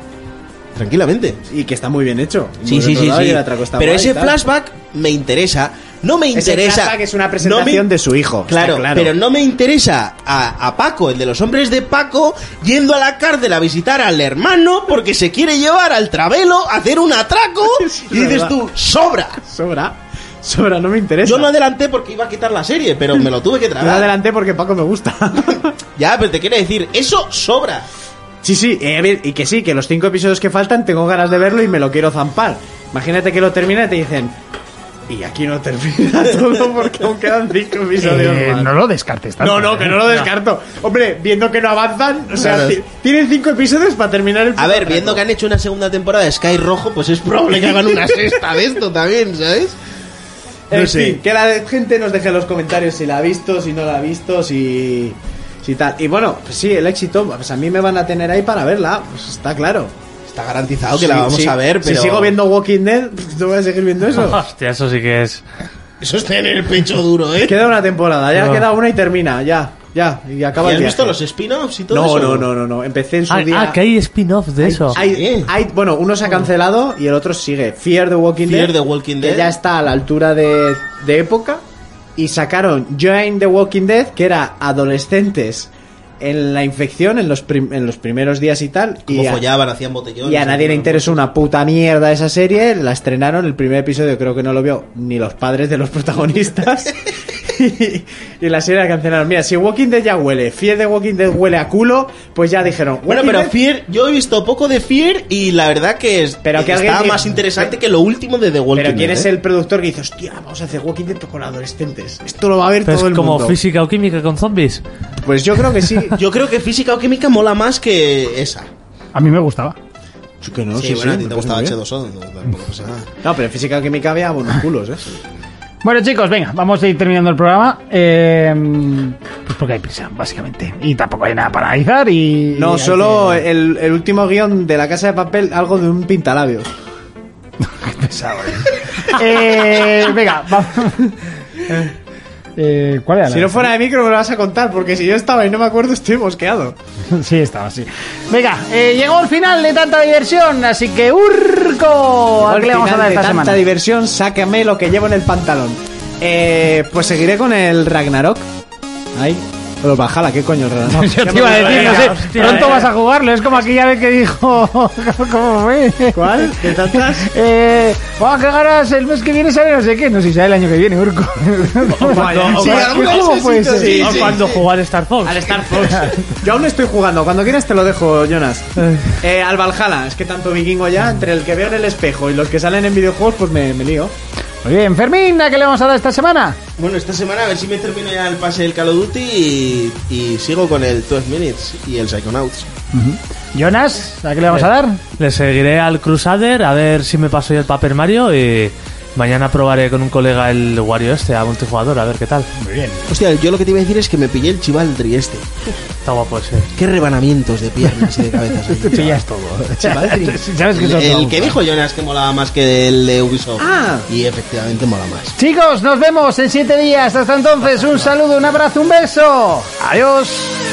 S8: Tranquilamente.
S1: Y que está muy bien hecho.
S8: Sí,
S1: Muy
S8: sí, sí,
S1: recordado
S8: sí.
S1: y el atraco está
S8: Pero
S1: guay y
S8: ese
S1: tal.
S8: flashback me interesa. No me
S1: Ese
S8: interesa.
S1: flashback es
S8: no
S1: una
S8: me-
S1: presentación de su hijo. está
S8: Claro, pero no me interesa a, a Paco, el de los hombres de Paco, yendo a la cárcel a visitar al hermano porque se quiere llevar al travelo a hacer un atraco.
S1: Es
S8: y dices
S1: verdad.
S8: tú, sobra.
S1: Sobra. Sobra, no me interesa.
S8: Yo no adelanté porque iba a quitar la serie, pero me lo tuve que
S1: Yo lo
S8: tragar.
S1: adelanté porque Paco me gusta.
S8: Ya, pero te quiero decir, eso sobra.
S1: sí, sí, eh, a ver, y que sí, que los cinco episodios que faltan tengo ganas de verlo y me lo quiero zampar. Imagínate que lo termina y te dicen. Y aquí no termina todo porque aún quedan cinco episodios
S2: Eh,
S1: más.
S2: no lo descartes tanto.
S1: No, no, que no
S5: eh.
S1: lo descarto. eh. Hombre, viendo que no avanzan, o sea,
S8: Claro.
S1: ti- tienen cinco episodios para terminar el
S8: A ver,
S1: puto
S8: viendo que
S1: atraco.
S8: han hecho una segunda temporada de Sky Rojo, pues es probable que hagan una sexta de esto también, ¿sabes? No
S1: En
S8: sé.
S1: fin, que la gente nos deje en los comentarios si la ha visto, si no la ha visto, si, si tal. Y bueno, pues sí, el éxito, pues a mí me van a tener ahí para verla, pues está claro.
S8: Está garantizado que
S1: Sí,
S8: la vamos
S1: sí.
S8: a ver, pero...
S1: Si sigo viendo Walking Dead, no voy a seguir viendo eso.
S9: Hostia, eso sí que es.
S8: Eso es tener el pecho duro, ¿eh?
S1: queda una temporada, ya
S9: No.
S1: queda una y termina, ya, ya, y
S8: ¿Y
S1: acaba el
S8: ¿Has
S1: viaje.
S8: visto los spin-offs y todo
S1: no,
S8: eso?
S1: no, no, no, no, empecé en su
S9: Ah,
S1: día...
S9: ah, que hay spin-off de eso.
S1: Hay,
S8: Sí.
S1: hay- bueno, uno se ha cancelado y el otro sigue. Fear the Walking
S8: Fear
S1: Dead.
S8: the Walking
S1: que
S8: Dead.
S1: ya está a la altura de, de época. Y sacaron Join the Walking Dead, que era adolescentes en la infección, en los, prim- en los primeros días y tal.
S8: Como
S1: y a-
S8: follaban, hacían botellones.
S1: y a nadie le interesó una puta mierda esa serie. La estrenaron, el primer episodio creo que no lo vio ni los padres de los protagonistas. y, y la serie la cancelaron. Mira, si Walking Dead ya huele, Fear de Walking Dead huele a culo, pues ya dijeron.
S8: Bueno,
S1: Walking
S8: pero
S1: Dead-
S8: Fear, yo he visto poco de Fear y la verdad que, es,
S1: Pero que
S8: está
S1: alguien-
S8: más interesante que lo último de The Walking
S1: Pero ¿quién
S8: Dead,
S1: es
S8: ¿eh?
S1: el productor que dice, hostia, vamos a hacer Walking Dead con adolescentes? Esto lo va a ver
S9: Pero
S1: todo
S9: es
S1: el
S9: como
S1: mundo.
S9: física o química con zombies.
S1: Pues yo creo que sí.
S8: Yo creo que física o química mola más que esa.
S5: A mí me gustaba.
S1: que no,
S8: sí, bueno, a ti te gustaba H2O, no, tampoco pasa nada.
S1: No, pero en física o química había buenos culos, ¿eh?
S5: Bueno, chicos, venga, vamos a ir terminando el programa. Eh, pues porque hay prisa, básicamente. Y tampoco hay nada para analizar y... y
S1: No,
S5: hay
S1: solo eh.
S5: que-
S1: el, el último guión de La Casa de Papel, algo de un pintalabios.
S5: Eh, venga, vamos. Eh, ¿Cuál era? la-
S1: Si no fuera de mí, creo que lo vas a contar, porque si yo estaba y no me acuerdo, estoy mosqueado.
S5: Sí, estaba así. Venga, eh, llegó el final de tanta diversión, así que Urco, ¿a qué le vamos
S1: Al
S5: a
S1: final
S5: dar
S1: de
S5: esta
S1: tanta
S5: semana?
S1: diversión, sácame lo que llevo en el pantalón. Eh, pues seguiré con el Ragnarok. Ahí. Los Valhalla, ¿qué coño el Ragnarok?
S5: Yo te iba a decir, no sé, pronto vas a jugarlo, es como aquella vez que dijo, ¿cómo fue?
S1: ¿Cuál? ¿De tantas?
S5: Eh, oh, qué ganas, el mes que viene sale no sé qué, no sé si sale el año que viene, Urco.
S9: o
S5: Sí,
S8: cuando-
S5: ¿Cómo
S8: sí,
S5: puede
S8: sí,
S5: ser?
S8: sí.
S9: O cuando jugar Star Fox.
S1: Star Fox. Yo aún estoy jugando. Cuando quieras te lo dejo, Jonas. Eh, al Valhalla. Es que tanto vikingo ya, entre el que veo en el espejo y los que salen en videojuegos, pues me, me lío.
S5: Muy bien, Fermín, ¿a qué le vamos a dar esta semana?
S8: Bueno, esta semana a ver si me termino ya el pase del Call of Duty y, y sigo con el 12 Minutes y el Psychonauts.
S5: Jonas, ¿a qué le vamos a dar?
S9: Le seguiré al Crusader a ver si me paso yo el Paper Mario y mañana probaré con un colega el Wario este a multijugador a ver qué tal.
S8: Hostia, yo lo que te iba a decir es que me pillé el Chivalry este.
S9: Está guapo ese.
S8: Qué rebanamientos de piernas y de cabezas. hay.
S5: todo.
S8: Chivalry.
S5: ¿Sabes qué
S8: El,
S5: son todos?
S8: el que dijo Jonas que molaba más que el de Ubisoft.
S1: Ah.
S8: Y efectivamente mola más.
S5: Chicos, nos vemos en siete días. Hasta entonces, un saludo, un abrazo, un beso. Adiós.